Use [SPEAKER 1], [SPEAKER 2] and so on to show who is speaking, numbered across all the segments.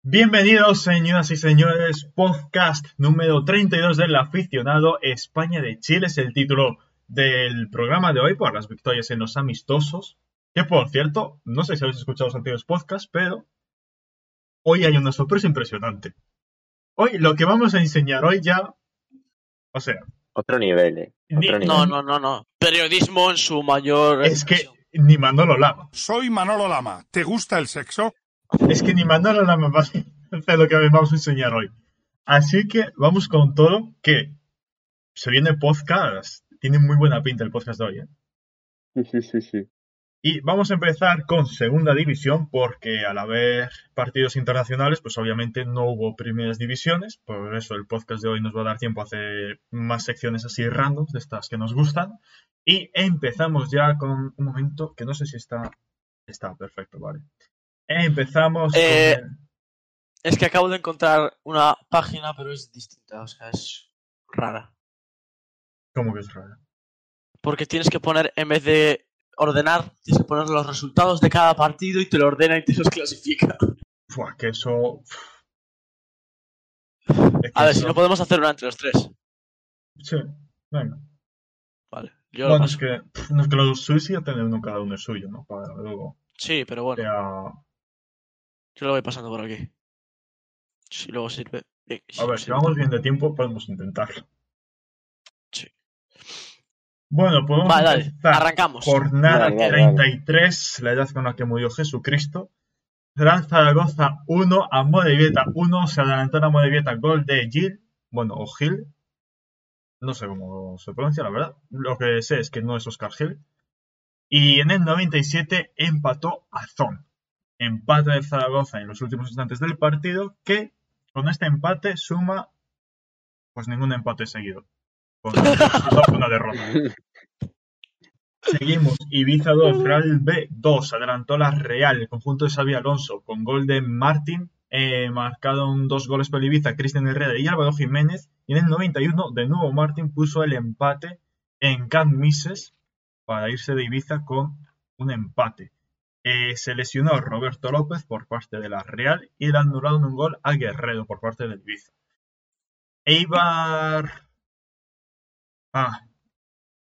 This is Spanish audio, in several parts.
[SPEAKER 1] Bienvenidos, señoras y señores, podcast número 32 del aficionado España de Chile es el título del programa de hoy por las victorias en los amistosos. Que por cierto, no sé si habéis escuchado los anteriores podcasts, pero hoy hay una sorpresa impresionante. Hoy lo que vamos a enseñar hoy ya, o sea,
[SPEAKER 2] Otro nivel, eh.
[SPEAKER 1] Ni-
[SPEAKER 2] Otro nivel.
[SPEAKER 3] No, no, no, no. Periodismo en su mayor.
[SPEAKER 1] es que
[SPEAKER 3] expresión.
[SPEAKER 1] ni Manolo Lama,
[SPEAKER 4] Soy Manolo Lama. ¿Te gusta el sexo?
[SPEAKER 1] es que ni Manolo Lama va a hacer lo que vamos a enseñar hoy. Así que vamos con todo, que se viene podcast, tiene muy buena pinta el podcast de hoy, ¿eh?
[SPEAKER 2] Sí, sí, sí, sí.
[SPEAKER 1] Y vamos a empezar con segunda división, porque al haber partidos internacionales, pues obviamente no hubo primeras divisiones. Por eso el podcast de hoy nos va a dar tiempo a hacer más secciones así randoms, de estas que nos gustan. Y empezamos ya con un momento que no sé si está. Está perfecto, vale. Empezamos
[SPEAKER 3] Eh,
[SPEAKER 1] con. el-
[SPEAKER 3] Es que acabo de encontrar una página, pero es distinta, o sea, es rara.
[SPEAKER 1] ¿Cómo que es raro?
[SPEAKER 3] Porque tienes que poner, en vez de ordenar, tienes que poner los resultados de cada partido y te lo ordena y te los clasifica.
[SPEAKER 1] Fua, que eso. Es que
[SPEAKER 3] A ver,
[SPEAKER 1] eso-
[SPEAKER 3] si no podemos hacer una entre los tres.
[SPEAKER 1] Sí, venga.
[SPEAKER 3] Vale, yo lo
[SPEAKER 1] Bueno, es
[SPEAKER 3] paso.
[SPEAKER 1] que, no es que los suyos ya tienen uno cada uno es suyo, ¿no? Para luego.
[SPEAKER 3] Sí, pero bueno,
[SPEAKER 1] sea-
[SPEAKER 3] yo lo voy pasando por aquí. Si luego sirve. bien, si
[SPEAKER 1] A
[SPEAKER 3] no
[SPEAKER 1] ver, si
[SPEAKER 3] sirve,
[SPEAKER 1] vamos bien de tiempo, podemos intentarlo.
[SPEAKER 3] Sí.
[SPEAKER 1] Bueno, podemos
[SPEAKER 3] Vale, dale,
[SPEAKER 1] empezar.
[SPEAKER 3] arrancamos.
[SPEAKER 1] Jornada
[SPEAKER 2] Dale, dale, dale.
[SPEAKER 1] 33, la edad con la que murió Jesucristo. Real Zaragoza 1, a Morevieta 1, se adelantó a Morevieta, gol de Gil, bueno, o Gil, no sé cómo se pronuncia, la verdad. Lo que sé es que no es Oscar Gil. Y en el 97 empató Azón. Empate del Zaragoza en los últimos instantes del partido, que con este empate suma pues ningún empate seguido. Porque fue una derrota. Seguimos. Ibiza 2, Real B 2. Adelantó la Real. El conjunto de Xavi Alonso con gol de Martín. Eh, marcaron dos goles por el Ibiza, Cristian Herrera y Álvaro Jiménez. Y en el 91, de nuevo Martín puso el empate en Camp Mises para irse de Ibiza con un empate. Eh, se lesionó Roberto López por parte de la Real y le anularon un gol a Guerrero por parte del Ibiza. Eibar. Ah.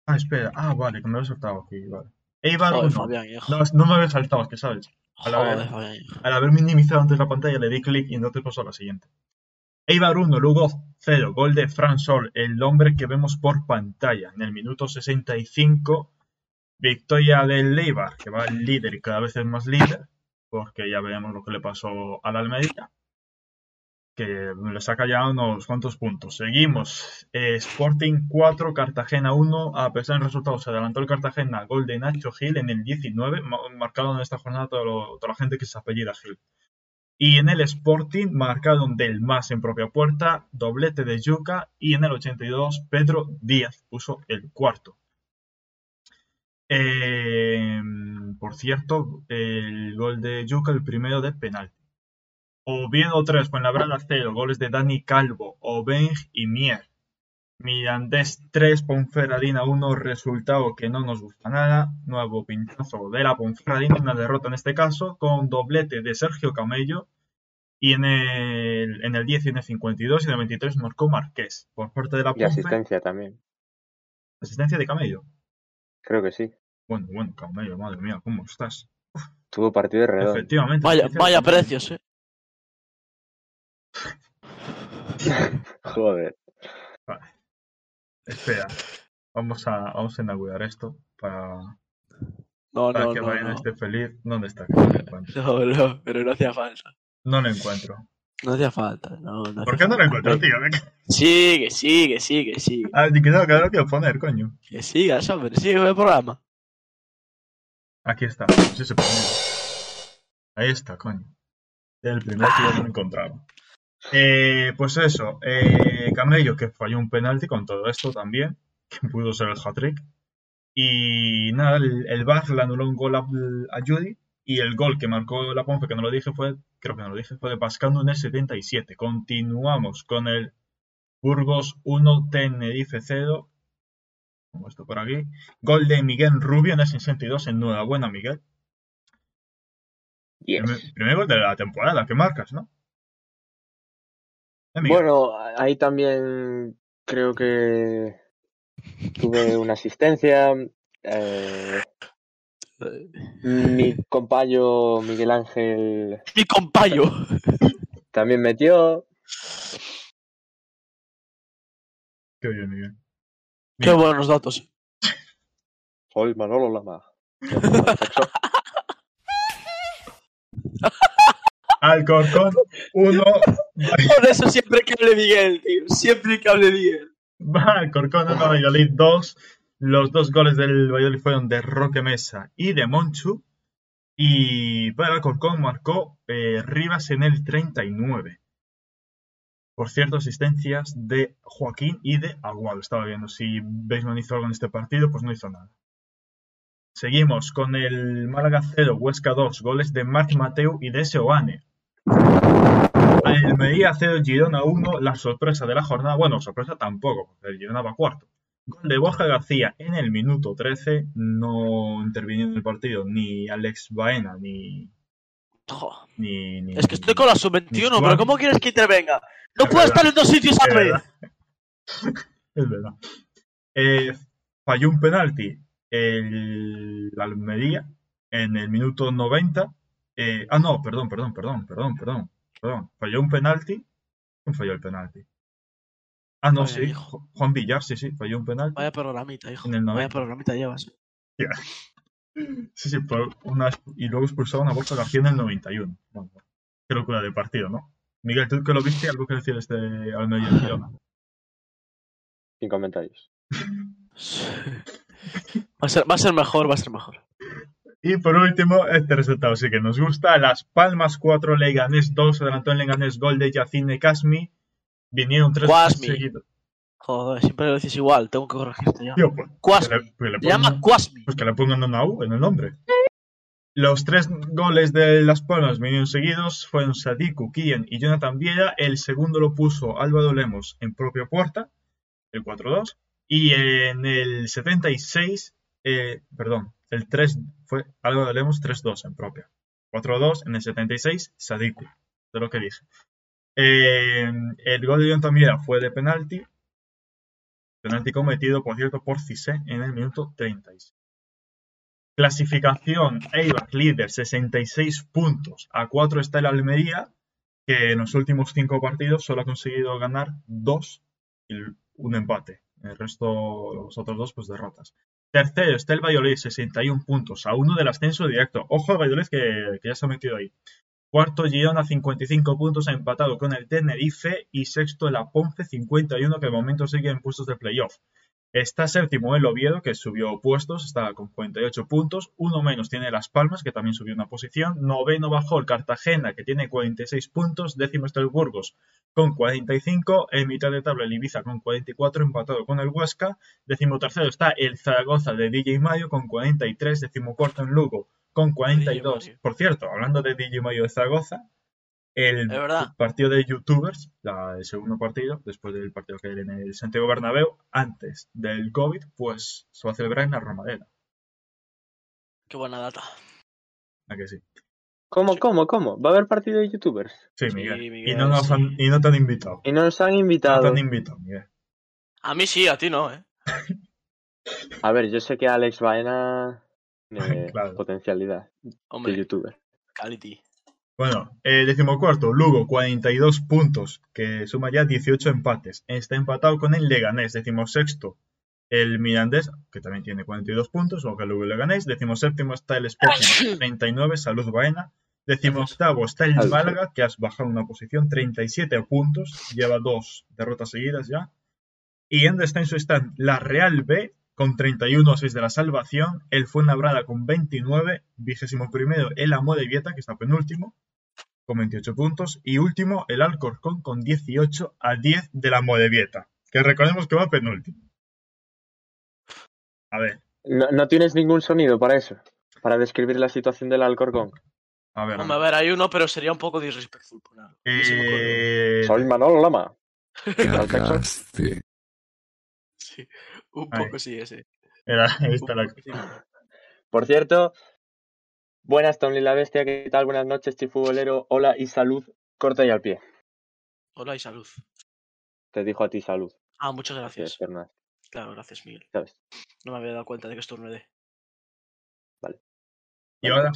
[SPEAKER 1] Ah, espera. Ah, vale, que me lo he saltado aquí. Vale. Eibar
[SPEAKER 3] Joder,
[SPEAKER 1] uno.
[SPEAKER 3] Fabián, hijo.
[SPEAKER 1] No, no me había saltado, es que sabes. a la
[SPEAKER 3] Joder,
[SPEAKER 1] vez.
[SPEAKER 3] Fabián, hijo.
[SPEAKER 1] Al haber minimizado antes la pantalla le di clic y entonces pasó a la siguiente. Eibar 1, Lugo 0, gol de Fran Sol, el hombre que vemos por pantalla. En el minuto 65, victoria del Eibar, que va líder y cada vez es más líder, porque ya veremos lo que le pasó al Almería, que le saca ya unos cuantos puntos. Seguimos, eh, Sporting 4, Cartagena 1, a pesar del resultado se adelantó el Cartagena, gol de Nacho Gil en el 19, ma- marcado en esta jornada todo lo- toda la gente que se apellida Gil. Y en el Sporting marcaron del más en propia puerta, doblete de Yuca y en el 82 Pedro Díaz puso el cuarto. Eh, por cierto, el gol de Yuca, el primero de penalti. Oviedo 3, Fuenlabrada 0, goles de Dani Calvo, Obeng y Mier. Mirandés 3, Ponferradina 1, resultado que no nos gusta nada. Nuevo pintazo de la Ponferradina, una derrota en este caso, con doblete de Sergio Camello. Y en el, en el 10 y en el 52 y en el 23 marcó Marqués. Por parte de la
[SPEAKER 2] Y
[SPEAKER 1] Ponfe,
[SPEAKER 2] asistencia también.
[SPEAKER 1] asistencia de Camello.
[SPEAKER 2] Creo que sí.
[SPEAKER 1] Bueno, bueno, Camello, madre mía, ¿cómo estás?
[SPEAKER 2] Tuvo partido redondo.
[SPEAKER 1] Efectivamente.
[SPEAKER 3] Vaya,
[SPEAKER 1] asistencia de
[SPEAKER 3] vaya
[SPEAKER 1] Camello.
[SPEAKER 3] precios, eh.
[SPEAKER 2] Joder.
[SPEAKER 1] Espera, vamos a, vamos a inaugurar esto para,
[SPEAKER 3] No,
[SPEAKER 1] para
[SPEAKER 3] no,
[SPEAKER 1] que este
[SPEAKER 3] no,
[SPEAKER 1] Brian
[SPEAKER 3] no.
[SPEAKER 1] esté feliz. ¿Dónde está? Que No lo encuentro.
[SPEAKER 3] No, no, pero no hacía falta.
[SPEAKER 1] No lo encuentro.
[SPEAKER 3] No hacía falta, no, no.
[SPEAKER 1] ¿Por
[SPEAKER 3] hacía
[SPEAKER 1] qué no lo
[SPEAKER 3] falta.
[SPEAKER 1] encuentro, tío? Me ca-
[SPEAKER 3] Sigue, sigue, sigue, sigue.
[SPEAKER 1] Ah, que no, que no lo quiero poner, coño.
[SPEAKER 3] Que siga, hombre, sigue con el programa.
[SPEAKER 1] Aquí está. Sí se pone. Ahí está, coño. El primer tío que no encontraba. Eh, pues eso, eh, Camello que falló un penalti con todo esto también, que pudo ser el hat-trick. Y nada, el, el VAR le anuló un gol a, a Judy y el gol que marcó la Ponce, que no lo dije, fue, creo que no lo dije, fue de Pascando en el 77. Continuamos con el Burgos 1, Tenerife 0. Pongo esto por aquí. Gol de Miguel Rubio en el 62. Enhorabuena, Miguel.
[SPEAKER 2] Yes.
[SPEAKER 1] Primer, primer gol de la temporada, que marcas, ¿no? Eh, Amigo,
[SPEAKER 2] Bueno, ahí también creo que tuve una asistencia. eh, mi compañero Miguel Ángel
[SPEAKER 3] Mi compañero.
[SPEAKER 2] también metió.
[SPEAKER 1] qué bien, Miguel.
[SPEAKER 3] Qué buenos datos.
[SPEAKER 2] Soy Manolo Lama.
[SPEAKER 1] Alcorcón 1,
[SPEAKER 3] Por eso siempre que hable Miguel, tío. Siempre que hable Miguel.
[SPEAKER 1] va Alcorcón 1, Valladolid 2. Los dos goles del Valladolid fueron de Roque Mesa y de Monchu. Y para Alcorcón marcó eh, Rivas en el 39. Por cierto, asistencias de Joaquín y de Aguado. Estaba viendo si Beisman hizo algo en este partido, pues no hizo nada. Seguimos con el Málaga 0, Huesca 2, goles de Marc Mateu y de Seoane. Almería 0, Girona 1, la sorpresa de la jornada. Bueno, sorpresa tampoco, porque el Girona va cuarto. Gol de Borja García en el minuto 13, no intervinió en el partido ni Alex Baena ni.
[SPEAKER 3] Jo,
[SPEAKER 1] ni, ni-
[SPEAKER 3] Es que estoy con la sub-21, pero ¿cómo quieres que intervenga? No
[SPEAKER 1] Es
[SPEAKER 3] puedo
[SPEAKER 1] verdad.
[SPEAKER 3] estar en dos sitios a
[SPEAKER 1] Es
[SPEAKER 3] la vez.
[SPEAKER 1] verdad. Es verdad. Eh, falló un penalti el Almería en el minuto 90. Eh, ah, no, perdón, perdón, perdón, perdón, perdón, perdón. Falló un penalti. ¿Quién falló el penalti? Ah, no,
[SPEAKER 3] Vaya,
[SPEAKER 1] sí.
[SPEAKER 3] hijo.
[SPEAKER 1] Ju- Juan Villar, sí, sí, falló un penalti.
[SPEAKER 3] Vaya programita, hijo.
[SPEAKER 1] En el
[SPEAKER 3] Vaya
[SPEAKER 1] 90.
[SPEAKER 3] programita llevas.
[SPEAKER 1] Sí, sí, por una, y luego expulsaron a Borja García en el 91. Bueno, qué locura de partido, ¿no? Miguel, tú que lo viste, algo que decir de este Almería Girona.
[SPEAKER 2] Sin comentarios.
[SPEAKER 3] Va a, ser, va a ser mejor, va a ser mejor.
[SPEAKER 1] Y por último, este resultado sí que nos gusta. Las Palmas 4, Leganés 2, adelantó en Leganés gol de Yacine Casmi. Vinieron tres
[SPEAKER 3] Guasmi.
[SPEAKER 1] seguidos.
[SPEAKER 3] Joder, siempre lo dices igual, tengo que corregirte ya.
[SPEAKER 1] Tío, pues, que
[SPEAKER 3] Quasmi.
[SPEAKER 1] le- que le
[SPEAKER 3] Te llama
[SPEAKER 1] pongan-
[SPEAKER 3] Quasmi.
[SPEAKER 1] pues que le pongan una U en el nombre. Los tres goles de Las Palmas vinieron seguidos. Fueron Sadiku, Kien y Jonathan Viera. El segundo lo puso Álvaro Lemos en propia puerta, el 4-2. Y en el 76, eh, perdón, el 3 fue Álvaro Lemos 3-2 en propia. 4-2 en el 76, Sadiku, de lo que dije. Eh, el gol de Jonathan Viera fue de penalti. Penalti cometido, por cierto, por Cissé en el minuto 36. Clasificación, Eibar líder, 66 puntos. A 4 está el Almería, que en los últimos 5 partidos solo ha conseguido ganar 2 y l- un empate. El resto, los otros dos, pues derrotas. Tercero está el Valladolid, 61 puntos, a 1 del ascenso directo. Ojo al Valladolid que, que ya se ha metido ahí. Cuarto, Girona, 55 puntos, empatado con el Tenerife. Y sexto, la Ponce, 51, que de momento sigue en puestos de playoff. Está séptimo el Oviedo, que subió puestos, está con 48 puntos. Uno menos tiene Las Palmas, que también subió una posición. Noveno bajó el Cartagena, que tiene 46 puntos. Décimo está el Burgos, con 45. En mitad de tabla el Ibiza, con 44, empatado con el Huesca. Décimo tercero está el Zaragoza de DJ Mayo, con 43. Décimo cuarto en Lugo, con 42.
[SPEAKER 3] Mayo.
[SPEAKER 1] Por cierto, hablando de DJ Mayo de Zaragoza, el
[SPEAKER 3] Es verdad.
[SPEAKER 1] partido de youtubers, la- el segundo partido, después del partido que era en el Santiago Bernabéu, antes del COVID, pues se va a celebrar en la Romadera.
[SPEAKER 3] Qué buena data.
[SPEAKER 1] ¿A que sí?
[SPEAKER 2] ¿Cómo, cómo, cómo? ¿Va a haber partido de youtubers?
[SPEAKER 1] Sí,
[SPEAKER 3] Sí,
[SPEAKER 1] Miguel. y,
[SPEAKER 3] Miguel,
[SPEAKER 1] no nos han-
[SPEAKER 3] sí.
[SPEAKER 1] y no te han invitado.
[SPEAKER 2] Y no nos han
[SPEAKER 1] No te
[SPEAKER 2] invitado.
[SPEAKER 1] han invitado, Miguel.
[SPEAKER 3] A mí sí, a ti no, eh.
[SPEAKER 2] A ver, yo sé que Alex Baena tiene
[SPEAKER 1] Claro.
[SPEAKER 2] potencialidad de
[SPEAKER 3] Hombre,
[SPEAKER 2] youtuber.
[SPEAKER 3] Cality.
[SPEAKER 1] Bueno, eh, decimocuarto, Lugo, 42 puntos, que suma ya 18 empates. Está empatado con el Leganés, decimosexto. El Mirandés, que también tiene 42 puntos, o que Lugo y Leganés. Decimoséptimo está el Sporting, 39, Salud Baena. Decimoctavo está el
[SPEAKER 2] Salud.
[SPEAKER 1] Málaga, que has bajado una posición, 37 puntos, lleva dos derrotas seguidas ya. Y en descenso están la Real B, con 31 a 6 de la salvación, el Fuenlabrada con 29, vigésimo primero el Amorebieta, que está penúltimo, con 28 puntos, y último el Alcorcón con 18 a 10 de la Amorebieta, que recordemos que va penúltimo. A ver,
[SPEAKER 2] No, no tienes ningún sonido para eso. Para describir la situación del Alcorcón.
[SPEAKER 1] a ver.
[SPEAKER 3] Hombre, a ver, hay uno, pero sería un poco disrespectful ponerlo. A mí se me ocurre.
[SPEAKER 1] Eh,
[SPEAKER 2] Soy Manolo Lama.
[SPEAKER 4] Cagaste.
[SPEAKER 3] Sí, un
[SPEAKER 1] Ahí.
[SPEAKER 3] poco sí, ese.
[SPEAKER 1] era- ahí
[SPEAKER 3] Un
[SPEAKER 1] está la-
[SPEAKER 3] poco sí.
[SPEAKER 2] Por cierto, buenas Tony la Bestia, ¿qué tal? Buenas noches, Chifu Bolero. Hola y salud, corta y al pie.
[SPEAKER 3] Hola y salud.
[SPEAKER 2] Te dijo a ti salud,
[SPEAKER 3] Ah, muchas
[SPEAKER 2] que es
[SPEAKER 3] gracias.
[SPEAKER 2] Fernández,
[SPEAKER 3] Claro, gracias, Miguel.
[SPEAKER 2] ¿sabes?
[SPEAKER 3] No me había dado cuenta de que es turno de.
[SPEAKER 1] Y ahora,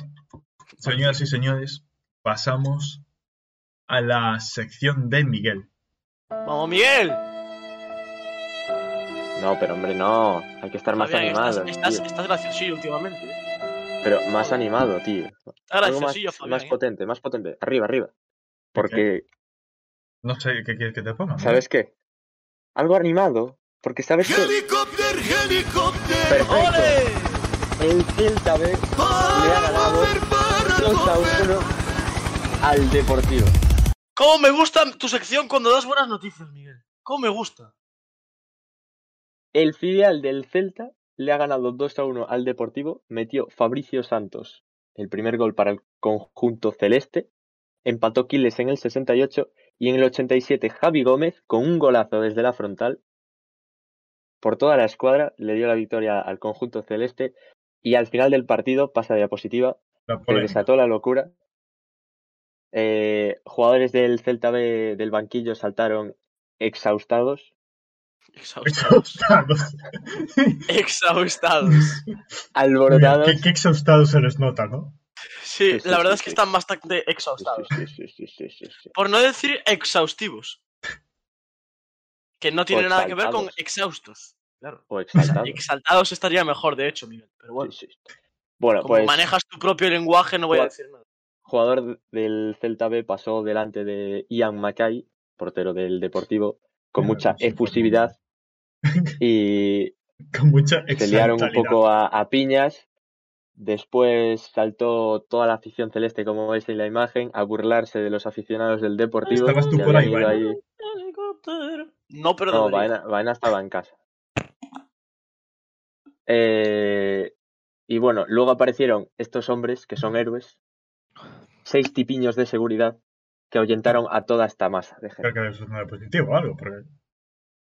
[SPEAKER 1] señoras y señores, pasamos a la sección de Miguel.
[SPEAKER 3] ¡Vamos, Miguel!
[SPEAKER 2] No, pero hombre, no. Hay que estar más
[SPEAKER 3] Fabián,
[SPEAKER 2] animado.
[SPEAKER 3] estás, estás,
[SPEAKER 2] tío.
[SPEAKER 3] estás graciosillo últimamente. ¿eh?
[SPEAKER 2] Pero más animado, tío.
[SPEAKER 3] Estás
[SPEAKER 2] Algo más,
[SPEAKER 3] graciosillo, Fabián.
[SPEAKER 2] más
[SPEAKER 3] ¿eh?
[SPEAKER 2] potente, más potente. Arriba, arriba. Porque,
[SPEAKER 1] No sé qué quieres que te ponga. Miguel?
[SPEAKER 2] ¿sabes qué? Algo animado. Porque, ¿sabes qué?
[SPEAKER 5] Helicóptero, helicóptero,
[SPEAKER 2] Perfecto. El Celta B le ha ganado
[SPEAKER 5] para
[SPEAKER 2] 2 a 1 al Deportivo.
[SPEAKER 3] ¿Cómo me gusta tu sección cuando das buenas noticias, Miguel? ¿Cómo me gusta?
[SPEAKER 2] El filial del Celta le ha ganado 2 a 1 al Deportivo. Metió Fabricio Santos el primer gol para el conjunto celeste. Empató Quiles en el 68 y en el 87 Javi Gómez con un golazo desde la frontal. Por toda la escuadra le dio la victoria al conjunto celeste y al final del partido pasa de diapositiva
[SPEAKER 1] La
[SPEAKER 2] se
[SPEAKER 1] polémica.
[SPEAKER 2] desató la locura. Eh, jugadores del Celta B del banquillo saltaron exhaustados.
[SPEAKER 3] Exhaustados.
[SPEAKER 1] Exhaustados.
[SPEAKER 3] Exhaustados.
[SPEAKER 2] Alborotados.
[SPEAKER 1] Qué, qué exhaustados se les nota, ¿no?
[SPEAKER 3] Sí,
[SPEAKER 2] Sí, sí,
[SPEAKER 3] la verdad
[SPEAKER 2] sí,
[SPEAKER 3] es que
[SPEAKER 2] sí.
[SPEAKER 3] están bastante exhaustados.
[SPEAKER 2] Sí, sí, sí, sí, sí, sí.
[SPEAKER 3] Por no decir exhaustivos. Que no tiene
[SPEAKER 2] O
[SPEAKER 3] nada que ver con
[SPEAKER 2] exaltados.
[SPEAKER 3] exhaustos. Claro.
[SPEAKER 2] O
[SPEAKER 3] O sea,
[SPEAKER 2] exaltados.
[SPEAKER 3] exaltados estaría mejor, de hecho, Miguel. Pues Pero bueno,
[SPEAKER 2] Sí, sí. Bueno,
[SPEAKER 3] como
[SPEAKER 2] pues
[SPEAKER 3] manejas tu propio lenguaje, no voy a
[SPEAKER 2] Juan-
[SPEAKER 3] decir nada.
[SPEAKER 2] jugador del Celta B pasó delante de Ian Mackay, portero del Deportivo, con
[SPEAKER 1] Claro,
[SPEAKER 2] mucha
[SPEAKER 3] pues,
[SPEAKER 1] sí, por
[SPEAKER 2] efusividad y
[SPEAKER 1] Con mucha
[SPEAKER 2] se liaron un
[SPEAKER 1] exaltalidad.
[SPEAKER 2] poco a, a piñas. Después saltó toda la afición celeste, como veis en la imagen, a burlarse de los aficionados del Deportivo.
[SPEAKER 1] Estabas tú
[SPEAKER 2] que
[SPEAKER 1] por
[SPEAKER 2] habían
[SPEAKER 1] ahí,
[SPEAKER 2] ido
[SPEAKER 1] Baena.
[SPEAKER 2] ahí-
[SPEAKER 3] No, pero
[SPEAKER 2] No,
[SPEAKER 3] debería.
[SPEAKER 2] Baena, Baena estaba en casa. Eh, y bueno, luego aparecieron estos hombres que son héroes. Seis tipiños de seguridad que ahuyentaron a toda esta masa de gente.
[SPEAKER 1] Creo que eso no era positivo o algo. Porque...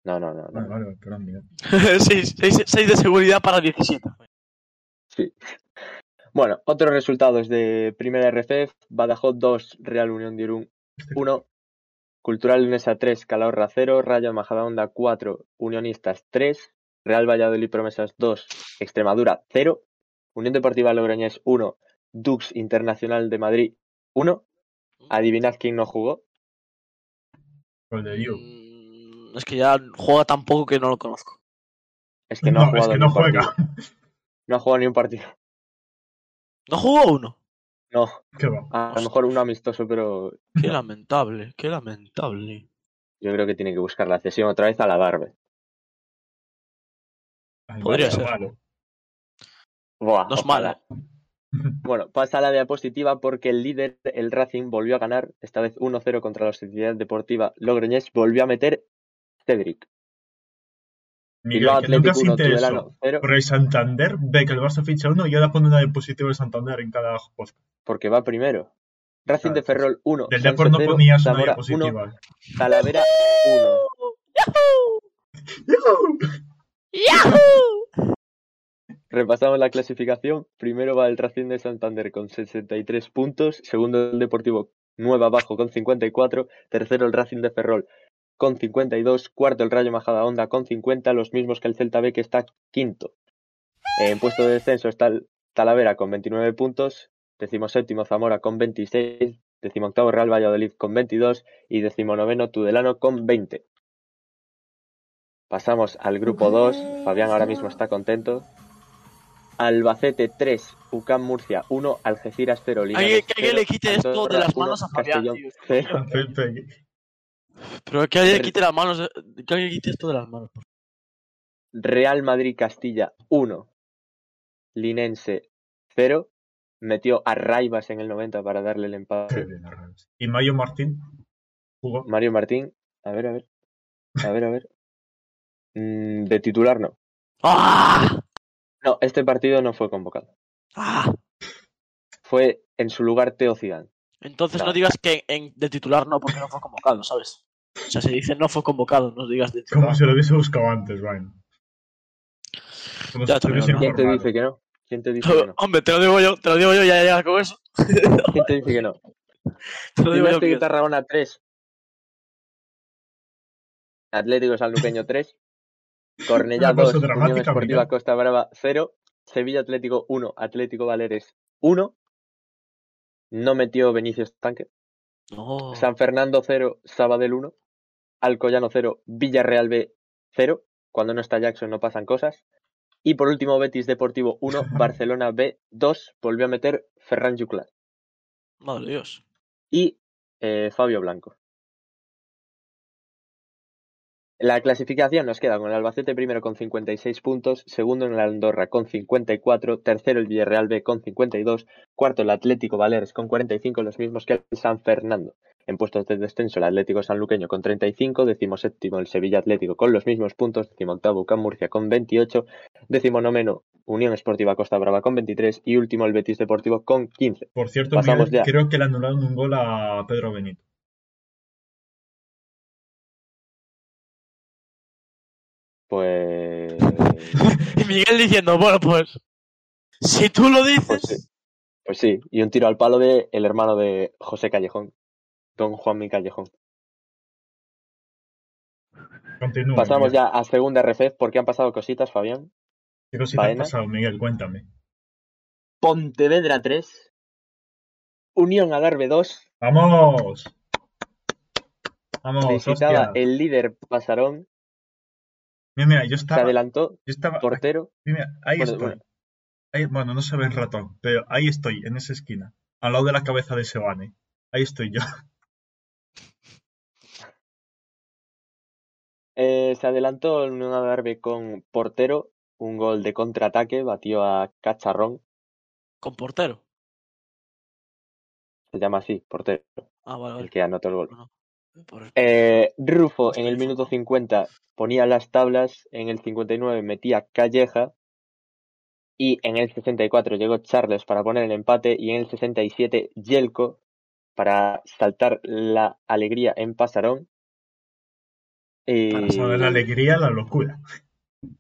[SPEAKER 2] No, no, no. no.
[SPEAKER 1] Vale, vale, perdón, Miguel.
[SPEAKER 3] sí, 6 de seguridad para 17.
[SPEAKER 2] Sí. Bueno, otros resultados de primera RFF, Badajoz 2, Real Unión de Irún 1, Cultural Unesa 3, Calahorra 0, Rayo Majadahonda 4, Unionistas 3, Real Valladolid Promesas 2, Extremadura 0, Unión Deportiva Logroñés 1, Dux Internacional de Madrid 1, adivinad quién no jugó,
[SPEAKER 1] Gol de Diu.
[SPEAKER 3] Mm, Es que ya juega tan poco que no lo conozco.
[SPEAKER 2] es que no, ha
[SPEAKER 1] No, es
[SPEAKER 2] jugado
[SPEAKER 1] que
[SPEAKER 2] ni
[SPEAKER 1] no
[SPEAKER 2] un partido.
[SPEAKER 1] juega.
[SPEAKER 2] No ha jugado ni un partido.
[SPEAKER 3] ¿No jugó uno?
[SPEAKER 2] No,
[SPEAKER 1] Qué va.
[SPEAKER 2] a lo mejor uno amistoso, pero
[SPEAKER 3] Qué lamentable, qué lamentable.
[SPEAKER 2] yo creo que tiene que buscar la cesión otra vez a la Darbe.
[SPEAKER 1] Ay,
[SPEAKER 3] Podría
[SPEAKER 1] vale,
[SPEAKER 3] ser.
[SPEAKER 1] malo.
[SPEAKER 2] Buah,
[SPEAKER 3] No es
[SPEAKER 2] ojalá.
[SPEAKER 3] malo.
[SPEAKER 2] Bueno, pasa la diapositiva porque el líder, el Racing, volvió a ganar, esta vez 1-0 contra la Sociedad Deportiva Logroñés, volvió a meter Cedric.
[SPEAKER 1] Miguel,
[SPEAKER 2] Bilbao
[SPEAKER 1] que nunca
[SPEAKER 2] Atlético
[SPEAKER 1] se
[SPEAKER 2] 1,
[SPEAKER 1] interesó.
[SPEAKER 2] Tudelano 0,
[SPEAKER 1] Porque el Santander ve que el Barça ficha uno y ahora pone una de positivo el Santander en cada podcast.
[SPEAKER 2] porque va primero. Racing
[SPEAKER 1] Claro,
[SPEAKER 2] de Ferrol 1,
[SPEAKER 1] Del
[SPEAKER 2] Sanse
[SPEAKER 1] Depor no
[SPEAKER 2] 0,
[SPEAKER 1] ponías una
[SPEAKER 2] Zamora 1,
[SPEAKER 1] diapositiva.
[SPEAKER 2] Talavera 1.
[SPEAKER 1] ¡Yujú!
[SPEAKER 2] Repasamos la clasificación. Primero va el Racing de Santander con 63 puntos. Segundo el Deportivo Nueva Bajo con 54. Tercero el Racing de Ferrol con 52. Cuarto el Rayo Majadahonda con 50. Los mismos que el Celta B que está quinto. En puesto de descenso está el Talavera con 29 puntos. Decimoséptimo Zamora con 26. Decimoctavo Real Valladolid con 22. Y decimonoveno Tudelano con 20. Pasamos al grupo 2. Fabián ahora mismo está contento. Albacete 3, UCAM Murcia 1, Algeciras 0, Linares
[SPEAKER 3] Alguien- que alguien
[SPEAKER 2] 0,
[SPEAKER 3] le quite esto de
[SPEAKER 2] Andorra
[SPEAKER 3] las
[SPEAKER 2] 1,
[SPEAKER 3] manos a Fabián,
[SPEAKER 2] Castellón
[SPEAKER 3] tío.
[SPEAKER 2] 0.
[SPEAKER 1] Pepe,
[SPEAKER 3] Pero que alguien quite las manos, eh, que alguien quite esto de las manos. por
[SPEAKER 2] Real Madrid Castilla 1, Linense 0. Metió a Raivas en el 90 para darle el
[SPEAKER 1] qué
[SPEAKER 2] empate.
[SPEAKER 1] bien, Arrabas. Y Mayo Martín jugó.
[SPEAKER 2] Mario Martín, a ver, a ver. A ver, a ver. Mm, de titular no.
[SPEAKER 3] favor. ¡Ah!
[SPEAKER 2] No, este partido no fue convocado.
[SPEAKER 3] ¡Ah!
[SPEAKER 2] Fue en su lugar Teo Zidane.
[SPEAKER 3] Entonces no
[SPEAKER 2] No.
[SPEAKER 3] digas que en, de titular no, porque no fue convocado, ¿sabes? O sea, si dice no fue convocado, no digas de titular.
[SPEAKER 1] Como si lo hubiese buscado antes, Ryan. Como
[SPEAKER 3] Ya,
[SPEAKER 1] si te
[SPEAKER 3] también,
[SPEAKER 1] hubiese
[SPEAKER 3] ¿no?
[SPEAKER 2] ¿Quién te
[SPEAKER 1] informado.
[SPEAKER 2] dice que no? ¿Quién te dice que no?
[SPEAKER 3] Hombre, te lo digo yo, te lo digo yo, ya, ya, con eso.
[SPEAKER 2] ¿Quién te dice que no?
[SPEAKER 3] Te lo digo yo.
[SPEAKER 2] Gimnástica y
[SPEAKER 3] Miguel.
[SPEAKER 2] Tarragona 3, Atlético Sanluqueño 3, Cornellá
[SPEAKER 1] Una cosa
[SPEAKER 2] 2, Unión
[SPEAKER 1] dramática,
[SPEAKER 2] Esportiva
[SPEAKER 1] mira.
[SPEAKER 2] Costa Brava 0, Sevilla Atlético 1, Atlético Valeres 1, no metió Benicio Estanque,
[SPEAKER 3] No.
[SPEAKER 2] San Fernando 0, Sabadell 1, Alcoyano 0, Villarreal B 0, cuando no está Jackson no pasan cosas, y por último Betis Deportivo 1, Barcelona B 2, volvió a meter Ferran Juclat
[SPEAKER 3] Madre de Dios.
[SPEAKER 2] y eh, Fabio Blanco. La clasificación nos queda con el Albacete primero con 56 puntos, segundo en la Andorra con 54, tercero el Villarreal B con 52, cuarto el Atlético Valeres con 45, los mismos que el San Fernando. En puestos de descenso el Atlético Sanluqueño con 35, decimoséptimo el Sevilla Atlético con los mismos puntos, decimoctavo Can Murcia con 28, decimonoveno Unión Esportiva Costa Brava con 23 y último el Betis Deportivo con 15.
[SPEAKER 1] Por cierto,
[SPEAKER 2] Pasamos
[SPEAKER 1] Miguel,
[SPEAKER 2] ya.
[SPEAKER 1] creo que le anularon un gol a Pedro Benito.
[SPEAKER 2] Pues...
[SPEAKER 3] Y Miguel diciendo, bueno, pues. Si tú lo dices.
[SPEAKER 2] Pues sí. Pues sí, y un tiro al palo de el hermano de José Callejón, don Juanmi Callejón.
[SPEAKER 1] Continúa.
[SPEAKER 2] Pasamos
[SPEAKER 1] Miguel.
[SPEAKER 2] ya a segunda RFEF porque han pasado cositas, Fabián.
[SPEAKER 1] ¿Qué cosita ha
[SPEAKER 2] faena.
[SPEAKER 1] pasado, Miguel? Cuéntame.
[SPEAKER 2] Pontevedra 3, Unión Adarve 2,
[SPEAKER 1] ¡Vamos! Vamos,
[SPEAKER 2] visitaba
[SPEAKER 1] hostia.
[SPEAKER 2] el líder Pasarón,
[SPEAKER 1] Mira, mira, yo
[SPEAKER 2] se
[SPEAKER 1] estaba. Ah, Yo
[SPEAKER 2] adelantó,
[SPEAKER 1] estaba
[SPEAKER 2] portero.
[SPEAKER 1] mira, ahí
[SPEAKER 2] Bueno,
[SPEAKER 1] estoy.
[SPEAKER 2] bueno.
[SPEAKER 1] Ahí- bueno, no se ve el ratón, pero ahí estoy, en esa esquina. Al lado de la cabeza de Sebane. Ahí estoy yo.
[SPEAKER 2] Eh, se adelantó el Unión Adarve con portero, un gol de contraataque, batió a Cacharrón,
[SPEAKER 3] Con portero.
[SPEAKER 2] se llama así, portero,
[SPEAKER 3] Ah, vale,
[SPEAKER 2] el
[SPEAKER 3] vale.
[SPEAKER 2] que anotó el gol.
[SPEAKER 3] Por-
[SPEAKER 2] Eh, Rufo en el
[SPEAKER 3] Rufo.
[SPEAKER 2] minuto 50 ponía las tablas, en el 59 metía Calleja y en el 64 llegó Charles para poner el empate y en el 67 Yelko para saltar la alegría en Pasarón. Y-
[SPEAKER 1] Para saber la alegría, la locura.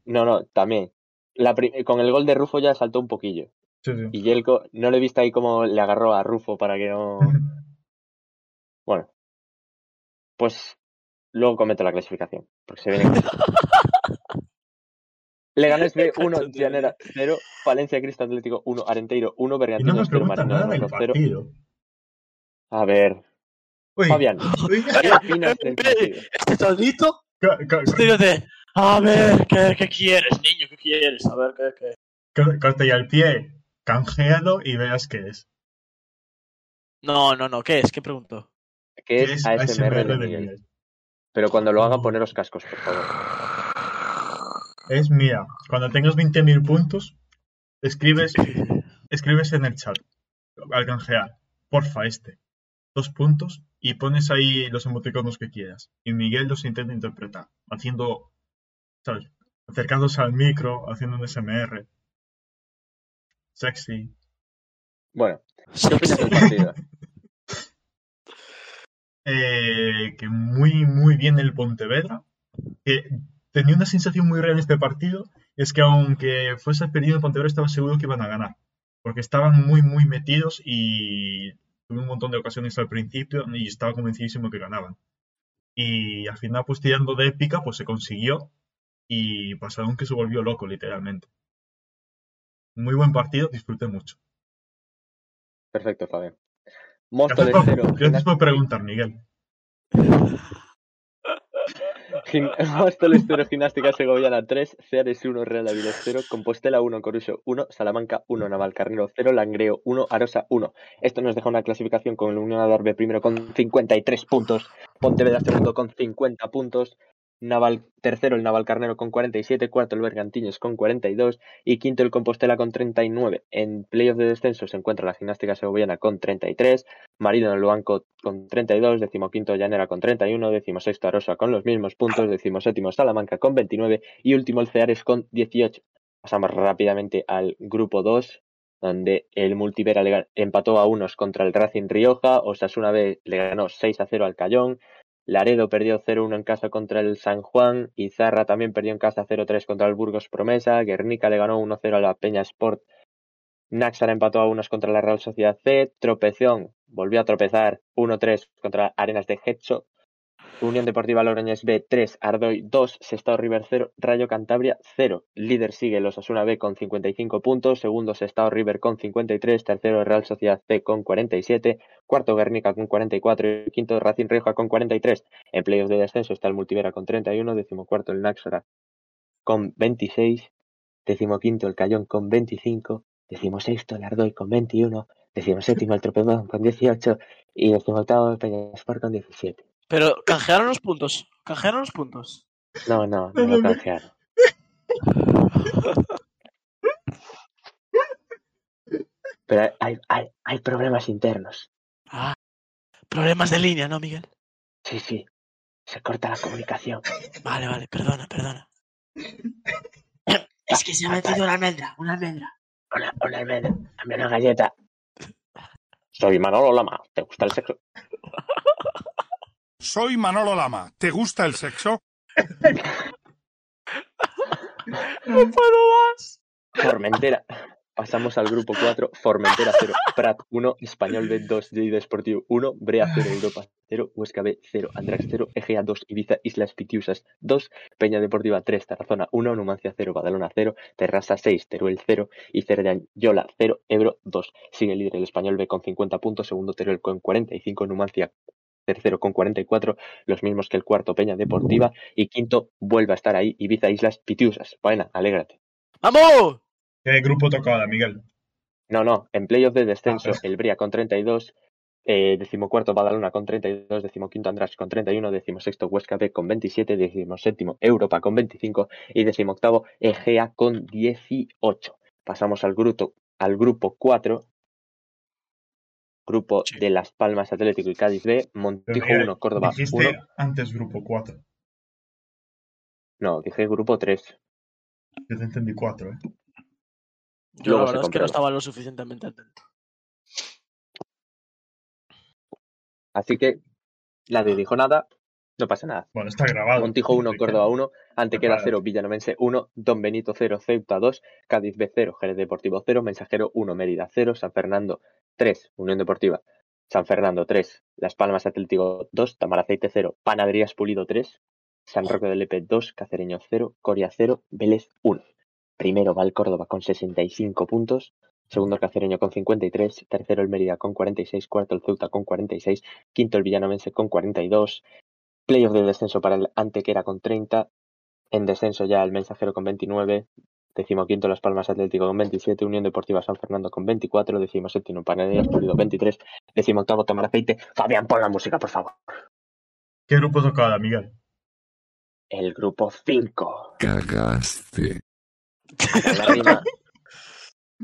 [SPEAKER 2] No, no, también. La pri- con el gol de Rufo ya saltó un poquillo.
[SPEAKER 1] Sí, sí.
[SPEAKER 2] Y Yelko, no le viste ahí cómo le agarró a Rufo para que no... Bueno, pues luego comento la clasificación, porque se viene. Leganés B 1,
[SPEAKER 3] Cachondeo.
[SPEAKER 2] Llanera 0, Valencia Cristo Atlético 1, Arenteiro 1,
[SPEAKER 1] Y no
[SPEAKER 2] Bergantino
[SPEAKER 1] me
[SPEAKER 2] 0,
[SPEAKER 1] preguntan nada
[SPEAKER 2] Marino
[SPEAKER 1] del
[SPEAKER 2] 2, 0.
[SPEAKER 1] partido.
[SPEAKER 2] A ver,
[SPEAKER 1] Uy,
[SPEAKER 2] Fabián,
[SPEAKER 1] uy,
[SPEAKER 2] ¿qué opinas del partido?
[SPEAKER 3] Este tonito.
[SPEAKER 1] ca- ca-
[SPEAKER 3] Este tío de. A ver, ¿qué, ¿qué quieres, niño? ¿Qué quieres? A ver, ¿qué, qué?
[SPEAKER 1] ca- corta ya el pie, canjealo y veas qué es.
[SPEAKER 3] No, no, no. ¿Qué es? ¿Qué pregunto?
[SPEAKER 2] Que
[SPEAKER 1] ¿Qué
[SPEAKER 2] es ASMR de Miguel. Pero cuando lo hagan, poneros cascos, por favor.
[SPEAKER 1] Es mía. Cuando tengas 20.000 puntos, escribes, escribes en el chat al canjear. Porfa, este. Dos puntos y pones ahí los emoticonos que quieras. Y Miguel los intenta interpretar, haciendo, ¿sabes? Acercándose al micro, haciendo un SMR. Sexy.
[SPEAKER 2] Bueno,
[SPEAKER 3] Sí,
[SPEAKER 2] ¿qué opinas del partido?
[SPEAKER 1] Eh, que muy, muy bien el Pontevedra. Que tenía una sensación muy real este partido. Es que aunque fuese perdido el Pontevedra, estaba seguro que iban a ganar. Porque estaban muy, muy metidos y tuve un montón de ocasiones al principio y estaba convencidísimo que ganaban. Y al final, pues tirando de épica, pues se consiguió. Y pasaron que se volvió loco, literalmente. Muy buen partido, disfruté mucho.
[SPEAKER 2] Perfecto, Fabián.
[SPEAKER 1] Gracias
[SPEAKER 2] Móstoles
[SPEAKER 1] por-
[SPEAKER 2] 0.
[SPEAKER 1] gracias por preguntar, Miguel.
[SPEAKER 2] Gim- Móstoles 0, Gimnástica Segoviana 3, Ceares 1, Real Avilés 0, Compostela 1, Coruso 1, Salamanca 1, Navalcarnero 0, Langreo 1, Arosa 1. Esto nos deja una clasificación con el Unión Adarve primero con 53 puntos, Pontevedra segundo con 50 puntos, Naval, tercero el Navalcarnero con 47, cuarto el Bergantiños con 42 y quinto el Compostela con 39. En playoff de descenso se encuentra la Gimnástica Segoviana con 33, Marino en el banco con 32, decimoquinto Llanera con 31, decimosexto Arosa con los mismos puntos, decimoséptimo Salamanca con 29 y último el Ceares con 18. Pasamos rápidamente al grupo 2, donde el Multivera le gan- empató a unos contra el Racing Rioja, Osasuna B le ganó 6 a 0 al Cayón, Laredo perdió 0-1 en casa contra el San Juan, Izarra también perdió en casa 0-3 contra el Burgos Promesa, Guernica le ganó 1-0 a la Peña Sport Naxara empató a unos contra la Real Sociedad C, Tropezón volvió a tropezar 1-3 contra Arenas de Getxo, Unión Deportiva Logroñés B 3, Ardoy 2, Sestao River 0, Rayo Cantabria 0. Líder sigue los Osasuna B con 55 puntos, segundo Sestao River con 53, tercero Real Sociedad C con 47, cuarto Guernica con 44 y quinto Racing Rioja con 43. En playoffs de descenso está el Multivera con 31, decimocuarto el Náxara con 26, decimoquinto el Cayón con 25, decimosexto el Ardoy con 21, decimoséptimo el Tropezón con 18 y decimoctavo el Peñaspor con 17.
[SPEAKER 3] Pero canjearon los puntos. Canjearon los puntos.
[SPEAKER 2] No, no, no lo canjearon. Pero hay- hay, hay, hay problemas internos.
[SPEAKER 3] Ah, problemas de línea, ¿no, Miguel?
[SPEAKER 2] Sí, sí. Se corta la comunicación.
[SPEAKER 3] Vale, vale, perdona, perdona. Es que se ha metido una almendra, una almendra.
[SPEAKER 2] Hola, hola, Almendra. Dame una galleta. Soy Manolo Lama. ¿Te gusta el sexo?
[SPEAKER 6] Soy Manolo Lama. ¿Te gusta el sexo?
[SPEAKER 3] ¡No puedo más!
[SPEAKER 2] Formentera. Pasamos al grupo 4. Formentera 0, Prat 1, Español B 2, Lleida Deportivo 1, Brea 0, Europa 0, Huesca B 0, Andrax 0, Egea 2, Ibiza, Islas Pitiusas 2, Peña Deportiva 3, Tarazona 1, Numancia 0, Badalona 0, Terrassa 6, Teruel 0 y Cerdañola 0, Ebro 2. Sigue líder el Español B con 50 puntos, segundo Teruel con 45, Numancia tercero con 44, los mismos que el cuarto Peña Deportiva y quinto vuelve a estar ahí Ibiza, Islas Pitiusas. Buena, alégrate.
[SPEAKER 3] ¡Vamos!
[SPEAKER 1] ¿Qué grupo tocaba, Miguel?
[SPEAKER 2] No, no, en playoff de descenso,
[SPEAKER 1] Ah.
[SPEAKER 2] el Bria con 32, eh, decimocuarto Badalona con 32, decimoquinto András con 31, decimosexto Huesca B con 27, decimoséptimo Europa con 25 y decimoctavo Egea con 18. Pasamos al grupo, al grupo 4, grupo
[SPEAKER 3] Sí.
[SPEAKER 2] de Las Palmas Atlético y Cádiz B, Montijo
[SPEAKER 1] Miguel,
[SPEAKER 2] 1, Córdoba 1.
[SPEAKER 1] eh, Dijiste antes grupo 4.
[SPEAKER 2] No, dije grupo 3.
[SPEAKER 1] Yo te entendí 4, ¿eh?
[SPEAKER 3] Yo
[SPEAKER 2] Luego
[SPEAKER 3] la
[SPEAKER 2] se
[SPEAKER 3] verdad es que
[SPEAKER 2] comprueba.
[SPEAKER 3] no estaba lo suficientemente atento.
[SPEAKER 2] Así que la
[SPEAKER 1] Ah.
[SPEAKER 2] de dijo nada, no pasa nada.
[SPEAKER 1] Bueno, está grabado.
[SPEAKER 2] Montijo 1, Córdoba 1, Antequera
[SPEAKER 1] Prepárate.
[SPEAKER 2] 0, Villanovense 1, Don Benito 0, Ceuta 2, Cádiz B 0, Jerez Deportivo 0, Mensajero 1, Mérida 0, San Fernando 3, Unión Deportiva, San Fernando 3, Las Palmas Atlético 2, Tamaraceite 0, Panaderías Pulido 3, San Roque del Lepe 2, Cacereño 0, Coria 0, Vélez 1. Primero va el Córdoba con 65 puntos, segundo el Cacereño con 53, tercero el Mérida con 46, cuarto el Ceuta con 46, quinto el Villanovense con 42, Playoff de descenso para el Antequera con 30. En descenso ya el Mensajero con 29. Decimoquinto Las Palmas Atlético con 27. Unión Deportiva San Fernando con 24. Decimoséptimo Panaderías Pulido 23. Decimoctavo Tomar Aceite. Fabián, pon la música, por favor.
[SPEAKER 1] ¿Qué grupo tocaba, Miguel?
[SPEAKER 2] El grupo 5.
[SPEAKER 4] Cagaste.
[SPEAKER 2] La rima.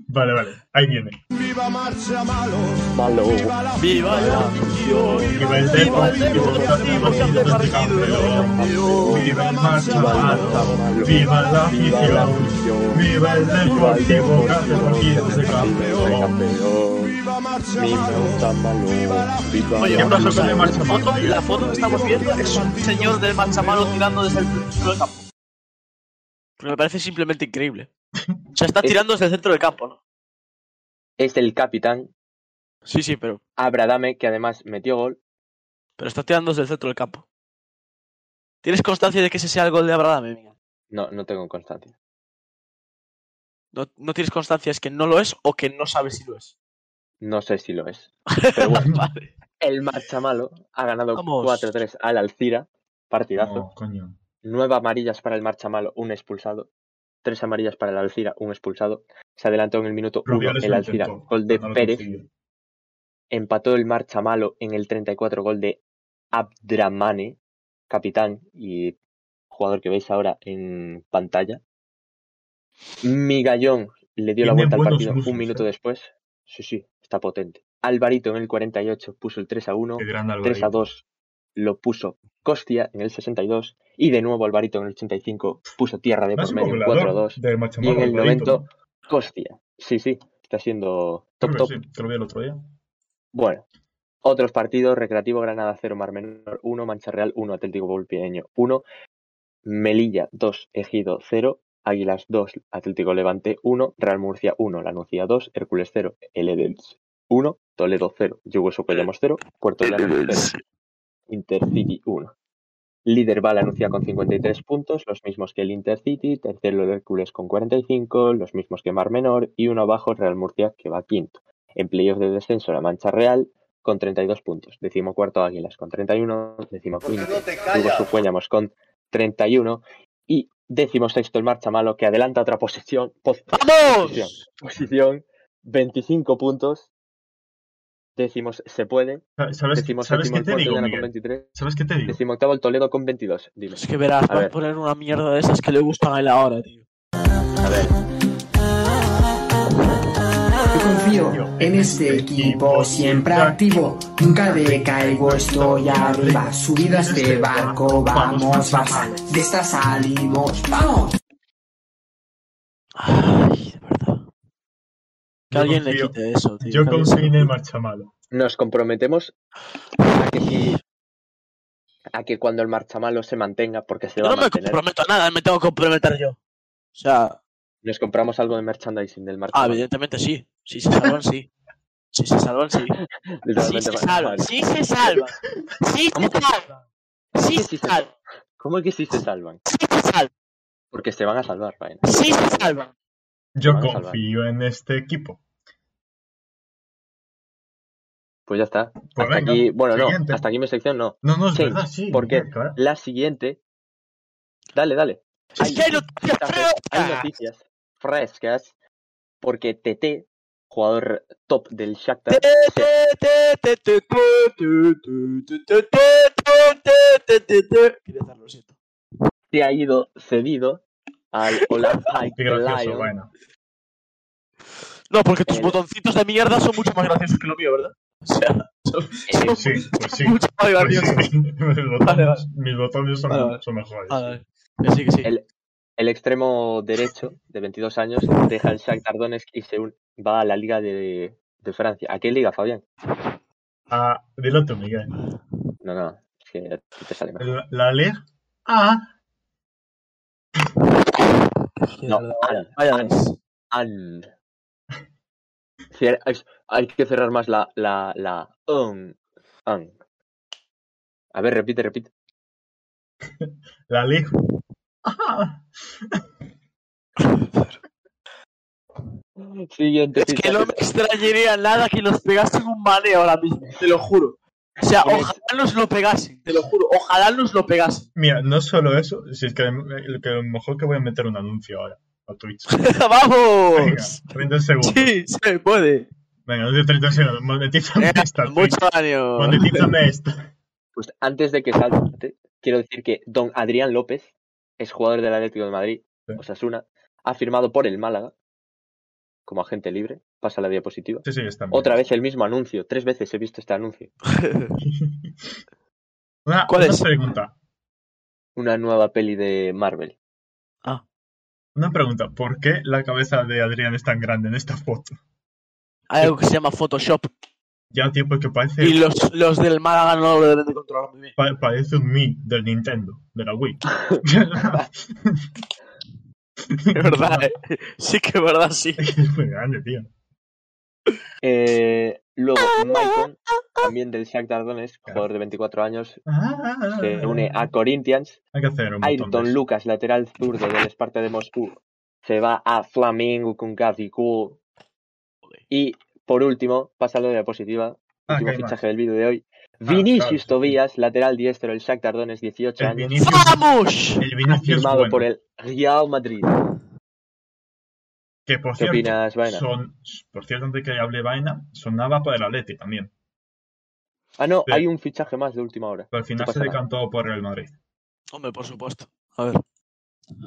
[SPEAKER 1] Vale, vale, ahí viene.
[SPEAKER 5] Viva Marcia Malo,
[SPEAKER 2] Malo.
[SPEAKER 5] viva la
[SPEAKER 3] ¡Viva la afición!
[SPEAKER 1] Viva el Depor, viva el Deportivo, viva el campeón. Viva el Marcha Malo, viva la afición. Viva el Deportivo, que hace partidos de campeón.
[SPEAKER 5] viva Marcia Malo, viva la afición.
[SPEAKER 3] Oye,
[SPEAKER 1] ¿Qué
[SPEAKER 3] una
[SPEAKER 1] pasó
[SPEAKER 3] cosa,
[SPEAKER 1] con el
[SPEAKER 3] la foto,
[SPEAKER 1] Marchamalo?
[SPEAKER 3] la foto que estamos viendo es un señor del Manchamalo tirando desde el centro del campo. Pero me parece simplemente increíble. O sea, está
[SPEAKER 2] Es-
[SPEAKER 3] tirando desde el centro del campo, ¿no?
[SPEAKER 2] Es el capitán
[SPEAKER 3] Sí, sí, pero,
[SPEAKER 2] Abradame, que además metió gol.
[SPEAKER 3] pero está tirando desde el centro del campo. ¿Tienes constancia de que ese sea el gol de Abradame, Miguel?
[SPEAKER 2] No, no tengo constancia.
[SPEAKER 3] No, no tienes constancia, es que no lo es o que no sabes si lo es.
[SPEAKER 2] No sé si lo es. Pero bueno,
[SPEAKER 3] Vale.
[SPEAKER 2] el Marchamalo ha ganado
[SPEAKER 3] Vamos.
[SPEAKER 2] 4-3 al Alcira. Partidazo.
[SPEAKER 1] No, coño.
[SPEAKER 2] nueve amarillas para el Marchamalo, un expulsado. Tres amarillas para el Alcira, un expulsado. Se adelantó en el minuto uno
[SPEAKER 1] Rubiales
[SPEAKER 2] el
[SPEAKER 1] lo
[SPEAKER 2] Alcira,
[SPEAKER 1] intentó,
[SPEAKER 2] gol de
[SPEAKER 1] no lo
[SPEAKER 2] Pérez.
[SPEAKER 1] consiguió.
[SPEAKER 2] Empató el Marchamalo en el 34, gol de Abdramane, capitán y jugador que veis ahora en pantalla. Migallón le dio la
[SPEAKER 1] Tiene
[SPEAKER 2] vuelta al
[SPEAKER 1] buenos
[SPEAKER 2] partido
[SPEAKER 1] muslos,
[SPEAKER 2] un minuto
[SPEAKER 1] eh.
[SPEAKER 2] después. Sí, sí, está potente. Alvarito en el 48 puso el 3 a 1.
[SPEAKER 1] Qué grande
[SPEAKER 2] 3 a
[SPEAKER 1] Alvarito.
[SPEAKER 2] 2 lo puso Costia en el 62 y de nuevo Alvarito en el 85 puso tierra
[SPEAKER 1] No
[SPEAKER 2] de por
[SPEAKER 1] es un
[SPEAKER 2] medio
[SPEAKER 1] poblador
[SPEAKER 2] 4 a 2
[SPEAKER 1] de
[SPEAKER 2] y en
[SPEAKER 1] Marchamalo,
[SPEAKER 2] el
[SPEAKER 1] Alvarito,
[SPEAKER 2] 90
[SPEAKER 1] ¿no?
[SPEAKER 2] Costia. Sí, sí, está siendo
[SPEAKER 1] Creo
[SPEAKER 2] top
[SPEAKER 1] que
[SPEAKER 2] top.
[SPEAKER 1] sí, te lo vi el otro día.
[SPEAKER 2] Bueno, otros partidos, Recreativo Granada 0, Mar Menor 1, Mancha Real 1, Atlético Volpieño 1, Melilla 2, Ejido 0, Águilas 2, Atlético Levante 1, Real Murcia 1, Lanucía 2, Hércules 0, El Edens 1, Toledo 0, Yugo Sopellamos 0, Puerto Llano 0, Intercity 1. Líder va la Nucía con 53 puntos, los mismos que el Intercity, tercero el Hércules con 45, los mismos que Mar Menor y uno abajo Real Murcia que va quinto. En playoff de descenso la Mancha Real con 32 puntos, decimocuarto Águilas con 31, decimoquinto Lugo Sucuéllamos con 31 y decimosexto el Marcha Malo que adelanta otra posesión, pos- posición,
[SPEAKER 3] ¡Vamos!
[SPEAKER 2] posición, 25 puntos, decimos se puede,
[SPEAKER 1] ¿Sabes,
[SPEAKER 2] decimos
[SPEAKER 1] ¿sabes qué
[SPEAKER 2] el
[SPEAKER 1] te digo,
[SPEAKER 2] Puertollano con
[SPEAKER 1] Miguel?
[SPEAKER 2] 23,
[SPEAKER 1] ¿Sabes qué te digo?
[SPEAKER 2] decimoctavo el Toledo con 22, dime.
[SPEAKER 3] Es que verás,
[SPEAKER 2] A
[SPEAKER 3] van a
[SPEAKER 2] ver.
[SPEAKER 3] poner una mierda de esas que le gustan a él ahora, tío.
[SPEAKER 2] A ver.
[SPEAKER 7] Yo confío en este equipo siempre activo, nunca decaigo, estoy arriba. Subida a este barco, vamos, Barça, de esta salimos, vamos.
[SPEAKER 3] Ay, de verdad. Que
[SPEAKER 1] Yo
[SPEAKER 3] alguien le
[SPEAKER 1] confío-
[SPEAKER 3] quite eso, tío.
[SPEAKER 1] Yo
[SPEAKER 3] Que alguien se
[SPEAKER 1] confío en
[SPEAKER 3] lo
[SPEAKER 1] el
[SPEAKER 3] quite.
[SPEAKER 1] marchamalo.
[SPEAKER 2] nos comprometemos a que, si- a que cuando el marchamalo se mantenga, porque se
[SPEAKER 3] Yo
[SPEAKER 2] va
[SPEAKER 3] no
[SPEAKER 2] a
[SPEAKER 3] me
[SPEAKER 2] mantener,
[SPEAKER 3] comprometo a nada, me tengo que comprometer yo. O sea,
[SPEAKER 2] nos compramos algo de merchandising del
[SPEAKER 3] ah,
[SPEAKER 2] marchamalo.
[SPEAKER 3] evidentemente sí. Si se salvan, sí. Si se salvan, sí. Si
[SPEAKER 2] Literalmente,
[SPEAKER 3] se
[SPEAKER 2] vale,
[SPEAKER 3] salvan,
[SPEAKER 2] vale.
[SPEAKER 3] sí se salvan. Sí se
[SPEAKER 2] ¿Cómo que-
[SPEAKER 3] salvan. Sí
[SPEAKER 2] que
[SPEAKER 3] se
[SPEAKER 2] sí se-
[SPEAKER 3] salvan.
[SPEAKER 2] ¿Cómo que si se salvan?
[SPEAKER 3] Sí se salvan.
[SPEAKER 2] Porque se van a salvar, vaina.
[SPEAKER 3] Sí se salvan.
[SPEAKER 1] Yo
[SPEAKER 2] Vamos a salvar.
[SPEAKER 1] confío en este equipo.
[SPEAKER 2] Pues ya está.
[SPEAKER 1] Pues
[SPEAKER 2] hasta
[SPEAKER 1] venga,
[SPEAKER 2] aquí, bueno,
[SPEAKER 1] siguiente.
[SPEAKER 2] no, hasta aquí mi sección no.
[SPEAKER 1] No, no, es
[SPEAKER 2] Sí,
[SPEAKER 1] verdad, sí.
[SPEAKER 2] porque
[SPEAKER 1] mira, claro.
[SPEAKER 2] la siguiente. Dale, dale.
[SPEAKER 1] Sí,
[SPEAKER 3] Es que hay noticias
[SPEAKER 2] frescas, hay
[SPEAKER 3] frescas.
[SPEAKER 2] noticias frescas porque TT, jugador top del Shakhtar, se
[SPEAKER 3] Quería hacerlo, lo siento.
[SPEAKER 2] se ha ido cedido al Olympique
[SPEAKER 1] Qué gracioso,
[SPEAKER 2] Lyon.
[SPEAKER 1] bueno.
[SPEAKER 3] No, porque tus
[SPEAKER 2] Eh,
[SPEAKER 3] botoncitos de mierda son mucho más graciosos que lo mío, ¿verdad? O sea, son, son
[SPEAKER 1] Pues sí, pues sí.
[SPEAKER 3] mucho más
[SPEAKER 1] Pues
[SPEAKER 3] graciosos.
[SPEAKER 1] sí. Mis botones,
[SPEAKER 3] Vale, vale.
[SPEAKER 1] mis botones son,
[SPEAKER 3] Vale, vale.
[SPEAKER 1] son mejores.
[SPEAKER 3] Ah, vale. Que sí, que sí.
[SPEAKER 2] El- El extremo derecho de 22 años deja el Shakhtar Donetsk y se un- va a la Liga de, de Francia. ¿A qué liga, Fabián?
[SPEAKER 1] Ah, dilo tú, Miguel.
[SPEAKER 2] No, no, es que a ti te sale mejor.
[SPEAKER 1] La, ah, la Liga A.
[SPEAKER 2] No, An,
[SPEAKER 3] Vaya,
[SPEAKER 2] An. Cier- es- Hay que cerrar más la la la an, an. A ver, repite, repite.
[SPEAKER 1] La Ah, Liga A.
[SPEAKER 2] Siguiente.
[SPEAKER 3] Es que no me extrañaría nada que nos pegasen un maneo ahora mismo, te lo juro. O sea,
[SPEAKER 2] Pues-
[SPEAKER 3] ojalá nos lo pegasen, te lo juro, ojalá nos lo pegasen.
[SPEAKER 1] Mira, no solo eso, si es que, eh, que a lo mejor que voy a meter un anuncio ahora a Twitch. Venga,
[SPEAKER 3] ¡Vamos!
[SPEAKER 1] 30 segundos.
[SPEAKER 3] Sí, se puede.
[SPEAKER 1] Venga, no de 30 segundos. Monetízame esta. Twitch.
[SPEAKER 3] Mucho daño.
[SPEAKER 1] Monetízame esta.
[SPEAKER 2] Pues antes de que salte, quiero decir que don Adrián López es jugador del Atlético de Madrid,
[SPEAKER 1] Sí.
[SPEAKER 2] Osasuna, ha firmado por el Málaga como agente libre. Pasa la diapositiva.
[SPEAKER 1] Sí, sí, está bien.
[SPEAKER 2] Otra vez el mismo anuncio, tres veces he visto este anuncio.
[SPEAKER 1] Una,
[SPEAKER 3] ¿Cuál
[SPEAKER 1] una
[SPEAKER 3] es?
[SPEAKER 1] pregunta.
[SPEAKER 2] Una nueva peli de Marvel.
[SPEAKER 1] Una pregunta. ¿Por qué la cabeza de Adrián es tan grande en esta foto?
[SPEAKER 3] Hay algo que se llama Photoshop
[SPEAKER 1] Ya tiempo que parece,
[SPEAKER 3] y los, los del Málaga no lo deben de controlar muy bien.
[SPEAKER 1] pa- parece un Mi del Nintendo, de la Wii.
[SPEAKER 3] Es verdad, eh. sí que es verdad, sí.
[SPEAKER 1] es muy grande, tío.
[SPEAKER 2] Eh, luego, Maicon, también del Shakhtar Donetsk, jugador de 24 años,
[SPEAKER 1] Ah,
[SPEAKER 2] se une a Corinthians.
[SPEAKER 1] Hay que hacer un montón de
[SPEAKER 2] Ayrton
[SPEAKER 1] eso.
[SPEAKER 2] Lucas, lateral zurdo del Esparta de Moscú, se va a Flamengo con Gazico. Y por último, pasa la diapositiva,
[SPEAKER 1] Ah, que
[SPEAKER 2] último
[SPEAKER 1] hay más.
[SPEAKER 2] fichaje del vídeo de hoy.
[SPEAKER 1] claro,
[SPEAKER 2] Vinicius
[SPEAKER 1] sí, sí.
[SPEAKER 2] Tobías, lateral diestro del Shakhtar Donetsk, 18
[SPEAKER 1] El
[SPEAKER 2] años,
[SPEAKER 1] Vinicius,
[SPEAKER 3] ¡Vamos!
[SPEAKER 1] el Vinicius
[SPEAKER 2] firmado
[SPEAKER 1] bueno,
[SPEAKER 2] por el Real Madrid.
[SPEAKER 1] que por
[SPEAKER 2] ¿Qué
[SPEAKER 1] cierto,
[SPEAKER 2] opinas, Baena?
[SPEAKER 1] son, por cierto, antes que hable Vaina, sonaba por el Atleti también,
[SPEAKER 2] Ah, no,
[SPEAKER 1] Sí.
[SPEAKER 2] hay un fichaje más de última hora.
[SPEAKER 1] pero al final
[SPEAKER 2] No
[SPEAKER 1] se
[SPEAKER 2] pasa nada.
[SPEAKER 1] decantó por el Madrid.
[SPEAKER 3] Hombre, por supuesto. A ver.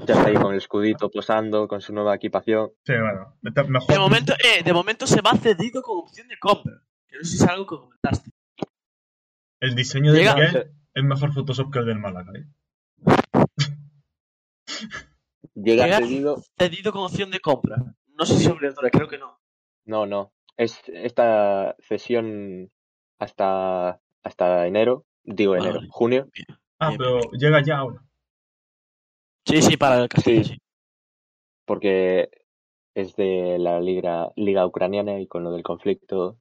[SPEAKER 2] Ya está ahí con el escudito posando, con su nueva equipación.
[SPEAKER 1] Sí, bueno, está- mejor.
[SPEAKER 3] De momento, eh, de momento se va cedido con opción de compra. Que no sé si es algo que comentaste.
[SPEAKER 1] El diseño de
[SPEAKER 3] Llega-
[SPEAKER 1] Miguel es mejor Photoshop que el del Málaga. ¿eh?
[SPEAKER 2] Llega
[SPEAKER 3] Llega-
[SPEAKER 2] cedido.
[SPEAKER 3] Cedido con opción de compra. No sé si es obligatoria, creo que no.
[SPEAKER 2] No, no. Es esta cesión hasta, hasta enero. Digo enero,
[SPEAKER 3] Vale.
[SPEAKER 2] junio.
[SPEAKER 1] Ah,
[SPEAKER 3] Bien,
[SPEAKER 1] pero llega ya ahora.
[SPEAKER 3] Sí, sí, para el Castilla,
[SPEAKER 2] Sí.
[SPEAKER 3] sí.
[SPEAKER 2] porque es de la liga, liga ucraniana y con lo del conflicto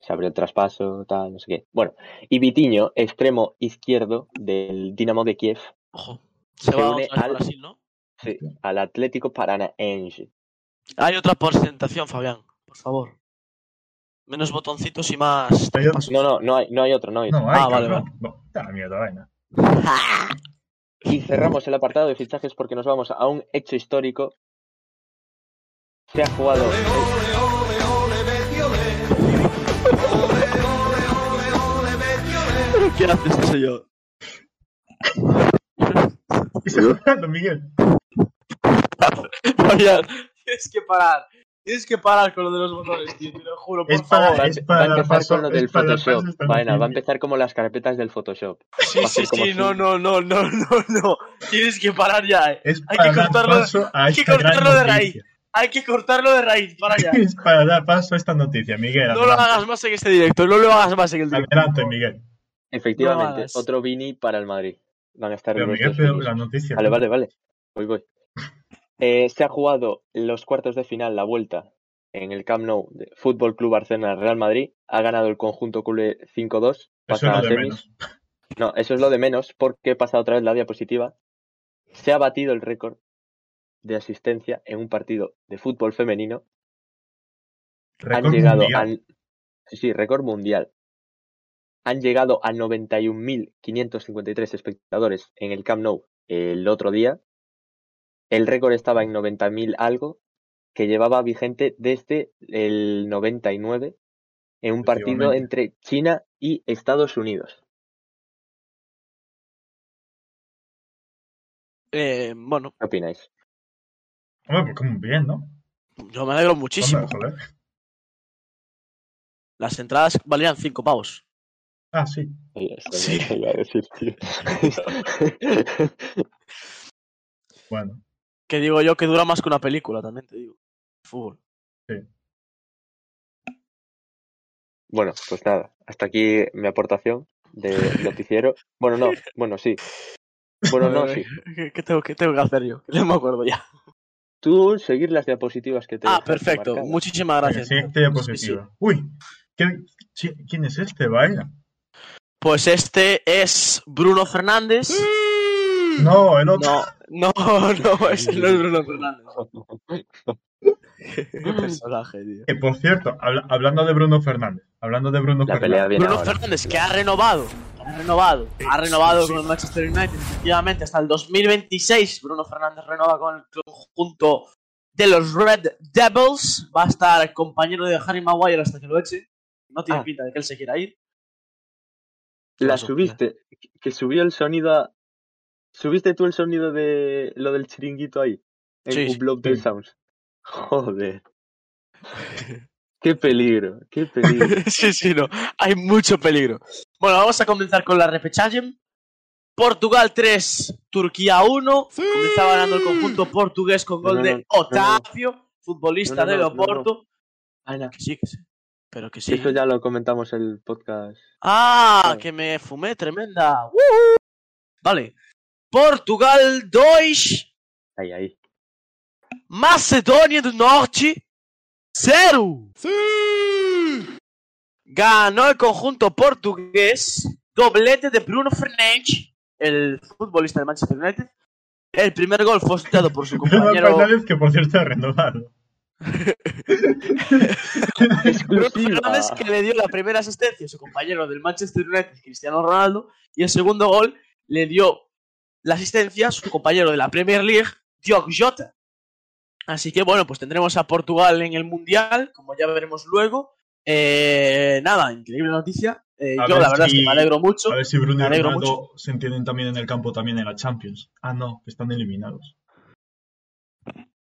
[SPEAKER 2] se abrió el traspaso, tal, no sé qué. Bueno, y Vitiño, extremo izquierdo del Dinamo de Kiev,
[SPEAKER 3] Ojo. Se,
[SPEAKER 2] Se
[SPEAKER 3] va
[SPEAKER 2] une
[SPEAKER 3] otra vez a
[SPEAKER 2] al-
[SPEAKER 3] Brasil, ¿no?
[SPEAKER 2] sí, al Atlético Paranaense.
[SPEAKER 3] Hay otra presentación, Fabián, por favor. Menos botoncitos y más.
[SPEAKER 1] Hay otro-
[SPEAKER 3] pasos.
[SPEAKER 2] No, no, no hay, no hay otro, no hay otro.
[SPEAKER 1] No, hay
[SPEAKER 3] Ah, vale,
[SPEAKER 1] cabrón. Bueno, está la mierda, vaina.
[SPEAKER 2] Y cerramos el apartado de fichajes porque nos vamos a un hecho histórico. Se ha jugado.
[SPEAKER 3] ¿Pero qué haces eso yo?
[SPEAKER 1] Está llorando, Miguel.
[SPEAKER 3] Fabián, tienes que parar. Tienes que parar con lo de los botones, tío. Te lo juro, por
[SPEAKER 1] Es para-
[SPEAKER 3] favor.
[SPEAKER 2] Va a,
[SPEAKER 1] Es
[SPEAKER 2] empe- va a
[SPEAKER 1] la
[SPEAKER 2] empezar
[SPEAKER 1] paso-
[SPEAKER 2] con lo
[SPEAKER 1] es
[SPEAKER 2] del
[SPEAKER 1] para la paso
[SPEAKER 2] Photoshop.
[SPEAKER 1] esta
[SPEAKER 2] Vaina, va a
[SPEAKER 1] noticia.
[SPEAKER 2] empezar como las carpetas del Photoshop.
[SPEAKER 3] Sí,
[SPEAKER 2] va a
[SPEAKER 3] sí,
[SPEAKER 2] ser como
[SPEAKER 3] sí.
[SPEAKER 2] si-
[SPEAKER 3] No, no, no, no, no, no. Tienes que parar ya, eh.
[SPEAKER 1] Es
[SPEAKER 3] Hay
[SPEAKER 1] para
[SPEAKER 3] que
[SPEAKER 1] dar
[SPEAKER 3] cortarlo-
[SPEAKER 1] paso a
[SPEAKER 3] hay que
[SPEAKER 1] esta gran
[SPEAKER 3] cortarlo de raíz.
[SPEAKER 1] noticia.
[SPEAKER 3] Hay que cortarlo de raíz, para ya.
[SPEAKER 1] Es para dar paso a esta noticia, Miguel.
[SPEAKER 3] No lo
[SPEAKER 1] adelante.
[SPEAKER 3] hagas más en este directo, no lo hagas más en el directo.
[SPEAKER 1] Adelante, Miguel.
[SPEAKER 2] Efectivamente,
[SPEAKER 3] hagas.
[SPEAKER 2] otro Vini para el Madrid. Van a estar
[SPEAKER 1] Pero
[SPEAKER 2] los
[SPEAKER 1] Miguel,
[SPEAKER 2] dos
[SPEAKER 1] pero
[SPEAKER 2] Vinis.
[SPEAKER 1] la noticia.
[SPEAKER 2] Vale, vale, vale. Voy, voy. Eh, se ha jugado los cuartos de final, la vuelta en el Camp Nou de Fútbol Club Barcelona Real Madrid. Ha ganado el conjunto culé 5-2.
[SPEAKER 1] Eso
[SPEAKER 2] pasa
[SPEAKER 1] es lo
[SPEAKER 2] a
[SPEAKER 1] de
[SPEAKER 2] semis.
[SPEAKER 1] menos.
[SPEAKER 2] No, eso es lo de menos porque pasa otra vez la diapositiva. Se ha batido el récord de asistencia en un partido de fútbol femenino.
[SPEAKER 1] Récord
[SPEAKER 2] Han llegado
[SPEAKER 1] mundial.
[SPEAKER 2] al sí, sí, récord mundial. Han llegado a 91.553 espectadores en el Camp Nou el otro día. El récord estaba en 90.000 algo, que llevaba vigente desde el 99 en un partido
[SPEAKER 1] Efectivamente.
[SPEAKER 2] entre China y Estados Unidos.
[SPEAKER 3] Eh, bueno,
[SPEAKER 2] ¿Qué opináis?
[SPEAKER 1] Hombre, pues como bien, ¿no?
[SPEAKER 3] yo me alegro muchísimo.
[SPEAKER 1] Hombre, joder.
[SPEAKER 3] Las entradas valían 5 pavos.
[SPEAKER 1] Ah, sí.
[SPEAKER 2] Ay, esto no
[SPEAKER 3] Sí.
[SPEAKER 2] lo iba a decir, tío.
[SPEAKER 1] Bueno.
[SPEAKER 3] Que digo yo que dura más que una película, también te digo. Fútbol.
[SPEAKER 2] bueno, pues nada, hasta aquí mi aportación de noticiero. Bueno, no, bueno, sí. Bueno, no, sí.
[SPEAKER 3] ¿Qué, qué tengo, qué tengo que hacer yo? Que no me acuerdo ya.
[SPEAKER 2] Tú seguir las diapositivas que te
[SPEAKER 3] Ah,
[SPEAKER 2] dejaste
[SPEAKER 3] perfecto.
[SPEAKER 2] marcadas.
[SPEAKER 3] Muchísimas
[SPEAKER 1] Venga,
[SPEAKER 3] gracias.
[SPEAKER 1] siguiente diapositiva. Uy. ¿qué- sí, ¿Quién es este, vaina?
[SPEAKER 3] Pues este es Bruno Fernández.
[SPEAKER 1] No, el otro.
[SPEAKER 3] No, no, no, ese no es Bruno Fernández. Qué personaje, tío.
[SPEAKER 1] Que, por cierto, habla- hablando de Bruno Fernández. Hablando de Bruno
[SPEAKER 2] La pelea
[SPEAKER 1] Fernández.
[SPEAKER 2] viene
[SPEAKER 3] Bruno
[SPEAKER 2] ahora.
[SPEAKER 3] Fernández, que ha renovado. Ha renovado. Ha renovado con el Manchester United, efectivamente, hasta el 2026. Bruno Fernández renova con el conjunto de los Red Devils. Va a estar compañero de Harry Maguire hasta que lo eche. No tiene
[SPEAKER 2] Ah.
[SPEAKER 3] pinta de que él se quiera ir.
[SPEAKER 2] La
[SPEAKER 3] Vamos a
[SPEAKER 2] subiste, que subió el sonido a... ¿Subiste tú el sonido de lo del chiringuito ahí? En
[SPEAKER 3] Sí, sí.
[SPEAKER 2] Upload
[SPEAKER 1] Sí.
[SPEAKER 2] Del Sounds. Joder. Qué peligro, qué peligro.
[SPEAKER 3] sí, sí, no. Hay mucho peligro. Bueno, vamos a comenzar con la repechaje. Portugal 3, Turquía 1. Comenzaba ganando el conjunto portugués con
[SPEAKER 2] No,
[SPEAKER 3] gol
[SPEAKER 2] no,
[SPEAKER 3] de
[SPEAKER 2] no, no, no.
[SPEAKER 3] Otavio, futbolista
[SPEAKER 2] No, no,
[SPEAKER 3] del
[SPEAKER 2] no, no, no.
[SPEAKER 3] Oporto.
[SPEAKER 2] Ana,
[SPEAKER 3] Que sí, que sí. Pero que sí.
[SPEAKER 2] Eso ya lo comentamos el podcast.
[SPEAKER 3] Ah,
[SPEAKER 2] Claro.
[SPEAKER 3] que me fumé tremenda. Ujú. Vale. Portugal, Deutsch,
[SPEAKER 2] Ahí, ahí.
[SPEAKER 3] Macedônia do Norte, cero. Ganó el conjunto portugués. Doblete de Bruno Fernandes, el futbolista del Manchester United. El primer gol fue asustado por su
[SPEAKER 1] Bruno
[SPEAKER 3] compañero.
[SPEAKER 1] Fernández, que por cierto ha renovado.
[SPEAKER 3] Bruno
[SPEAKER 2] Exclusiva.
[SPEAKER 3] Fernández que le dio la primera asistencia a su compañero del Manchester United, Cristiano Ronaldo, y el segundo gol le dio la asistencia a su compañero de la Premier League, Diogo Jota. Así que bueno, pues tendremos a Portugal en el Mundial, como ya veremos luego. Eh, nada, increíble noticia. Eh,
[SPEAKER 1] A
[SPEAKER 3] yo
[SPEAKER 1] ver
[SPEAKER 3] la verdad es
[SPEAKER 1] si-
[SPEAKER 3] que me alegro mucho.
[SPEAKER 1] A ver si Bruno
[SPEAKER 3] Me
[SPEAKER 1] y
[SPEAKER 3] alegro
[SPEAKER 1] Ronaldo se entienden también en el campo, también en la Champions. Ah, no, que están eliminados.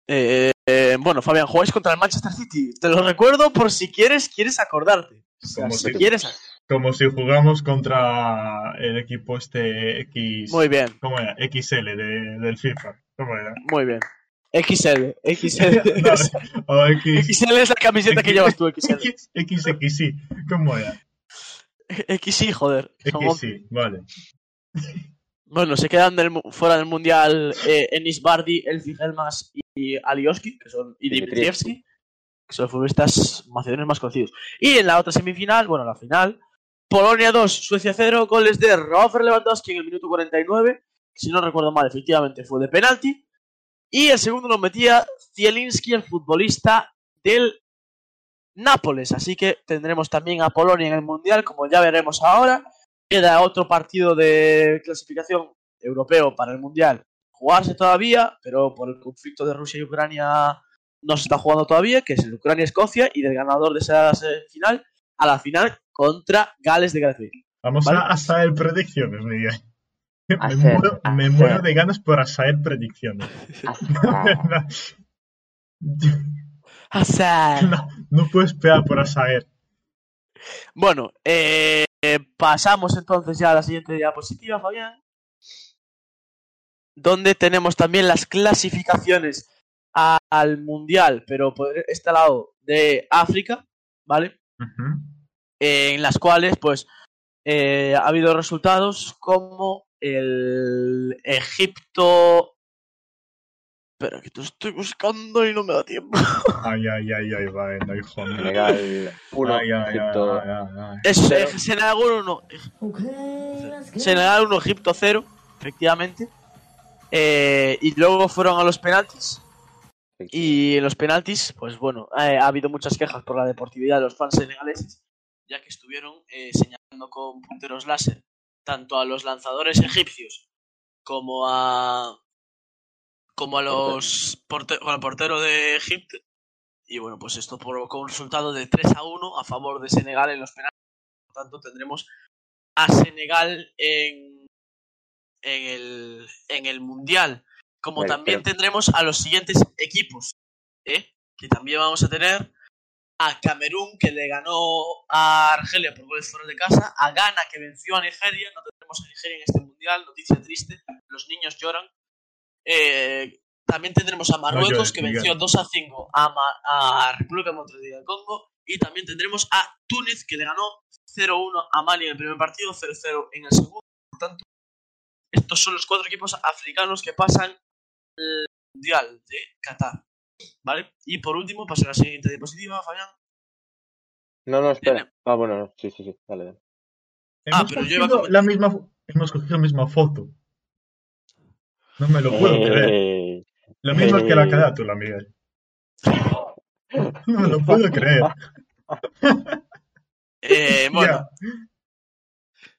[SPEAKER 3] Eh, eh, bueno, Fabián, jugáis contra el Manchester City. Te lo recuerdo por si quieres, quieres acordarte. O sea,
[SPEAKER 1] Como
[SPEAKER 3] si
[SPEAKER 1] si-
[SPEAKER 3] quieres.
[SPEAKER 1] Como si jugamos contra el equipo este X.
[SPEAKER 3] Muy bien,
[SPEAKER 1] ¿Cómo era? XL de- del FIFA. ¿Cómo era?
[SPEAKER 3] muy bien. XL, XL.
[SPEAKER 1] No, o X.
[SPEAKER 3] XL es la camiseta que llevas tú, XL.
[SPEAKER 1] X, XXI. ¿Cómo era?
[SPEAKER 3] XI, joder. Son-
[SPEAKER 1] XI, vale.
[SPEAKER 3] Bueno, se quedan del mu- fuera del mundial eh, Enis Bardi, Elfi Helmas y Alioski, que son y
[SPEAKER 2] Dimitrievski.
[SPEAKER 3] Dimitrievski. que son los futbolistas macedonios más conocidos. Y en la otra semifinal, bueno, la final, Polonia 2, Suecia 0, goles de Rafael Lewandowski en el minuto 49, si no recuerdo mal, efectivamente fue de penalti. Y el segundo lo metía Zielinski, el futbolista del Nápoles. Así que tendremos también a Polonia en el Mundial, como ya veremos ahora. Queda otro partido de clasificación europeo para el Mundial jugarse todavía, pero por el conflicto de Rusia y Ucrania no se está jugando todavía, que es el Ucrania-Escocia, y del ganador de esa final a la final contra Gales de Gales.
[SPEAKER 1] Vamos
[SPEAKER 3] ¿Vale?
[SPEAKER 1] a hacer predicciones, Miguel. Me,
[SPEAKER 8] Hacer,
[SPEAKER 1] muero, me
[SPEAKER 8] hacer.
[SPEAKER 1] muero de ganas por hacer predicciones.
[SPEAKER 2] Ah.
[SPEAKER 8] Azar.
[SPEAKER 3] Ah.
[SPEAKER 1] no, no puedo esperar por hacer.
[SPEAKER 3] Bueno, eh, eh, pasamos entonces ya a la siguiente diapositiva, Fabián. Donde tenemos también las clasificaciones a- al Mundial, pero por este lado de África, ¿vale?
[SPEAKER 1] Ujú.
[SPEAKER 3] eh, en las cuales pues eh, ha habido resultados como el Egipto pero que te estoy buscando y no me da tiempo
[SPEAKER 1] Ay, ay, ay, ay, vale, no, hijo mío.
[SPEAKER 2] Senegal 1,
[SPEAKER 1] Ay, ay,
[SPEAKER 2] Egipto
[SPEAKER 1] ay, ay, ay, ay.
[SPEAKER 3] es
[SPEAKER 2] Pero-
[SPEAKER 3] eh, Senegal 1 Senegal 1 Egipto 0 efectivamente Eh, y luego fueron a los penaltis Y en los penaltis, pues bueno, eh, ha habido muchas quejas por la deportividad de los fans senegaleses, ya que estuvieron eh, señalando con punteros láser tanto a los lanzadores egipcios como a como a los porte- al portero de Egipto. Y bueno, pues esto provocó un resultado de 3 a 1 a favor de Senegal en los penaltis. Por tanto, tendremos a Senegal en, en, el, en el Mundial. Como
[SPEAKER 2] Vale,
[SPEAKER 3] también
[SPEAKER 2] pero-
[SPEAKER 3] tendremos a los siguientes equipos. ¿eh? Que también vamos a tener a Camerún, que le ganó a Argelia por goles fuera de casa. A Ghana, que venció a Nigeria. No tendremos a Nigeria en este Mundial. Noticia triste. Los niños lloran. Eh, también tendremos a Marruecos,
[SPEAKER 1] llores,
[SPEAKER 3] que
[SPEAKER 1] Miguel.
[SPEAKER 3] venció 2 a 5 a, Ma- a República Democrática del Congo. Y también tendremos a Túnez, que le ganó 0-1 a Mali en el primer partido, 0-0 en el segundo. Por tanto, estos son los cuatro equipos africanos que pasan el Mundial de Qatar. ¿Vale? Y por último, paso a la siguiente diapositiva, Fabián.
[SPEAKER 2] No, no, espera.
[SPEAKER 3] Tiene-
[SPEAKER 2] Ah, bueno, no. Sí, sí, sí. Dale, dale.
[SPEAKER 1] Hemos
[SPEAKER 3] Ah, pero yo iba
[SPEAKER 1] cogido
[SPEAKER 3] con-
[SPEAKER 1] la misma, fo- hemos cogido la misma foto. No me lo puedo creer.
[SPEAKER 2] Eh,
[SPEAKER 1] Lo mismo que la
[SPEAKER 2] eh.
[SPEAKER 1] carátula, Miguel. No me lo puedo creer.
[SPEAKER 3] Eh, bueno,
[SPEAKER 1] Ya.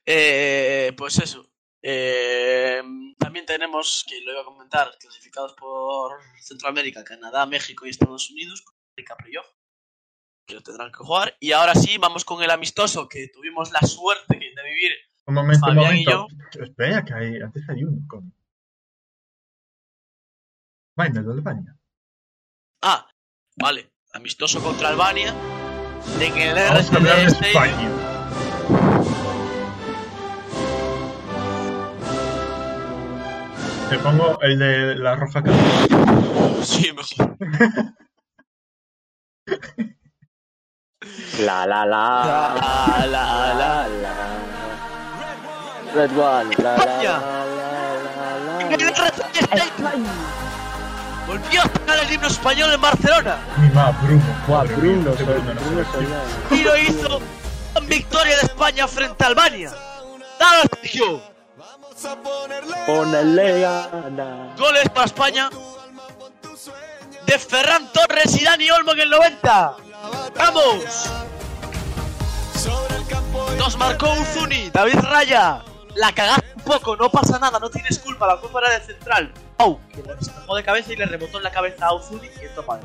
[SPEAKER 3] eh, pues eso. Eh, también tenemos, que lo iba a comentar, clasificados por Centroamérica, Canadá, México y Estados Unidos, con Rica playoff, que lo tendrán que jugar. Y ahora sí, vamos con el amistoso, que tuvimos la suerte de vivir.
[SPEAKER 1] Un momento, un
[SPEAKER 3] Fabián y
[SPEAKER 1] momento. Espera, que hay, antes hay uno. Con... Vaina de Albania.
[SPEAKER 3] Ah, vale, amistoso contra Albania, en el
[SPEAKER 1] Vamos a hablar de
[SPEAKER 3] RCD Stadium.
[SPEAKER 1] España. Te pongo el de la roja que
[SPEAKER 3] Sí, mejor.
[SPEAKER 2] La, la, la.
[SPEAKER 3] La,
[SPEAKER 2] La,
[SPEAKER 3] la, la.
[SPEAKER 2] la, la. Red One. La, la,
[SPEAKER 3] España.
[SPEAKER 2] la, la, la,
[SPEAKER 3] En
[SPEAKER 2] la,
[SPEAKER 3] el
[SPEAKER 2] la.
[SPEAKER 3] RCD Stadium. Volvió a sonar el himno español en Barcelona
[SPEAKER 1] Mi ma, Bruno.
[SPEAKER 2] Buah,
[SPEAKER 1] madre mía,
[SPEAKER 2] Bruno,
[SPEAKER 1] qué
[SPEAKER 2] Sol-
[SPEAKER 1] Bruno, no
[SPEAKER 2] Bruno
[SPEAKER 1] sé.
[SPEAKER 2] Soldado.
[SPEAKER 3] y lo hizo con victoria de España frente a Albania. ¡Dale, Sergio!
[SPEAKER 2] Ponele gana.
[SPEAKER 3] Goles para España de Ferran Torres y Dani Olmo en el 90. ¡Vamos! Nos marcó Uzuni, David Raya. La cagaste un poco, no pasa nada, no tienes culpa, la culpa era del central. Pau, que le despejó de cabeza y le rebotó en la cabeza a Uzuni y esto padre.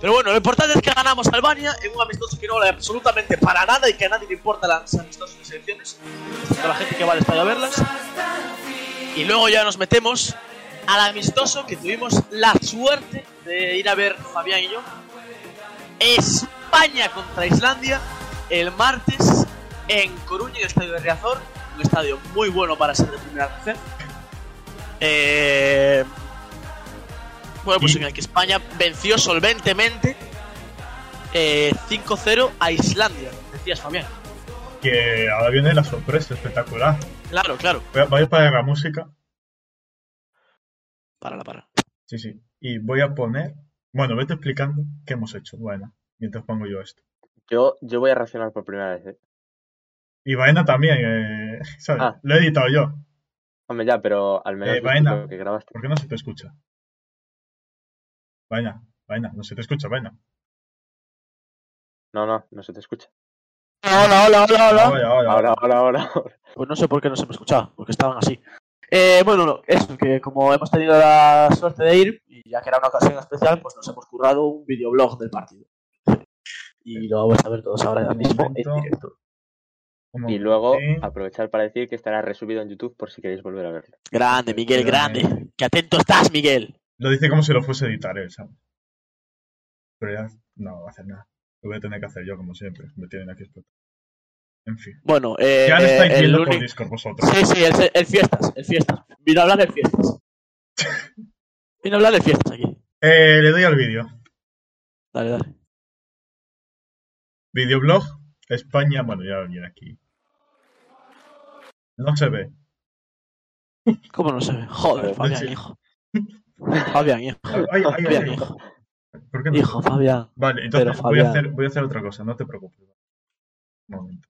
[SPEAKER 3] Pero bueno, lo importante es que ganamos a Albania en un amistoso que no vale absolutamente para nada y que a nadie le importa las amistosas selecciones, excepto la gente que va al estadio a verlas. Y luego ya nos metemos al amistoso que tuvimos la suerte de ir a ver Fabián y yo. España contra Islandia el martes en Coruña, en el estadio de Riazor. Un estadio muy bueno para ser de primera tercera. Eh, bueno, pues
[SPEAKER 1] Y-
[SPEAKER 3] en el que España venció solventemente eh, 5-0 a Islandia. Decías, Fabián.
[SPEAKER 1] Que ahora viene la sorpresa espectacular.
[SPEAKER 3] Claro, claro.
[SPEAKER 1] Voy a, voy a parar la música.
[SPEAKER 3] Para la para.
[SPEAKER 1] Sí, sí. Y voy a poner Bueno, vete explicando qué hemos hecho. Bueno, mientras pongo yo esto.
[SPEAKER 2] Yo, yo voy a racionar por primera vez, ¿eh?
[SPEAKER 1] Y Baena también, eh, ¿sabes?
[SPEAKER 2] Ah.
[SPEAKER 1] Lo he editado yo.
[SPEAKER 2] Hombre, ya, pero al menos
[SPEAKER 1] Eh,
[SPEAKER 2] lo
[SPEAKER 1] vaina.
[SPEAKER 2] que grabaste.
[SPEAKER 1] ¿Por qué no se te escucha? Vaina, vaina, no se te escucha, vaina.
[SPEAKER 2] No, no, no se te escucha.
[SPEAKER 3] Hola, hola, hola, hola.
[SPEAKER 1] Ahora, ahora,
[SPEAKER 2] Ahora, ahora, ahora. ahora.
[SPEAKER 3] Ah, Pues no sé por qué no se me escuchaba, porque estaban así. Eh, bueno, no, eso, que como hemos tenido la suerte de ir, y ya que era una ocasión especial, pues nos hemos currado un videoblog del partido. Y lo vamos a ver todos ahora
[SPEAKER 1] Un
[SPEAKER 3] mismo
[SPEAKER 1] momento.
[SPEAKER 3] en directo.
[SPEAKER 1] Un
[SPEAKER 2] Y luego
[SPEAKER 1] momentín.
[SPEAKER 2] aprovechar para decir que estará resubido en YouTube por si queréis volver a verlo.
[SPEAKER 3] Grande, Miguel,
[SPEAKER 1] Grande.
[SPEAKER 3] grande. Que atento estás, Miguel.
[SPEAKER 1] Lo dice como si lo fuese a editar él, ¿sabes? Pero ya no va a hacer nada. Lo voy a tener que hacer yo, como siempre. Me tienen aquí explotar. En fin.
[SPEAKER 3] Bueno, eh,
[SPEAKER 1] Ya lo estáis
[SPEAKER 3] el
[SPEAKER 1] viendo por
[SPEAKER 3] único-
[SPEAKER 1] Discord vosotros.
[SPEAKER 3] Sí, sí, el, el fiestas, el fiestas. Vino a hablar de fiestas. Vino a hablar de fiestas aquí.
[SPEAKER 1] Eh, le doy al vídeo.
[SPEAKER 3] Dale, dale.
[SPEAKER 1] Videoblog, España. Bueno, ya viene aquí. No se ve.
[SPEAKER 3] ¿Cómo no se ve?
[SPEAKER 1] Joder,
[SPEAKER 3] Joder, Fabián,
[SPEAKER 1] sí.
[SPEAKER 3] hijo. Fabián, hijo.
[SPEAKER 1] Ay, ay, ay,
[SPEAKER 3] Fabián,
[SPEAKER 1] ay.
[SPEAKER 3] hijo.
[SPEAKER 1] ¿Por qué no?
[SPEAKER 3] Hijo, Fabián.
[SPEAKER 1] Vale, entonces
[SPEAKER 3] Pero,
[SPEAKER 1] voy a
[SPEAKER 3] Fabián.
[SPEAKER 1] hacer, voy a hacer otra cosa, no te preocupes. Un momento.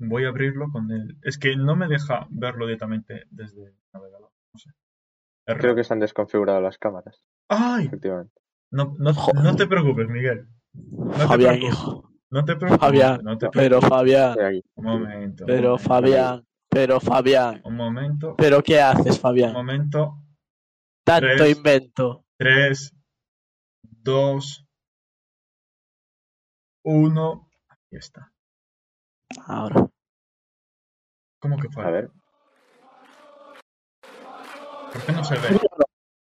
[SPEAKER 1] Voy a abrirlo con el. Es que no me deja verlo directamente desde el navegador. No sé. Error.
[SPEAKER 2] Creo que se han desconfigurado las cámaras,
[SPEAKER 1] ¡Ay!
[SPEAKER 2] efectivamente.
[SPEAKER 1] No, no,
[SPEAKER 3] Joder.
[SPEAKER 1] no te preocupes, Miguel. te
[SPEAKER 3] Fabián,
[SPEAKER 1] preocupes.
[SPEAKER 3] hijo.
[SPEAKER 1] No te preocupes.
[SPEAKER 3] Fabián,
[SPEAKER 1] no te
[SPEAKER 3] Pero Fabián,
[SPEAKER 2] Estoy aquí.
[SPEAKER 1] preocupes. Un momento. un
[SPEAKER 3] pero
[SPEAKER 1] momento.
[SPEAKER 3] Fabián, pero Fabián.
[SPEAKER 1] Un momento.
[SPEAKER 3] ¿Pero qué haces,
[SPEAKER 1] Un
[SPEAKER 3] Fabián?
[SPEAKER 1] momento.
[SPEAKER 3] Tanto
[SPEAKER 1] tres.
[SPEAKER 3] invento.
[SPEAKER 1] 3, 2, 1. Aquí está.
[SPEAKER 3] Ahora.
[SPEAKER 1] ¿Cómo que fue?
[SPEAKER 2] A ver.
[SPEAKER 1] ¿Por qué no se ve?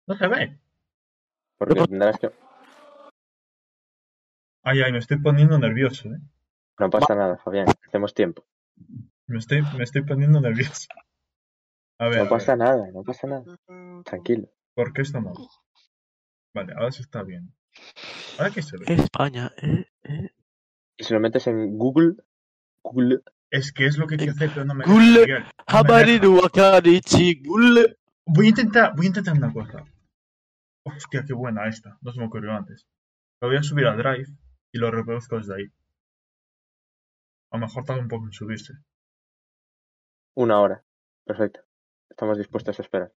[SPEAKER 1] No se ve.
[SPEAKER 2] Porque tendrás que.
[SPEAKER 1] Ay, ay, me estoy poniendo nervioso, ¿eh?
[SPEAKER 2] No pasa nada, Fabián. Hacemos tiempo.
[SPEAKER 1] Me estoy, me estoy poniendo nervioso. A ver, a
[SPEAKER 2] No
[SPEAKER 1] ver,
[SPEAKER 2] pasa nada, no pasa nada. Tranquilo.
[SPEAKER 1] ¿por qué esto no? Vale, ahora se está bien. Ahora que se ve.
[SPEAKER 3] España, eh, eh.
[SPEAKER 2] Y si lo metes en Google, Google,
[SPEAKER 1] Es que es lo que quiero hacer, pero no me deja,
[SPEAKER 3] Gul-
[SPEAKER 1] Miguel. No me deja.
[SPEAKER 3] Habariru Wakarichi Gul.
[SPEAKER 1] Voy a intentar, voy a intentar una cosa. Hostia, qué buena esta. No se me ocurrió antes. Lo voy a subir a Drive y lo reproduzco desde ahí. A lo mejor tarda un poco en subirse.
[SPEAKER 2] una hora. Perfecto. Estamos dispuestos a esperar.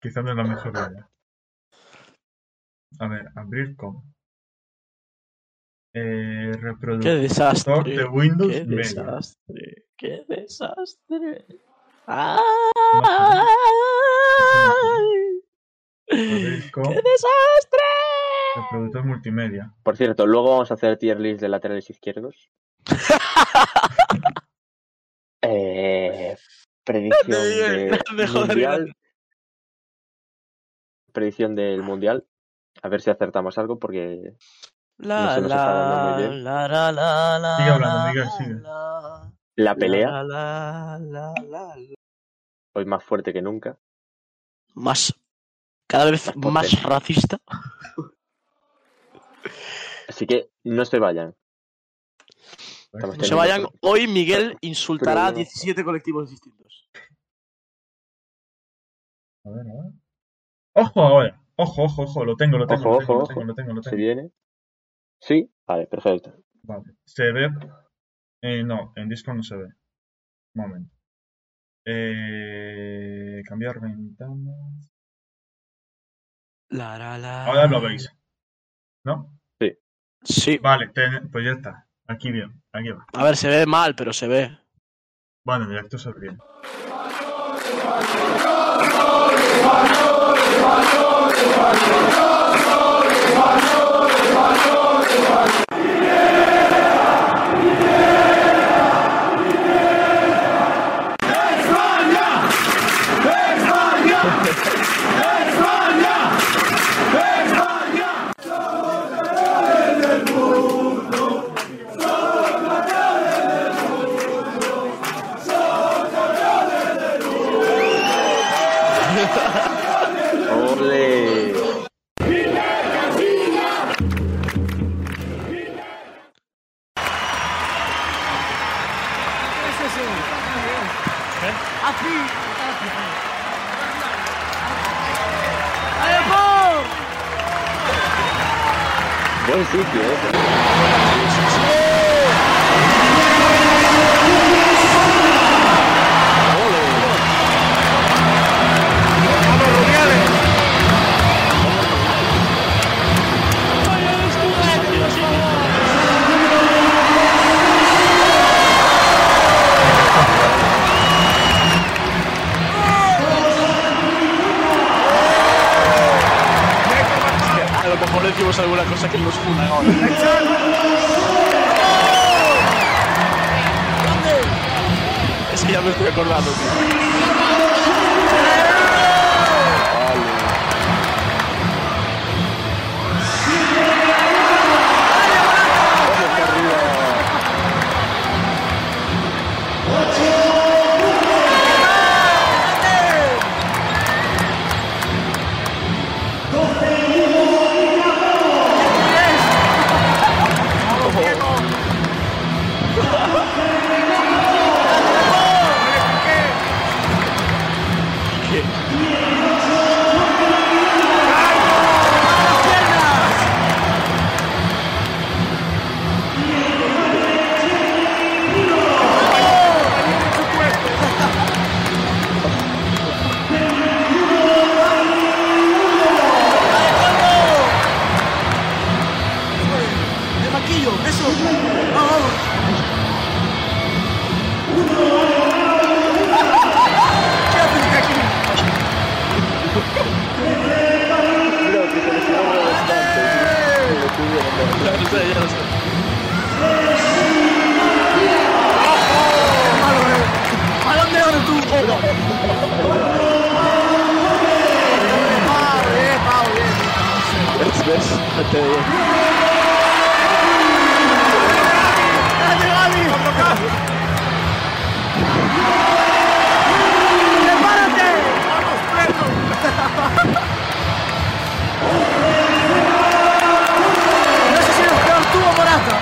[SPEAKER 1] Quizá no es la mejor manera. A ver, abrir con. Eh,
[SPEAKER 3] Qué
[SPEAKER 1] reproductor de
[SPEAKER 3] desastre.
[SPEAKER 1] Windows
[SPEAKER 3] Qué
[SPEAKER 1] Media.
[SPEAKER 3] desastre. Qué desastre. ¡Ay!
[SPEAKER 1] Abrir con
[SPEAKER 3] ¡Qué desastre!
[SPEAKER 1] reproductor multimedia.
[SPEAKER 2] Por cierto, luego vamos a hacer tier list de laterales izquierdos. Eh, predicción
[SPEAKER 3] Bien,
[SPEAKER 2] del
[SPEAKER 3] grande, joder, grande.
[SPEAKER 2] mundial. Predicción del mundial. A ver si acertamos algo porque No
[SPEAKER 3] La,
[SPEAKER 2] se nos está dando
[SPEAKER 3] la,
[SPEAKER 2] muy bien.
[SPEAKER 3] la, la, la, la,
[SPEAKER 1] Sigue hablando,
[SPEAKER 3] la,
[SPEAKER 1] Miguel, sigue.
[SPEAKER 3] la,
[SPEAKER 2] la pelea
[SPEAKER 3] la, la, la, la, la.
[SPEAKER 2] hoy más fuerte que nunca.
[SPEAKER 3] Más. Cada vez
[SPEAKER 2] potente.
[SPEAKER 3] más racista.
[SPEAKER 2] Así que no se vayan. Estamos
[SPEAKER 3] No se
[SPEAKER 2] teniendo
[SPEAKER 3] vayan.
[SPEAKER 2] pro-
[SPEAKER 3] Hoy Miguel insultará a
[SPEAKER 2] Pero-
[SPEAKER 3] 17 colectivos distintos.
[SPEAKER 1] A ver, a ver. Ojo ahora. Ojo, ojo, ojo. Lo tengo, lo tengo,
[SPEAKER 2] Ojo,
[SPEAKER 1] lo tengo,
[SPEAKER 2] ojo,
[SPEAKER 1] lo tengo,
[SPEAKER 2] ojo.
[SPEAKER 1] lo tengo, lo
[SPEAKER 2] ¿Se
[SPEAKER 1] tengo.
[SPEAKER 2] viene? Sí, vale, perfecto.
[SPEAKER 1] Vale. Se ve. Eh, no, en Discord no se ve. Un momento. Eh, cambiar ventanas.
[SPEAKER 3] La, la, la.
[SPEAKER 1] Ahora lo veis. ¿No?
[SPEAKER 3] Sí.
[SPEAKER 1] Vale, ten- pues ya está. Aquí bien, aquí va.
[SPEAKER 3] A ver, se ve mal, pero se ve.
[SPEAKER 1] Bueno, en directo se ve bien.
[SPEAKER 2] ¡Ole! Buen sitio, ¿eh?
[SPEAKER 3] A lo mejor decimos alguna cosa que nos funda ahora. Es que ya me estoy acordando, tío. ¡De maquillo! ¡Eso!
[SPEAKER 2] Creo que se lesionó bastante. Lo tuvieron de verdad.
[SPEAKER 3] ¿A dónde ahora tú?
[SPEAKER 2] ¿Ves? ¿Ves? Te digo.
[SPEAKER 3] No sé si eres peor tú o Morata.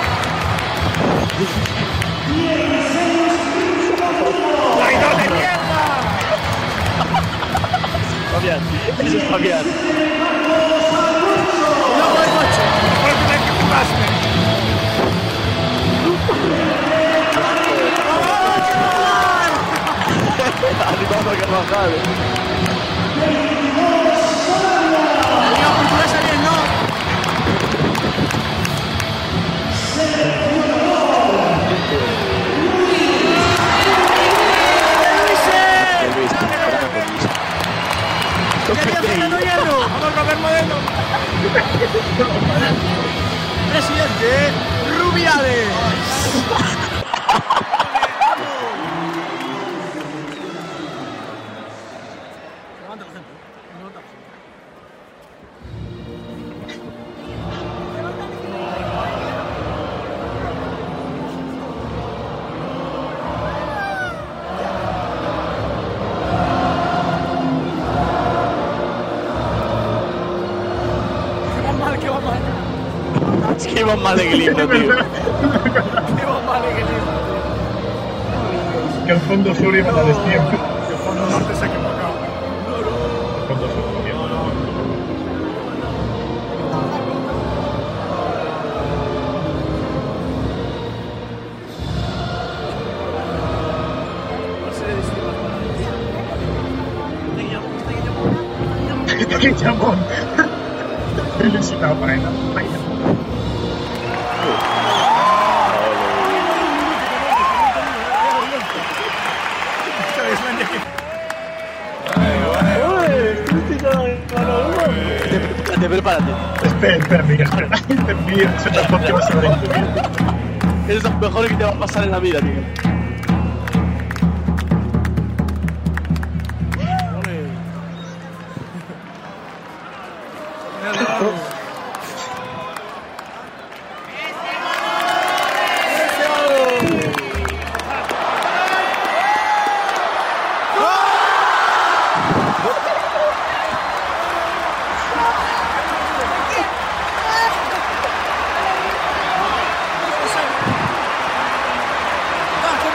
[SPEAKER 3] ¡Traidor de mierda! Fabián, eso es Fabián. ¡Loco de coche!
[SPEAKER 2] Arribando a Carvajal.
[SPEAKER 3] ¡La liga portuguesa bien, no!
[SPEAKER 2] De Luis. Bravo.
[SPEAKER 3] ¡Quería Fernando Hierro! ¡Vamos a ver modelo! ¡Presidente Rubiales! Es que iban mal de Glimo, tío. Iban mal de Glimo.
[SPEAKER 1] Que el fondo sur iba a destiempo.
[SPEAKER 6] Que por lo norte se ha equivocado.
[SPEAKER 1] El fondo sur también. ¡Qué chamón! Felicitado para él.
[SPEAKER 3] Te prepárate.
[SPEAKER 1] Espera, espera, Miguel, espera. Espera, Miguel, es otra cosa que vas a ver en tu vida.
[SPEAKER 3] Es lo mejor que te va a pasar en la vida, tío. ¡Bajo!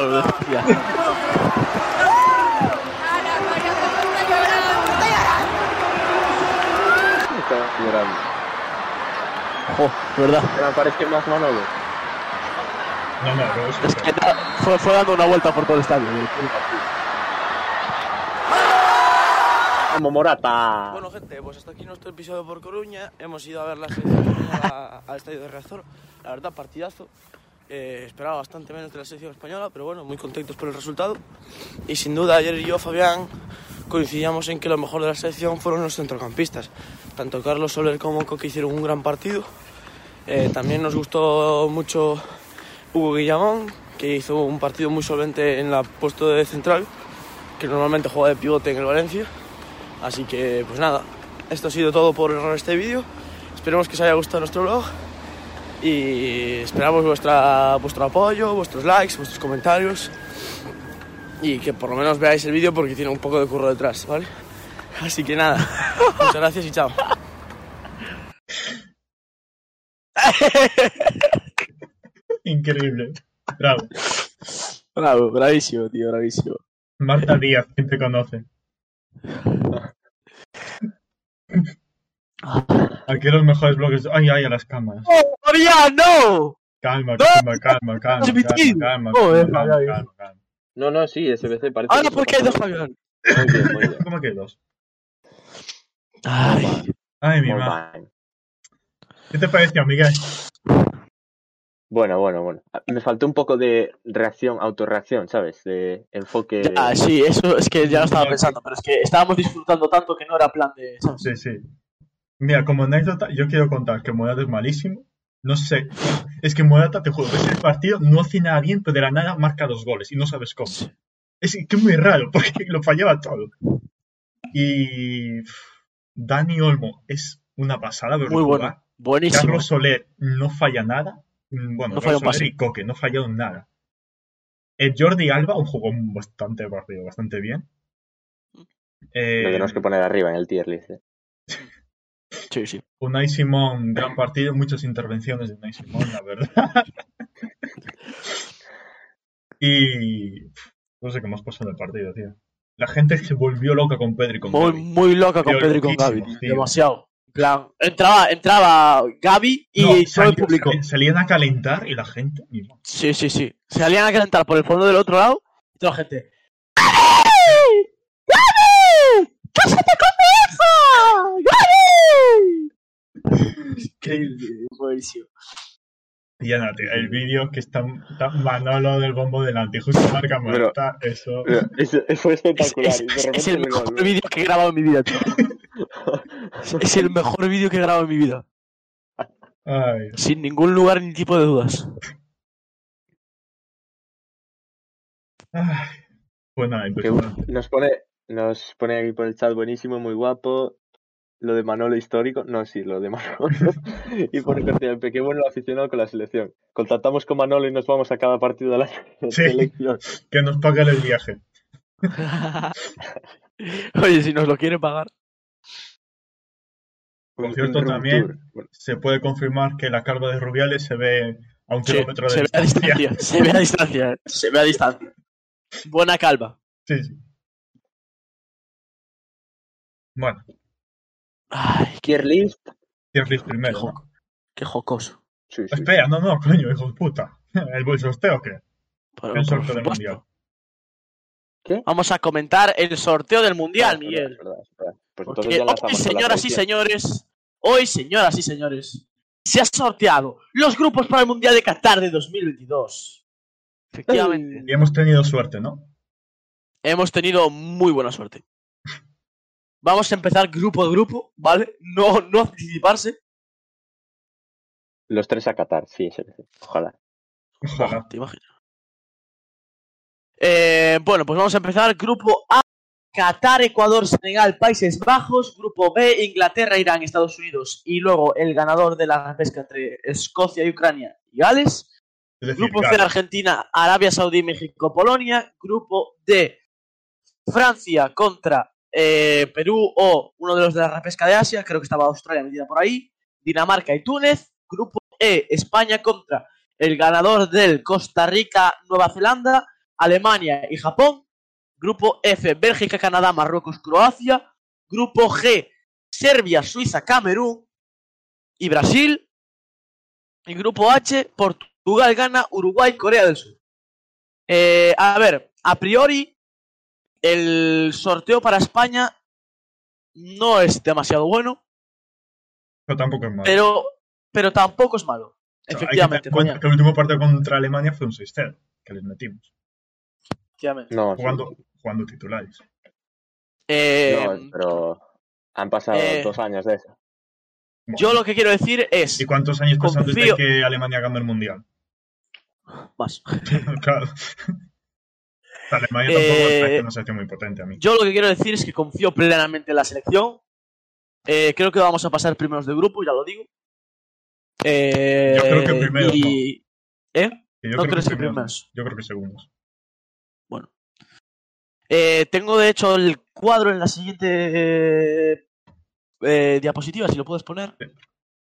[SPEAKER 3] lo decía.
[SPEAKER 2] Estaba llorando.
[SPEAKER 3] Jo, Oh, ¿verdad?
[SPEAKER 2] Me parece más Manolo.
[SPEAKER 1] No, no, no.
[SPEAKER 3] Es que da- fue, fue dando una vuelta por todo el estadio. güey.
[SPEAKER 2] Vamos, Morata.
[SPEAKER 8] Bueno, gente, pues hasta aquí nuestro episodio por Coruña. Hemos ido a ver la selección española al estadio de Reazor. La verdad, partidazo. Eh, esperaba bastante menos de la selección española, pero bueno, muy contentos por el resultado. Y sin duda, ayer yo, Fabián, coincidíamos en que lo mejor de la selección fueron los centrocampistas. Tanto Carlos Soler como Coque hicieron un gran partido. Eh, también nos gustó mucho Hugo Guillamón, que hizo un partido muy solvente en la puesto de central, que normalmente juega de pivote en el Valencia. Así que, pues nada, esto ha sido todo por este vídeo. Esperemos que os haya gustado nuestro blog y esperamos vuestra, vuestro apoyo, vuestros likes, vuestros comentarios y que por lo menos veáis el vídeo porque tiene un poco de curro detrás, ¿vale? Así que nada, muchas gracias y chao.
[SPEAKER 1] Increíble. Bravo.
[SPEAKER 3] Bravo, bravísimo, tío, bravísimo.
[SPEAKER 1] Marta Díaz, ¿quién te conoce? Aquí los mejores bloques. Ay, ay, a las cámaras.
[SPEAKER 3] ¡Oh, Fabián, no!
[SPEAKER 1] Calma,
[SPEAKER 3] No.
[SPEAKER 1] calma, calma, calma. Calma,
[SPEAKER 3] Transmitido.
[SPEAKER 1] calma, calma,
[SPEAKER 3] Joder,
[SPEAKER 1] calma,
[SPEAKER 3] Fabián.
[SPEAKER 1] calma, calma.
[SPEAKER 2] No, no, sí, SBC parece.
[SPEAKER 3] Ahora,
[SPEAKER 2] que
[SPEAKER 3] ¿por qué hay dos
[SPEAKER 2] pasa
[SPEAKER 3] Fabián?
[SPEAKER 2] nada. Muy bien, muy bien.
[SPEAKER 1] ¿Cómo que dos?
[SPEAKER 3] Ay,
[SPEAKER 1] Ay, mi
[SPEAKER 2] Muy
[SPEAKER 1] madre.
[SPEAKER 2] bien.
[SPEAKER 1] ¿Qué te pareció, Miguel?
[SPEAKER 2] Bueno, bueno, bueno. Me faltó un poco de reacción, autorreacción, ¿sabes? De enfoque.
[SPEAKER 3] ya, sí, eso es que ya lo estaba pensando, pero es que estábamos disfrutando tanto que no era plan de. ¿sabes?
[SPEAKER 1] Sí, sí. Mira, como anécdota, yo quiero contar que Morata es malísimo. No sé. Es que Morata, te juro, ves el partido, no hace nada bien, pero de la nada marca dos goles y no sabes cómo. Es que es muy raro, porque lo fallaba todo. Y. pff, Dani Olmo es una pasada, pero
[SPEAKER 3] Muy bueno. Buenísimo.
[SPEAKER 1] Carlos Soler no falla nada. Mm, Bueno,
[SPEAKER 3] No falla
[SPEAKER 1] Carlos
[SPEAKER 3] un pase.
[SPEAKER 1] Soler y Coque no fallaron nada. El Jordi Alba un jugó bastante partido, bastante bien.
[SPEAKER 3] Mm.
[SPEAKER 2] Lo
[SPEAKER 1] Eh,
[SPEAKER 2] tenemos que poner arriba en el tier list. ¿eh?
[SPEAKER 3] Sí, sí.
[SPEAKER 1] Unai Simón, gran partido, muchas intervenciones de Unai Simón, la verdad. y pf, no sé qué más pasó en el partido, tío. La gente se volvió loca con Pedri y con
[SPEAKER 3] Muy,
[SPEAKER 1] Gavi.
[SPEAKER 3] muy loca con
[SPEAKER 1] Pero
[SPEAKER 3] Pedro y con Gaby.
[SPEAKER 1] loquísimo, tío.
[SPEAKER 3] Demasiado. En plan, entraba, entraba Gaby y
[SPEAKER 1] No,
[SPEAKER 3] todo el
[SPEAKER 1] salió-
[SPEAKER 3] público.
[SPEAKER 1] sali- salían a calentar y la gente. mi madre.
[SPEAKER 3] Sí, sí, sí. Salían a calentar por el fondo del otro lado y toda la gente. ¡Gaby! ¡Gaby! ¡Cásate con mi hija! ¡Gaby! Increíble, buenísimo.
[SPEAKER 1] Y ya nada, tío, el vídeo que está, está Manolo del bombo delante, y justo marca
[SPEAKER 2] Pero-
[SPEAKER 1] Marta, eso.
[SPEAKER 2] Es- es- Fue
[SPEAKER 3] Es,
[SPEAKER 2] espectacular.
[SPEAKER 3] es-
[SPEAKER 2] y de
[SPEAKER 3] es-
[SPEAKER 2] repente
[SPEAKER 3] es el
[SPEAKER 2] me
[SPEAKER 3] mejor
[SPEAKER 2] volvió.
[SPEAKER 3] vídeo que he grabado en mi vida, tío. Es el mejor vídeo que he grabado en mi vida.
[SPEAKER 1] Ay,
[SPEAKER 3] Sin ningún lugar ni tipo de dudas.
[SPEAKER 1] ay. Pues nada,
[SPEAKER 2] Que
[SPEAKER 1] impresionante.
[SPEAKER 2] nos pone, nos pone aquí por el chat buenísimo, muy guapo. Lo de Manolo histórico, no, sí, lo de Manolo. y por el siempre, qué bueno el aficionado con la selección. Contratamos con Manolo y nos vamos a cada partido de la
[SPEAKER 1] Sí.
[SPEAKER 2] selección.
[SPEAKER 1] Que nos pagan el viaje.
[SPEAKER 3] Oye, si nos lo quieren pagar.
[SPEAKER 1] Por
[SPEAKER 2] Un-
[SPEAKER 1] cierto,
[SPEAKER 2] un room
[SPEAKER 1] también-
[SPEAKER 2] tour. Bueno,
[SPEAKER 1] Se puede confirmar que la calva de Rubiales se ve a un
[SPEAKER 3] Sí,
[SPEAKER 1] kilómetro de
[SPEAKER 3] se ve a
[SPEAKER 1] distancia.
[SPEAKER 3] distancia. Se ve a distancia. eh. Se ve a distancia. Buena calva.
[SPEAKER 1] Sí, sí. Bueno,
[SPEAKER 3] Ay,
[SPEAKER 2] tier list.
[SPEAKER 1] tier list primero.
[SPEAKER 3] Ojo.
[SPEAKER 1] ¿no?
[SPEAKER 3] qué jocoso.
[SPEAKER 2] Sí, sí.
[SPEAKER 1] Espera, no, no, coño, hijo de puta. ¿El buen sorteo o qué? El
[SPEAKER 3] Pero, por
[SPEAKER 1] sorteo del
[SPEAKER 3] supuesto.
[SPEAKER 1] mundial.
[SPEAKER 3] Vamos a comentar el sorteo del mundial,
[SPEAKER 2] Ah,
[SPEAKER 3] Miguel.
[SPEAKER 2] verdad, verdad, verdad. Pues
[SPEAKER 3] Porque
[SPEAKER 2] entonces ya
[SPEAKER 3] hoy,
[SPEAKER 2] lanzamos con la
[SPEAKER 3] señoras y
[SPEAKER 2] selección.
[SPEAKER 3] señores, hoy, señoras y señores, se han sorteado los grupos para el Mundial de Qatar de 2022. Efectivamente,
[SPEAKER 1] Y hemos tenido suerte, ¿no?
[SPEAKER 3] hemos tenido muy buena suerte. Vamos a empezar grupo a grupo, ¿vale? No, no anticiparse.
[SPEAKER 2] Los tres a Qatar, sí, sí, sí. Ojalá.
[SPEAKER 1] Ojalá.
[SPEAKER 3] Te imaginas. Eh, bueno, pues vamos a empezar. Grupo A, Qatar, Ecuador, Senegal, Países Bajos. Grupo B, Inglaterra, Irán, Estados Unidos. Y luego el ganador de la pesca entre Escocia y Ucrania y Gales.
[SPEAKER 1] Es decir,
[SPEAKER 3] Grupo C,
[SPEAKER 1] claro,
[SPEAKER 3] Argentina, Arabia Saudí, México, Polonia. Grupo D, Francia contra eh, Perú o uno de los de la repesca de Asia. Creo que estaba Australia metida por ahí. Dinamarca y Túnez. Grupo E, España contra el ganador del Costa Rica, Nueva Zelanda. Alemania y Japón. Grupo F, Bélgica, Canadá, Marruecos, Croacia. Grupo G, Serbia, Suiza, Camerún y Brasil. Y grupo H, Portugal, Ghana, Uruguay, Corea del Sur. Eh, a ver, a priori, el sorteo para España no es demasiado bueno,
[SPEAKER 1] Pero tampoco es malo.
[SPEAKER 3] pero, pero tampoco es malo.
[SPEAKER 1] O sea, hay que
[SPEAKER 3] Efectivamente,
[SPEAKER 1] tener en cuenta
[SPEAKER 3] Fabián,
[SPEAKER 1] que el último partido contra Alemania fue un 6-0, que les metimos,
[SPEAKER 3] efectivamente.
[SPEAKER 2] No, sí.
[SPEAKER 1] jugando, jugando titulares.
[SPEAKER 3] Eh,
[SPEAKER 2] No, pero han pasado
[SPEAKER 3] eh,
[SPEAKER 2] dos años de eso.
[SPEAKER 1] Bueno,
[SPEAKER 3] yo lo que quiero decir es
[SPEAKER 1] ¿Y cuántos años pasan desde
[SPEAKER 3] confío-
[SPEAKER 1] que Alemania ganó el Mundial?
[SPEAKER 3] más.
[SPEAKER 1] claro. Alemania tampoco
[SPEAKER 3] Eh,
[SPEAKER 1] me parece una selección muy potente a mí.
[SPEAKER 3] Yo lo que quiero decir es que confío plenamente en la selección. Eh, creo que vamos a pasar primeros de grupo, ya lo digo. Eh,
[SPEAKER 1] Yo creo que primeros,
[SPEAKER 3] y- ¿Eh?
[SPEAKER 1] Que yo
[SPEAKER 3] ¿No
[SPEAKER 1] creo
[SPEAKER 3] crees que
[SPEAKER 1] primero-
[SPEAKER 3] primeros?
[SPEAKER 1] Yo creo que segundos.
[SPEAKER 3] Eh, tengo de hecho el cuadro en la siguiente eh, eh, diapositiva, si lo puedes poner.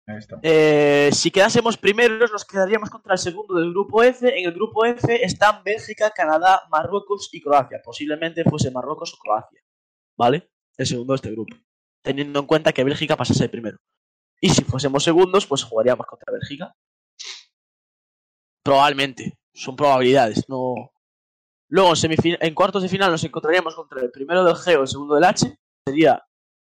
[SPEAKER 1] Ahí está.
[SPEAKER 3] Eh, si quedásemos primeros, nos quedaríamos contra el segundo del grupo F. En el grupo F están Bélgica, Canadá, Marruecos y Croacia. Posiblemente fuese Marruecos o Croacia. ¿Vale? El segundo de este grupo. Teniendo en cuenta que Bélgica pasase de primero. Y si fuésemos segundos, pues jugaríamos contra Bélgica. Probablemente. Son probabilidades. No. Luego, en, semifin- en cuartos de final nos encontraríamos contra el primero del G o el segundo del H. Sería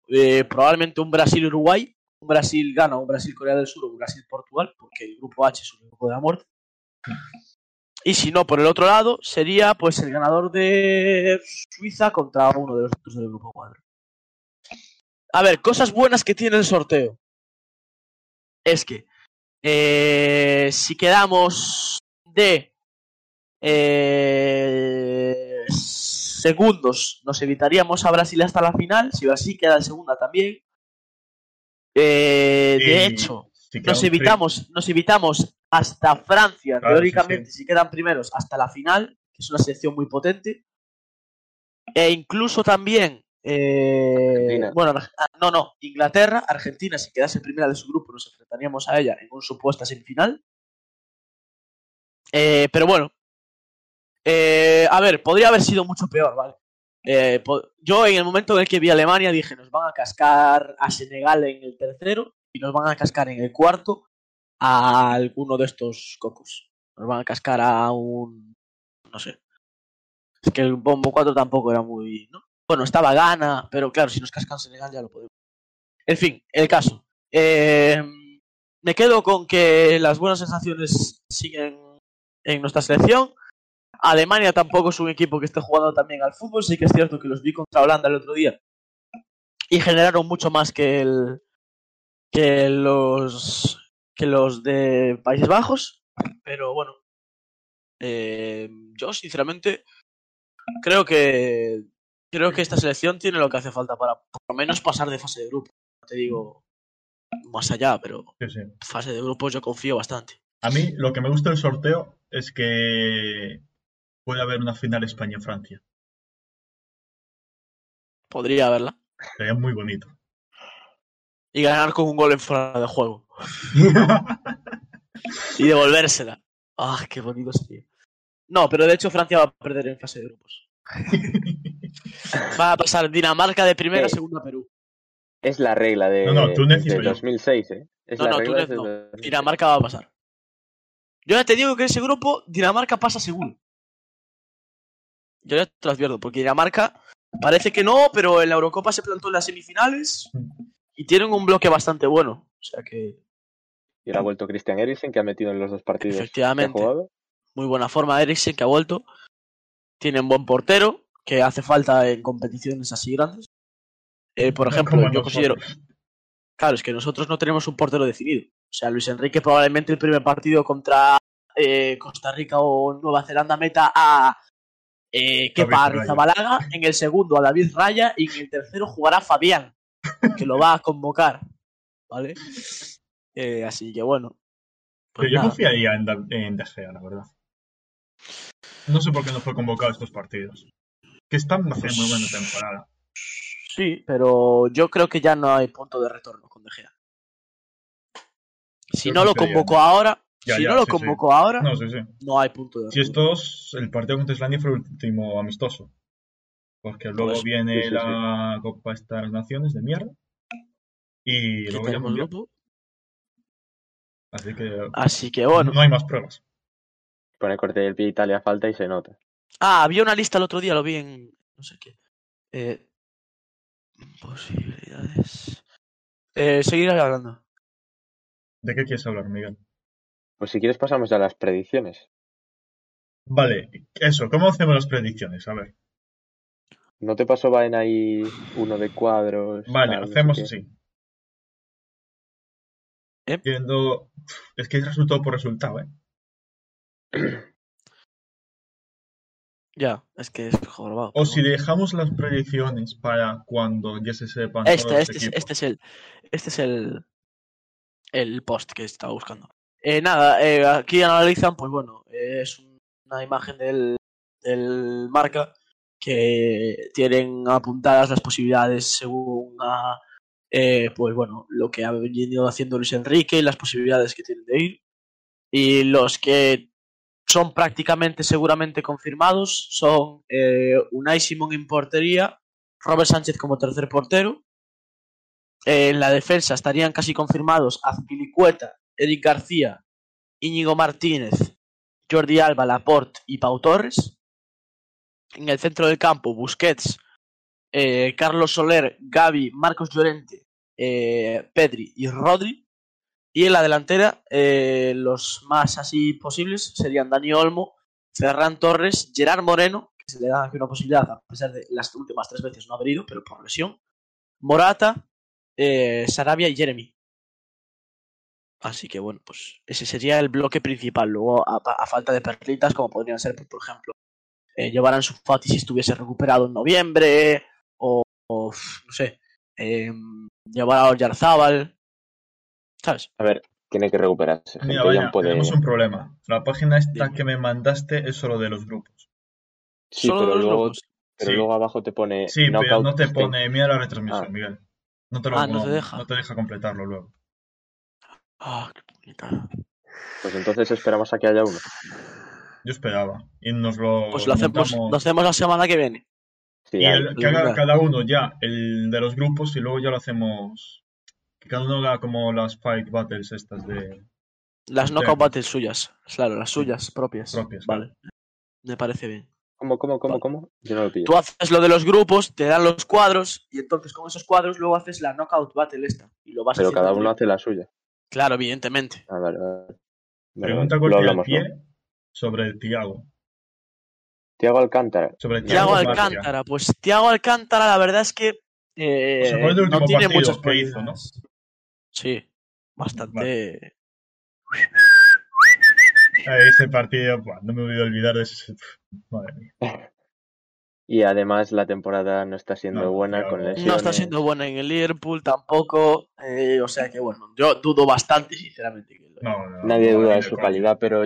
[SPEAKER 3] eh, probablemente un Brasil-Uruguay un Brasil gana, un Brasil Corea del Sur, un Brasil Portugal, porque el grupo H es un grupo de la muerte. Y si no, por el otro lado, sería pues el ganador de Suiza contra uno de los otros del grupo 4. A ver, cosas buenas que tiene el sorteo. Es que eh, si quedamos de eh, segundos, nos evitaríamos a Brasil hasta la final. Si Brasil queda en segunda también. Eh, de
[SPEAKER 1] Y
[SPEAKER 3] hecho,
[SPEAKER 1] si quedamos
[SPEAKER 3] nos
[SPEAKER 1] pri-
[SPEAKER 3] evitamos, nos evitamos hasta Francia,
[SPEAKER 1] Claro,
[SPEAKER 3] teóricamente, si quedan primeros, hasta la final, que es una selección muy potente. E incluso también, eh,
[SPEAKER 2] Argentina.
[SPEAKER 3] bueno, Arge- ah, no, no, Inglaterra, Argentina, si quedase primera de su grupo, nos enfrentaríamos a ella en un supuesta semifinal. Eh, pero bueno, eh, a ver, podría haber sido mucho peor, ¿vale? Eh, po- yo en el momento en el que vi a Alemania dije, nos van a cascar a Senegal en el tercero y nos van a cascar en el cuarto a alguno de estos cocos. Nos van a cascar a un... no sé. Es que el Bombo 4 tampoco era muy... ¿no? Bueno, estaba Gana, pero claro, si nos cascan Senegal ya lo podemos. En fin, el caso. Eh, me quedo con que las buenas sensaciones siguen en nuestra selección. Alemania tampoco es un equipo que esté jugando también al fútbol. Sí que es cierto que los vi contra Holanda el otro día y generaron mucho más que el que los que los de Países Bajos. Pero bueno, eh, yo sinceramente creo que creo que esta selección tiene lo que hace falta para por lo menos pasar de fase de grupo. No te digo más allá, pero
[SPEAKER 1] Sí, sí.
[SPEAKER 3] fase de grupos yo confío bastante.
[SPEAKER 1] A mí lo que me gusta del sorteo es que puede haber una final España-Francia.
[SPEAKER 3] Podría haberla.
[SPEAKER 1] Sería muy bonito.
[SPEAKER 3] Y ganar con un gol en fuera de juego. y devolvérsela. ¡Ah, qué bonito sería! No, pero de hecho Francia va a perder en fase de grupos. Va a pasar Dinamarca de primera a
[SPEAKER 2] Sí.
[SPEAKER 3] segunda a Perú.
[SPEAKER 2] Es la regla de,
[SPEAKER 1] No, no, Túnez y
[SPEAKER 2] de
[SPEAKER 1] Soyuz.
[SPEAKER 2] 2006, ¿eh? Es
[SPEAKER 3] No,
[SPEAKER 2] la
[SPEAKER 3] no,
[SPEAKER 2] regla
[SPEAKER 3] Túnez
[SPEAKER 2] desde
[SPEAKER 3] no.
[SPEAKER 2] 2006.
[SPEAKER 3] Dinamarca va a pasar. Yo ya te digo que ese grupo Dinamarca pasa seguro. Yo ya te lo advierto, porque Dinamarca parece que no, pero en la Eurocopa se plantó en las semifinales y tienen un bloque bastante bueno. O sea que,
[SPEAKER 2] Y ahora ha vuelto Christian Eriksen, que ha metido en los dos partidos que ha
[SPEAKER 3] efectivamente.
[SPEAKER 2] jugado.
[SPEAKER 3] muy buena forma Eriksen que ha vuelto. Tienen buen portero, que hace falta en competiciones así grandes. Eh, por
[SPEAKER 1] No
[SPEAKER 3] ejemplo,
[SPEAKER 1] como
[SPEAKER 3] yo
[SPEAKER 1] nosotros.
[SPEAKER 3] considero. Claro, es que nosotros no tenemos un portero definido. O sea, Luis Enrique probablemente el primer partido contra eh, Costa Rica o Nueva Zelanda meta a eh, Kepa
[SPEAKER 1] David Raya.
[SPEAKER 3] Arrizabalaga, en el segundo a David Raya y en el tercero jugará Fabián, que lo va a convocar. ¿Vale? Eh, así que bueno. pues
[SPEAKER 1] Pero yo
[SPEAKER 3] nada.
[SPEAKER 1] confiaría en, Da- en De Gea, la verdad. No sé por qué no fue convocado a estos partidos. Que están haciendo muy buena temporada.
[SPEAKER 3] Sí, pero yo creo que ya no hay punto de retorno con De Gea. Si
[SPEAKER 1] Yo
[SPEAKER 3] no lo
[SPEAKER 1] confiaría en
[SPEAKER 3] convocó ahora,
[SPEAKER 1] Ya,
[SPEAKER 3] si
[SPEAKER 1] ya,
[SPEAKER 3] no lo
[SPEAKER 1] sí, sí.
[SPEAKER 3] convocó ahora, no.
[SPEAKER 1] No, sí, sí.
[SPEAKER 3] hay punto de
[SPEAKER 1] Si estos, el partido contra Islandia fue el último amistoso. Porque luego
[SPEAKER 3] Pues,
[SPEAKER 1] viene
[SPEAKER 2] sí, sí,
[SPEAKER 1] la Copa Estas Naciones de mierda. Y
[SPEAKER 3] que
[SPEAKER 1] luego ya
[SPEAKER 3] tenemos
[SPEAKER 1] Mundial.
[SPEAKER 3] grupo.
[SPEAKER 1] Así que
[SPEAKER 3] Así que Ah, bueno.
[SPEAKER 1] no hay más pruebas.
[SPEAKER 2] Pone corte del pie Italia falta y se nota.
[SPEAKER 3] Ah, había una lista el otro día, lo vi en. No sé qué. Eh, posibilidades. Eh, seguir hablando.
[SPEAKER 1] ¿De qué quieres hablar, Miguel?
[SPEAKER 2] Pues si quieres pasamos ya a las predicciones.
[SPEAKER 1] Vale, eso, ¿cómo hacemos las predicciones? A ver,
[SPEAKER 2] ¿No te pasó Baen ahí uno de cuadros?
[SPEAKER 1] vale,
[SPEAKER 2] tal, no sé
[SPEAKER 1] hacemos
[SPEAKER 2] qué?
[SPEAKER 1] así.
[SPEAKER 3] ¿Eh?
[SPEAKER 1] Viendo- Es que es resultado por resultado, ¿eh?
[SPEAKER 3] Ya, es que es jorobado.
[SPEAKER 1] O
[SPEAKER 3] pero
[SPEAKER 1] si
[SPEAKER 3] bueno.
[SPEAKER 1] dejamos las predicciones para cuando ya se sepan todos
[SPEAKER 3] Este,
[SPEAKER 1] los
[SPEAKER 3] este, es,
[SPEAKER 1] equipos.
[SPEAKER 3] este es el. Este es el. El post que estaba buscando. Eh, nada, eh, aquí analizan, pues bueno, eh, es una imagen del, del marca que tienen apuntadas las posibilidades según a, eh, pues bueno, lo que ha venido haciendo Luis Enrique y las posibilidades que tienen de ir. Y los que son prácticamente seguramente confirmados son eh, Unai Simón en portería, Robert Sánchez como tercer portero. Eh, en la defensa estarían casi confirmados Azpilicueta, Eric García, Íñigo Martínez, Jordi Alba, Laporte y Pau Torres. En el centro del campo, Busquets, eh, Carlos Soler, Gaby, Marcos Llorente, eh, Pedri y Rodri. Y en la delantera, eh, los más así posibles serían Dani Olmo, Ferran Torres, Gerard Moreno, que se le da aquí una posibilidad, a pesar de las últimas tres veces no haber ido, pero por lesión. Morata, eh, Sarabia y Jeremy. Así que bueno, pues ese sería el bloque principal. Luego, a, a falta de perlitas, como podrían ser, pues, por ejemplo, eh, llevarán su Fati si estuviese recuperado en noviembre, o, o, pf, no sé, eh, llevar a Oyarzábal. ¿Sabes?
[SPEAKER 2] A ver, tiene que recuperarse.
[SPEAKER 1] Mira,
[SPEAKER 2] gente,
[SPEAKER 1] vaya,
[SPEAKER 2] ya puede...
[SPEAKER 1] tenemos un problema. La página esta
[SPEAKER 3] Dime.
[SPEAKER 1] que me mandaste es solo de los grupos.
[SPEAKER 2] Sí,
[SPEAKER 3] Solo
[SPEAKER 2] pero
[SPEAKER 3] los
[SPEAKER 2] luego,
[SPEAKER 3] grupos.
[SPEAKER 2] pero
[SPEAKER 1] Sí.
[SPEAKER 2] luego abajo te pone
[SPEAKER 1] Sí, pero
[SPEAKER 2] knockout
[SPEAKER 1] no te
[SPEAKER 2] stage.
[SPEAKER 1] pone, mira la retransmisión,
[SPEAKER 2] Eh, Ah.
[SPEAKER 1] Miguel. No te, lo,
[SPEAKER 3] Ah, no
[SPEAKER 1] no-
[SPEAKER 3] te deja.
[SPEAKER 1] no te deja completarlo luego.
[SPEAKER 3] Ah, qué puñetada.
[SPEAKER 2] Pues entonces esperamos a que haya uno.
[SPEAKER 1] Yo esperaba. Y nos lo.
[SPEAKER 3] Pues lo hacemos,
[SPEAKER 1] montamos.
[SPEAKER 3] lo hacemos la semana que viene.
[SPEAKER 2] Sí,
[SPEAKER 1] Y
[SPEAKER 2] hay-
[SPEAKER 1] el- que
[SPEAKER 3] la
[SPEAKER 1] haga
[SPEAKER 3] verdad.
[SPEAKER 1] cada uno ya el de los grupos y luego ya lo hacemos. Que cada uno haga como las fight battles estas de.
[SPEAKER 3] Las no
[SPEAKER 1] Ya.
[SPEAKER 3] combates suyas, claro, las suyas propias.
[SPEAKER 1] Propias,
[SPEAKER 3] vale. Me parece bien.
[SPEAKER 2] ¿Cómo, cómo, cómo,
[SPEAKER 3] Vale.
[SPEAKER 2] cómo? Yo no lo pillo.
[SPEAKER 3] Tú haces lo de los grupos, te dan los cuadros y entonces con esos cuadros luego haces la knockout battle esta. Y lo vas
[SPEAKER 2] Pero
[SPEAKER 3] haciendo
[SPEAKER 2] cada uno
[SPEAKER 3] bien.
[SPEAKER 2] hace la suya.
[SPEAKER 3] Claro, evidentemente.
[SPEAKER 2] Ah, vale, vale. Vale,
[SPEAKER 1] Pregunta
[SPEAKER 2] vale.
[SPEAKER 1] corta
[SPEAKER 2] Lo
[SPEAKER 1] al
[SPEAKER 2] hablamos,
[SPEAKER 1] pie
[SPEAKER 2] ¿no?
[SPEAKER 1] sobre el Tiago.
[SPEAKER 2] Tiago Alcántara.
[SPEAKER 1] Sobre
[SPEAKER 3] Tiago
[SPEAKER 1] Thiago García.
[SPEAKER 3] Alcántara, pues Tiago Alcántara la verdad es que eh,
[SPEAKER 1] ¿Os acordáis del
[SPEAKER 3] no
[SPEAKER 1] último
[SPEAKER 3] tiene
[SPEAKER 1] partido
[SPEAKER 3] muchas
[SPEAKER 1] que hizo, no?
[SPEAKER 3] posibilidades. Sí, bastante...
[SPEAKER 1] Eh, Ese partido, buah, no me voy a olvidar de ese. Madre mía.
[SPEAKER 2] Y además la temporada no está siendo
[SPEAKER 1] No,
[SPEAKER 2] buena
[SPEAKER 1] Thiago-
[SPEAKER 2] con
[SPEAKER 1] No está
[SPEAKER 2] lesiones.
[SPEAKER 3] No está siendo buena en el Liverpool tampoco, eh, o sea que bueno, yo dudo bastante sinceramente. que lo-
[SPEAKER 1] No, no,
[SPEAKER 2] Nadie
[SPEAKER 1] no, ni
[SPEAKER 2] duda de su
[SPEAKER 1] coña.
[SPEAKER 2] calidad, pero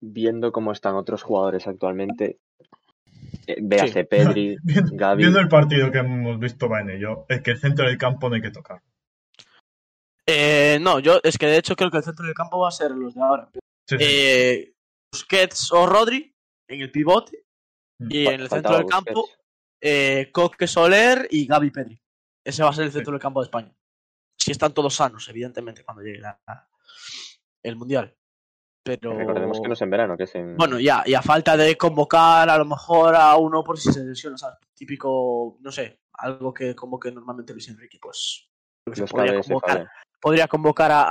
[SPEAKER 2] viendo cómo están otros jugadores actualmente, eh, véase Pedri,
[SPEAKER 1] Viendo,
[SPEAKER 2] Gavi.
[SPEAKER 1] viendo el partido que hemos visto, Vaine y yo, es que el centro del campo no hay que tocar.
[SPEAKER 3] Eh, no, yo es que de hecho creo que el centro del campo va a ser los de ahora.
[SPEAKER 1] Sí, sí.
[SPEAKER 3] eh, Busquets o Rodri en el pivote y
[SPEAKER 2] Mm, fa-
[SPEAKER 3] en el centro
[SPEAKER 2] faltaba
[SPEAKER 3] del campo
[SPEAKER 2] Busquets.
[SPEAKER 3] eh, Coque Soler y Gaby Pedri. Ese va a ser el centro del campo de España. Si están todos sanos, evidentemente, cuando llegue la- el Mundial. Pero
[SPEAKER 2] Eh, Recordemos que no es en verano, que es en...
[SPEAKER 3] bueno, ya, y a falta de convocar a lo mejor a uno por si se lesiona, ¿sabes? Típico, no sé, algo que convoque normalmente Luis Enrique, pues yo qué sé,
[SPEAKER 2] los
[SPEAKER 3] podría
[SPEAKER 2] cables de
[SPEAKER 3] convocar,
[SPEAKER 2] Fabián.
[SPEAKER 3] podría convocar a,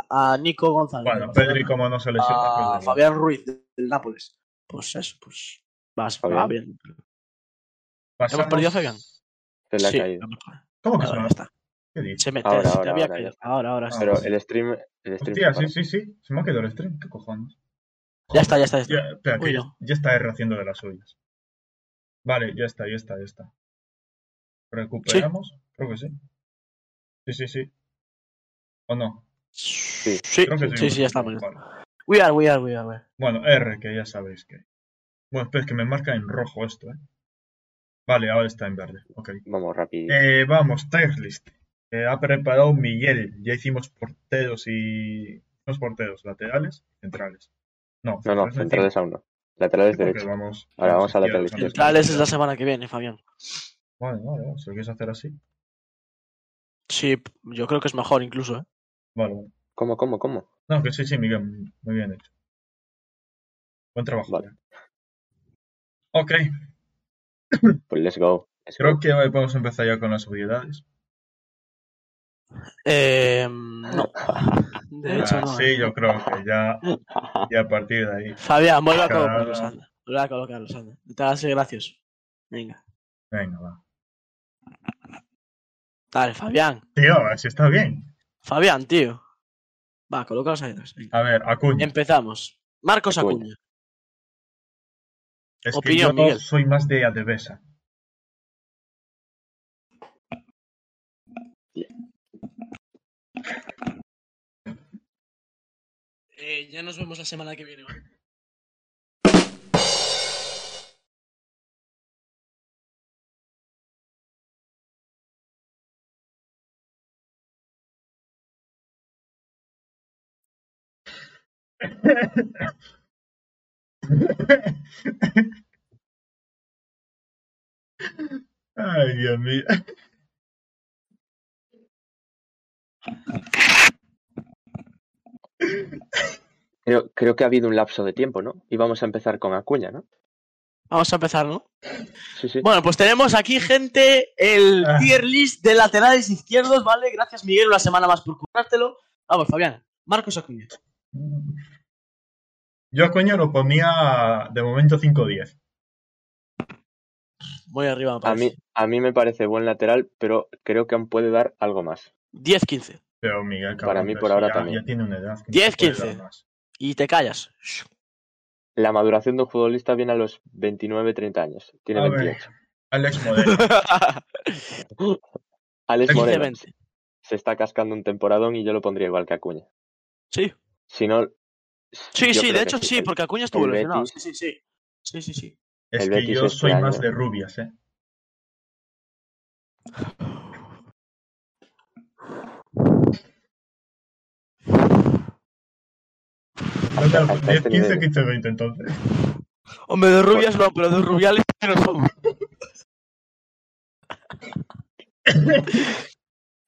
[SPEAKER 3] a- a Nico González.
[SPEAKER 1] Bueno,
[SPEAKER 3] del
[SPEAKER 1] Pedri,
[SPEAKER 3] Barcelona
[SPEAKER 1] como no se lesiona.
[SPEAKER 3] a
[SPEAKER 1] pues,
[SPEAKER 3] ah, Fabián Ruiz del del Nápoles. Pues eso, pues va, va
[SPEAKER 2] Fabián.
[SPEAKER 3] bien.
[SPEAKER 1] pasamos-
[SPEAKER 3] perdido a Fabián. Ah,
[SPEAKER 2] Se le ha
[SPEAKER 3] Sí,
[SPEAKER 2] caído.
[SPEAKER 3] vamos a ver.
[SPEAKER 1] ¿Cómo que
[SPEAKER 3] Ahora
[SPEAKER 1] no?
[SPEAKER 3] ya está.
[SPEAKER 1] ¿Qué dices?
[SPEAKER 3] Se me,
[SPEAKER 2] Ahora,
[SPEAKER 3] se te
[SPEAKER 2] ahora,
[SPEAKER 3] había
[SPEAKER 2] ahora, ya
[SPEAKER 3] caído.
[SPEAKER 2] está.
[SPEAKER 3] Ahora, ahora,
[SPEAKER 1] Ah,
[SPEAKER 3] sí.
[SPEAKER 2] Pero
[SPEAKER 1] sí.
[SPEAKER 2] el stream... El stream
[SPEAKER 1] Hostia, sí,
[SPEAKER 2] se para.
[SPEAKER 1] sí, sí. Se me ha quedado el stream. ¿Qué cojones?
[SPEAKER 3] Ya está, ya está, ya está.
[SPEAKER 1] Ya, espera, que
[SPEAKER 3] Uy,
[SPEAKER 1] ya,
[SPEAKER 3] no.
[SPEAKER 1] ya está R haciendo de las suyas. Vale, ya está, ya está, ya está. ¿Recuperamos? Creo que sí. Sí, sí, sí. ¿O no?
[SPEAKER 3] Sí,
[SPEAKER 1] Creo que
[SPEAKER 3] sí, sí, ya estamos.
[SPEAKER 1] Vale.
[SPEAKER 3] We are, we are, we are. we are.
[SPEAKER 1] Bueno, R, que ya sabéis que. Bueno, espera, es que me marca en rojo esto, ¿eh? Vale, ahora está en verde. Ok.
[SPEAKER 2] Vamos, rápido.
[SPEAKER 1] Eh, vamos, tier list. Eh, ha preparado Miguel. Ya hicimos porteros y los porteros, laterales, centrales. No,
[SPEAKER 2] No, no, centrales aún no. Laterales
[SPEAKER 1] porque
[SPEAKER 2] derecho.
[SPEAKER 1] Vamos,
[SPEAKER 2] Ahora vamos a
[SPEAKER 1] izquierda,
[SPEAKER 2] lateral izquierdo.
[SPEAKER 3] Tales es la semana que viene, Fabián.
[SPEAKER 1] Vale, vale, vale, si lo quieres hacer así.
[SPEAKER 3] Sí, p- yo creo que es mejor incluso, ¿eh?
[SPEAKER 1] Vale, vale.
[SPEAKER 2] ¿Cómo, cómo, cómo?
[SPEAKER 1] No, que sí, sí, Miguel, muy bien hecho. Buen trabajo.
[SPEAKER 2] Vale.
[SPEAKER 1] Ok,
[SPEAKER 2] Pues let's go. let's
[SPEAKER 1] creo
[SPEAKER 2] go.
[SPEAKER 1] que hoy podemos empezar ya con las habilidades.
[SPEAKER 3] Eh, no. De hecho,
[SPEAKER 1] Ah,
[SPEAKER 3] no.
[SPEAKER 1] sí,
[SPEAKER 3] ¿eh?
[SPEAKER 1] yo creo que ya, ya a partir de ahí.
[SPEAKER 3] Fabián, vuelve a
[SPEAKER 1] Claro.
[SPEAKER 3] colocarlos, anda. Vuelve a colocarlos, anda. No Te hagas el gracioso. Venga.
[SPEAKER 1] Venga, va.
[SPEAKER 3] Dale, Fabián.
[SPEAKER 1] Tío, así está bien.
[SPEAKER 3] Fabián, tío. Va, colócalos ahí atrás. venga.
[SPEAKER 1] A ver,
[SPEAKER 2] Em,
[SPEAKER 1] Acuña.
[SPEAKER 3] Empezamos. Marcos
[SPEAKER 2] Acuña.
[SPEAKER 3] Acuña.
[SPEAKER 1] Es
[SPEAKER 3] opinión,
[SPEAKER 1] que yo
[SPEAKER 3] Miguel.
[SPEAKER 1] soy más de Adebesa.
[SPEAKER 3] Eh, ya nos vemos la semana que viene, ¿vale?
[SPEAKER 1] Ay, Dios mío.
[SPEAKER 2] Creo, creo que ha habido un lapso de tiempo, ¿no? Y vamos a empezar con Acuña, ¿no?
[SPEAKER 3] Vamos a empezar, ¿no?
[SPEAKER 2] Sí, sí.
[SPEAKER 3] Bueno, pues tenemos aquí, gente, el
[SPEAKER 1] Ah.
[SPEAKER 3] tier list de laterales izquierdos, ¿vale? Gracias, Miguel, una semana más por currártelo. Vamos, Fabián. Marcos Acuña.
[SPEAKER 1] Yo a Acuña lo ponía de momento 5-10.
[SPEAKER 3] Muy arriba, me
[SPEAKER 2] a,
[SPEAKER 3] parece.
[SPEAKER 2] mí, a mí me parece buen lateral, pero creo que aún puede dar algo más.
[SPEAKER 3] 10-15.
[SPEAKER 1] Pero Miguel,
[SPEAKER 2] Para
[SPEAKER 1] cabrón,
[SPEAKER 2] mí
[SPEAKER 1] pero
[SPEAKER 2] por
[SPEAKER 1] si
[SPEAKER 2] ahora
[SPEAKER 1] ya,
[SPEAKER 2] también.
[SPEAKER 1] ya tiene una edad. que no
[SPEAKER 3] 10,
[SPEAKER 1] se puede
[SPEAKER 3] 15.
[SPEAKER 1] dar más.
[SPEAKER 3] Y te callas. Shh.
[SPEAKER 2] La maduración de un futbolista viene a los 29, 30 años. Tiene
[SPEAKER 1] A ver.
[SPEAKER 2] 28.
[SPEAKER 1] Alex Modelo.
[SPEAKER 3] 15-20.
[SPEAKER 2] Alex Moreno se está cascando un temporadón y yo lo pondría igual que Acuña.
[SPEAKER 3] Sí.
[SPEAKER 2] Si no.
[SPEAKER 3] Sí,
[SPEAKER 2] yo
[SPEAKER 3] sí,
[SPEAKER 2] creo
[SPEAKER 3] de
[SPEAKER 2] que
[SPEAKER 3] hecho sí,
[SPEAKER 2] el-
[SPEAKER 3] porque Acuña estuvo
[SPEAKER 2] el
[SPEAKER 3] lesionado. Sí,
[SPEAKER 2] Betis-
[SPEAKER 3] sí, sí. Sí, sí, sí.
[SPEAKER 1] Es
[SPEAKER 2] El
[SPEAKER 1] que
[SPEAKER 2] Betis
[SPEAKER 1] yo
[SPEAKER 2] este
[SPEAKER 1] soy más
[SPEAKER 2] año.
[SPEAKER 1] de rubias, ¿eh?
[SPEAKER 2] Hasta-
[SPEAKER 1] Total,
[SPEAKER 2] hasta
[SPEAKER 1] 10, 15,
[SPEAKER 2] este nivel.
[SPEAKER 1] 15, 20 entonces.
[SPEAKER 3] Hombre, de rubias no, pero de rubiales no somos.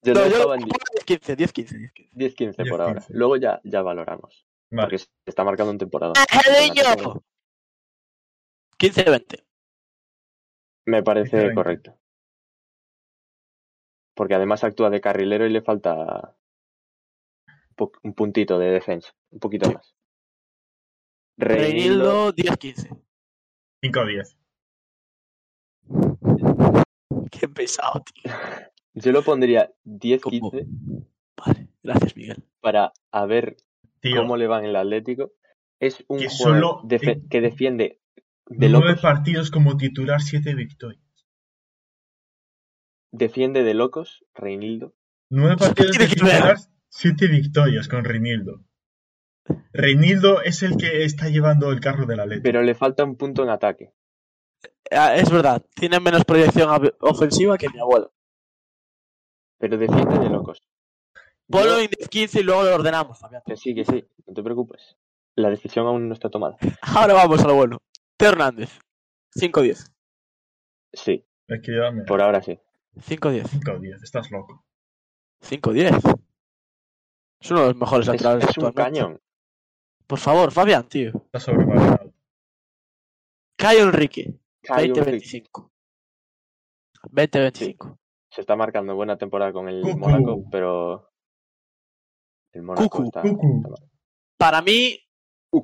[SPEAKER 2] Yo
[SPEAKER 3] No,
[SPEAKER 2] lo
[SPEAKER 3] yo
[SPEAKER 2] dejaba
[SPEAKER 3] lo
[SPEAKER 2] en
[SPEAKER 3] pongo 10-15, 10-15.
[SPEAKER 2] 10, 15 por
[SPEAKER 1] 10,
[SPEAKER 2] ahora.
[SPEAKER 1] 15.
[SPEAKER 2] Luego ya, ya valoramos.
[SPEAKER 1] Vale,
[SPEAKER 2] Porque se está marcando un temporada.
[SPEAKER 3] 15-20.
[SPEAKER 2] Me parece
[SPEAKER 1] 15-20.
[SPEAKER 2] correcto. Porque además actúa de carrilero y le falta po- un puntito de defensa. Un poquito más. Reinildo,
[SPEAKER 3] Reinildo, 10-15.
[SPEAKER 1] 5 o 10.
[SPEAKER 3] Qué pesado, tío.
[SPEAKER 2] yo lo pondría 10,
[SPEAKER 3] ¿Cómo?
[SPEAKER 2] 15
[SPEAKER 3] Vale, gracias, Miguel.
[SPEAKER 2] para a ver
[SPEAKER 1] Tío,
[SPEAKER 2] cómo le va en el Atlético. Es un
[SPEAKER 1] Que
[SPEAKER 2] jugador
[SPEAKER 1] solo-
[SPEAKER 2] defe- que defiende de
[SPEAKER 1] 9
[SPEAKER 2] locos.
[SPEAKER 1] partidos como titular, 7 victorias.
[SPEAKER 2] Defiende de locos, Reinildo.
[SPEAKER 1] 9 partidos de
[SPEAKER 3] tiene que ver?
[SPEAKER 1] titular, 7 victorias con Reinildo. Reinildo es el que está llevando el carro de la letra.
[SPEAKER 2] Pero le falta un punto en ataque.
[SPEAKER 3] Ah, es verdad, tiene menos proyección ab- ofensiva que mi abuelo.
[SPEAKER 2] Pero defiende de locos.
[SPEAKER 3] Ponlo
[SPEAKER 2] Yo-
[SPEAKER 3] en 10-15 y luego lo ordenamos, Fabián.
[SPEAKER 2] Que sí, que sí, no te preocupes. La decisión aún no está tomada.
[SPEAKER 3] Ahora vamos a lo bueno. Teo Hernández. 5-10.
[SPEAKER 2] Sí,
[SPEAKER 1] Es que ya me...
[SPEAKER 2] por ahora sí.
[SPEAKER 3] 5-10.
[SPEAKER 1] 5 o 10, estás loco.
[SPEAKER 3] 5-10. Es uno de los mejores
[SPEAKER 2] Es,
[SPEAKER 3] laterales
[SPEAKER 2] es un
[SPEAKER 3] actualmente.
[SPEAKER 2] cañón.
[SPEAKER 3] Por favor, Fabián, tío.
[SPEAKER 1] Estás sobrevalorado.
[SPEAKER 3] Caio Enrique.
[SPEAKER 2] Caio Ric-
[SPEAKER 3] 20-25. 20-25.
[SPEAKER 2] Se está marcando buena temporada con el
[SPEAKER 1] Cucu.
[SPEAKER 2] Mónaco, pero. El Mónaco
[SPEAKER 3] Cucu,
[SPEAKER 2] está.
[SPEAKER 1] cucu.
[SPEAKER 2] está mal.
[SPEAKER 3] Para mí,
[SPEAKER 2] Uh,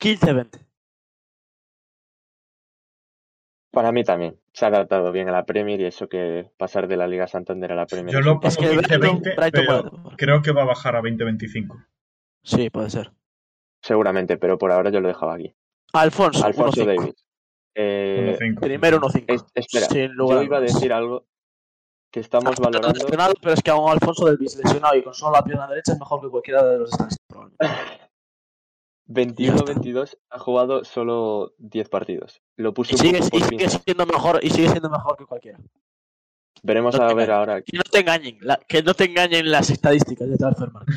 [SPEAKER 3] 15-20.
[SPEAKER 2] Para mí también. Se ha adaptado bien a la Premier y eso que pasar de la Liga Santander a la Premier.
[SPEAKER 1] Yo lo
[SPEAKER 2] es
[SPEAKER 1] pongo
[SPEAKER 3] Es que
[SPEAKER 1] 15
[SPEAKER 3] Brighton,
[SPEAKER 1] 20,
[SPEAKER 3] Brighton
[SPEAKER 1] pero
[SPEAKER 3] puede tomar.
[SPEAKER 1] creo que va a bajar a 20-25.
[SPEAKER 3] Sí, puede ser.
[SPEAKER 2] un- Seguramente, pero por ahora yo lo dejaba aquí.
[SPEAKER 3] Alfonso,
[SPEAKER 2] Alfonso
[SPEAKER 3] 1-5.
[SPEAKER 2] Davis. Eh,
[SPEAKER 1] 1-5.
[SPEAKER 3] Primero 1-5.
[SPEAKER 2] es- espera,
[SPEAKER 3] Sin lugar Ah,
[SPEAKER 2] yo iba a
[SPEAKER 3] dudas.
[SPEAKER 2] decir algo que estamos
[SPEAKER 3] Alfonso
[SPEAKER 2] valorando.
[SPEAKER 3] lesionado, pero es que aún Alfonso del Bis lesionado y con solo la pierna derecha es mejor que cualquiera de los demás. probablemente.
[SPEAKER 2] Ah, 21-22 ha jugado solo 10 partidos. Lo puso
[SPEAKER 3] Y sigue,
[SPEAKER 2] un poco
[SPEAKER 3] y
[SPEAKER 2] por
[SPEAKER 3] sigue
[SPEAKER 2] pinzas.
[SPEAKER 3] siendo mejor y sigue siendo mejor que cualquiera.
[SPEAKER 2] Veremos
[SPEAKER 3] no
[SPEAKER 2] a
[SPEAKER 3] te
[SPEAKER 2] ver
[SPEAKER 3] calles.
[SPEAKER 2] ahora.
[SPEAKER 3] Que no te engañen, la- que no te engañen las estadísticas de Transfermarkt.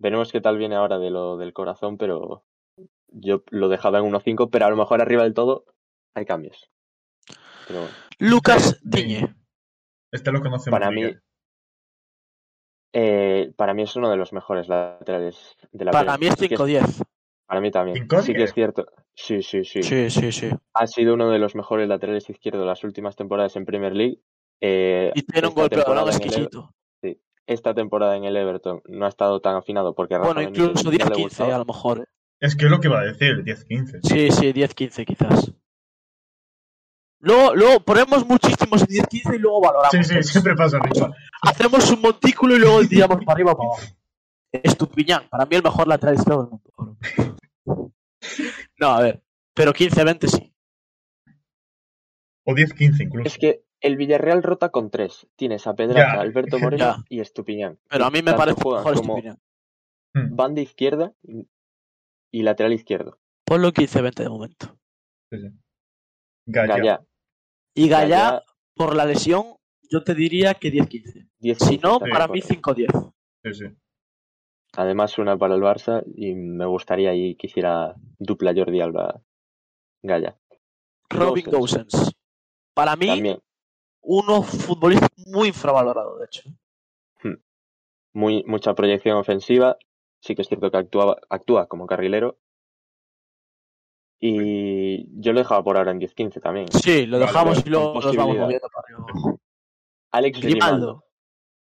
[SPEAKER 2] Veremos qué tal viene ahora de lo del corazón, pero yo lo dejaba en 1-5, pero a lo mejor arriba del todo hay cambios. Pero bueno,
[SPEAKER 3] Lucas Diñe.
[SPEAKER 1] Este lo conocemos.
[SPEAKER 2] para mí, eh, para mí es uno de los mejores laterales de la
[SPEAKER 3] Para
[SPEAKER 2] Premier.
[SPEAKER 3] mí es
[SPEAKER 2] Sí que
[SPEAKER 3] 5-10.
[SPEAKER 2] Para mí también.
[SPEAKER 1] ¿Cinco?
[SPEAKER 2] Sí que es cierto. Sí, sí, sí.
[SPEAKER 3] Sí, sí, sí.
[SPEAKER 2] Ha sido uno de los mejores laterales izquierdos de las últimas temporadas en Premier League. Eh,
[SPEAKER 3] Y tiene un
[SPEAKER 2] esta
[SPEAKER 3] golpe de balón
[SPEAKER 2] temporada en el
[SPEAKER 3] exquisito.
[SPEAKER 2] esta temporada en el Everton no ha estado tan afinado porque Rafa
[SPEAKER 3] Bueno,
[SPEAKER 2] Benítez
[SPEAKER 3] incluso
[SPEAKER 2] no le
[SPEAKER 3] 10-15
[SPEAKER 2] gustaba.
[SPEAKER 3] a lo mejor. ¿eh?
[SPEAKER 1] Es que es lo que iba a decir, 10-15.
[SPEAKER 3] Sí, sí, 10-15 quizás. Luego, luego ponemos muchísimos en 10-15 y luego valoramos.
[SPEAKER 1] Sí, sí, siempre pasa arriba.
[SPEAKER 3] Hacemos un montículo y luego tiramos para arriba o para abajo. Estupiñán, para mí el mejor lateral izquierdo del mundo. No, a ver. Pero 15-20 sí.
[SPEAKER 1] O 10-15 incluso.
[SPEAKER 2] Es que el Villarreal rota con tres. Tienes a Pedraza,
[SPEAKER 1] Ya.
[SPEAKER 2] Alberto Moreno
[SPEAKER 3] Ya.
[SPEAKER 2] y Estupiñán.
[SPEAKER 3] Pero a mí me
[SPEAKER 2] Tanto
[SPEAKER 3] parece
[SPEAKER 2] juegan
[SPEAKER 3] mejor
[SPEAKER 2] como-
[SPEAKER 3] Estupiñán.
[SPEAKER 1] Hmm.
[SPEAKER 2] Banda izquierda y lateral izquierdo.
[SPEAKER 3] Ponlo 15-20 de momento.
[SPEAKER 1] Gallá.
[SPEAKER 2] Gallá.
[SPEAKER 3] Y Gallá,
[SPEAKER 2] Gallá,
[SPEAKER 3] por la lesión, yo te diría que 10-15.
[SPEAKER 2] 10
[SPEAKER 3] Si no,
[SPEAKER 2] está
[SPEAKER 3] para
[SPEAKER 2] mejor.
[SPEAKER 3] mí 5-10.
[SPEAKER 1] Sí, sí.
[SPEAKER 2] Además, una para el Barça y me gustaría y quisiera dupla Jordi Alba Gaya.
[SPEAKER 3] Robin
[SPEAKER 2] Gosens.
[SPEAKER 3] Gosens. Para mí,
[SPEAKER 2] También
[SPEAKER 3] uno futbolista muy infravalorado, de hecho.
[SPEAKER 2] muy, mucha proyección ofensiva. Sí que es cierto que actúa, actúa como carrilero. Y yo lo dejaba por ahora en 10-15 también.
[SPEAKER 3] Sí, lo
[SPEAKER 1] Vale,
[SPEAKER 3] dejamos
[SPEAKER 2] vale,
[SPEAKER 3] y luego nos
[SPEAKER 2] posibilidad.
[SPEAKER 3] vamos moviendo para arriba.
[SPEAKER 2] Alex Grimaldo.
[SPEAKER 3] Grimaldo.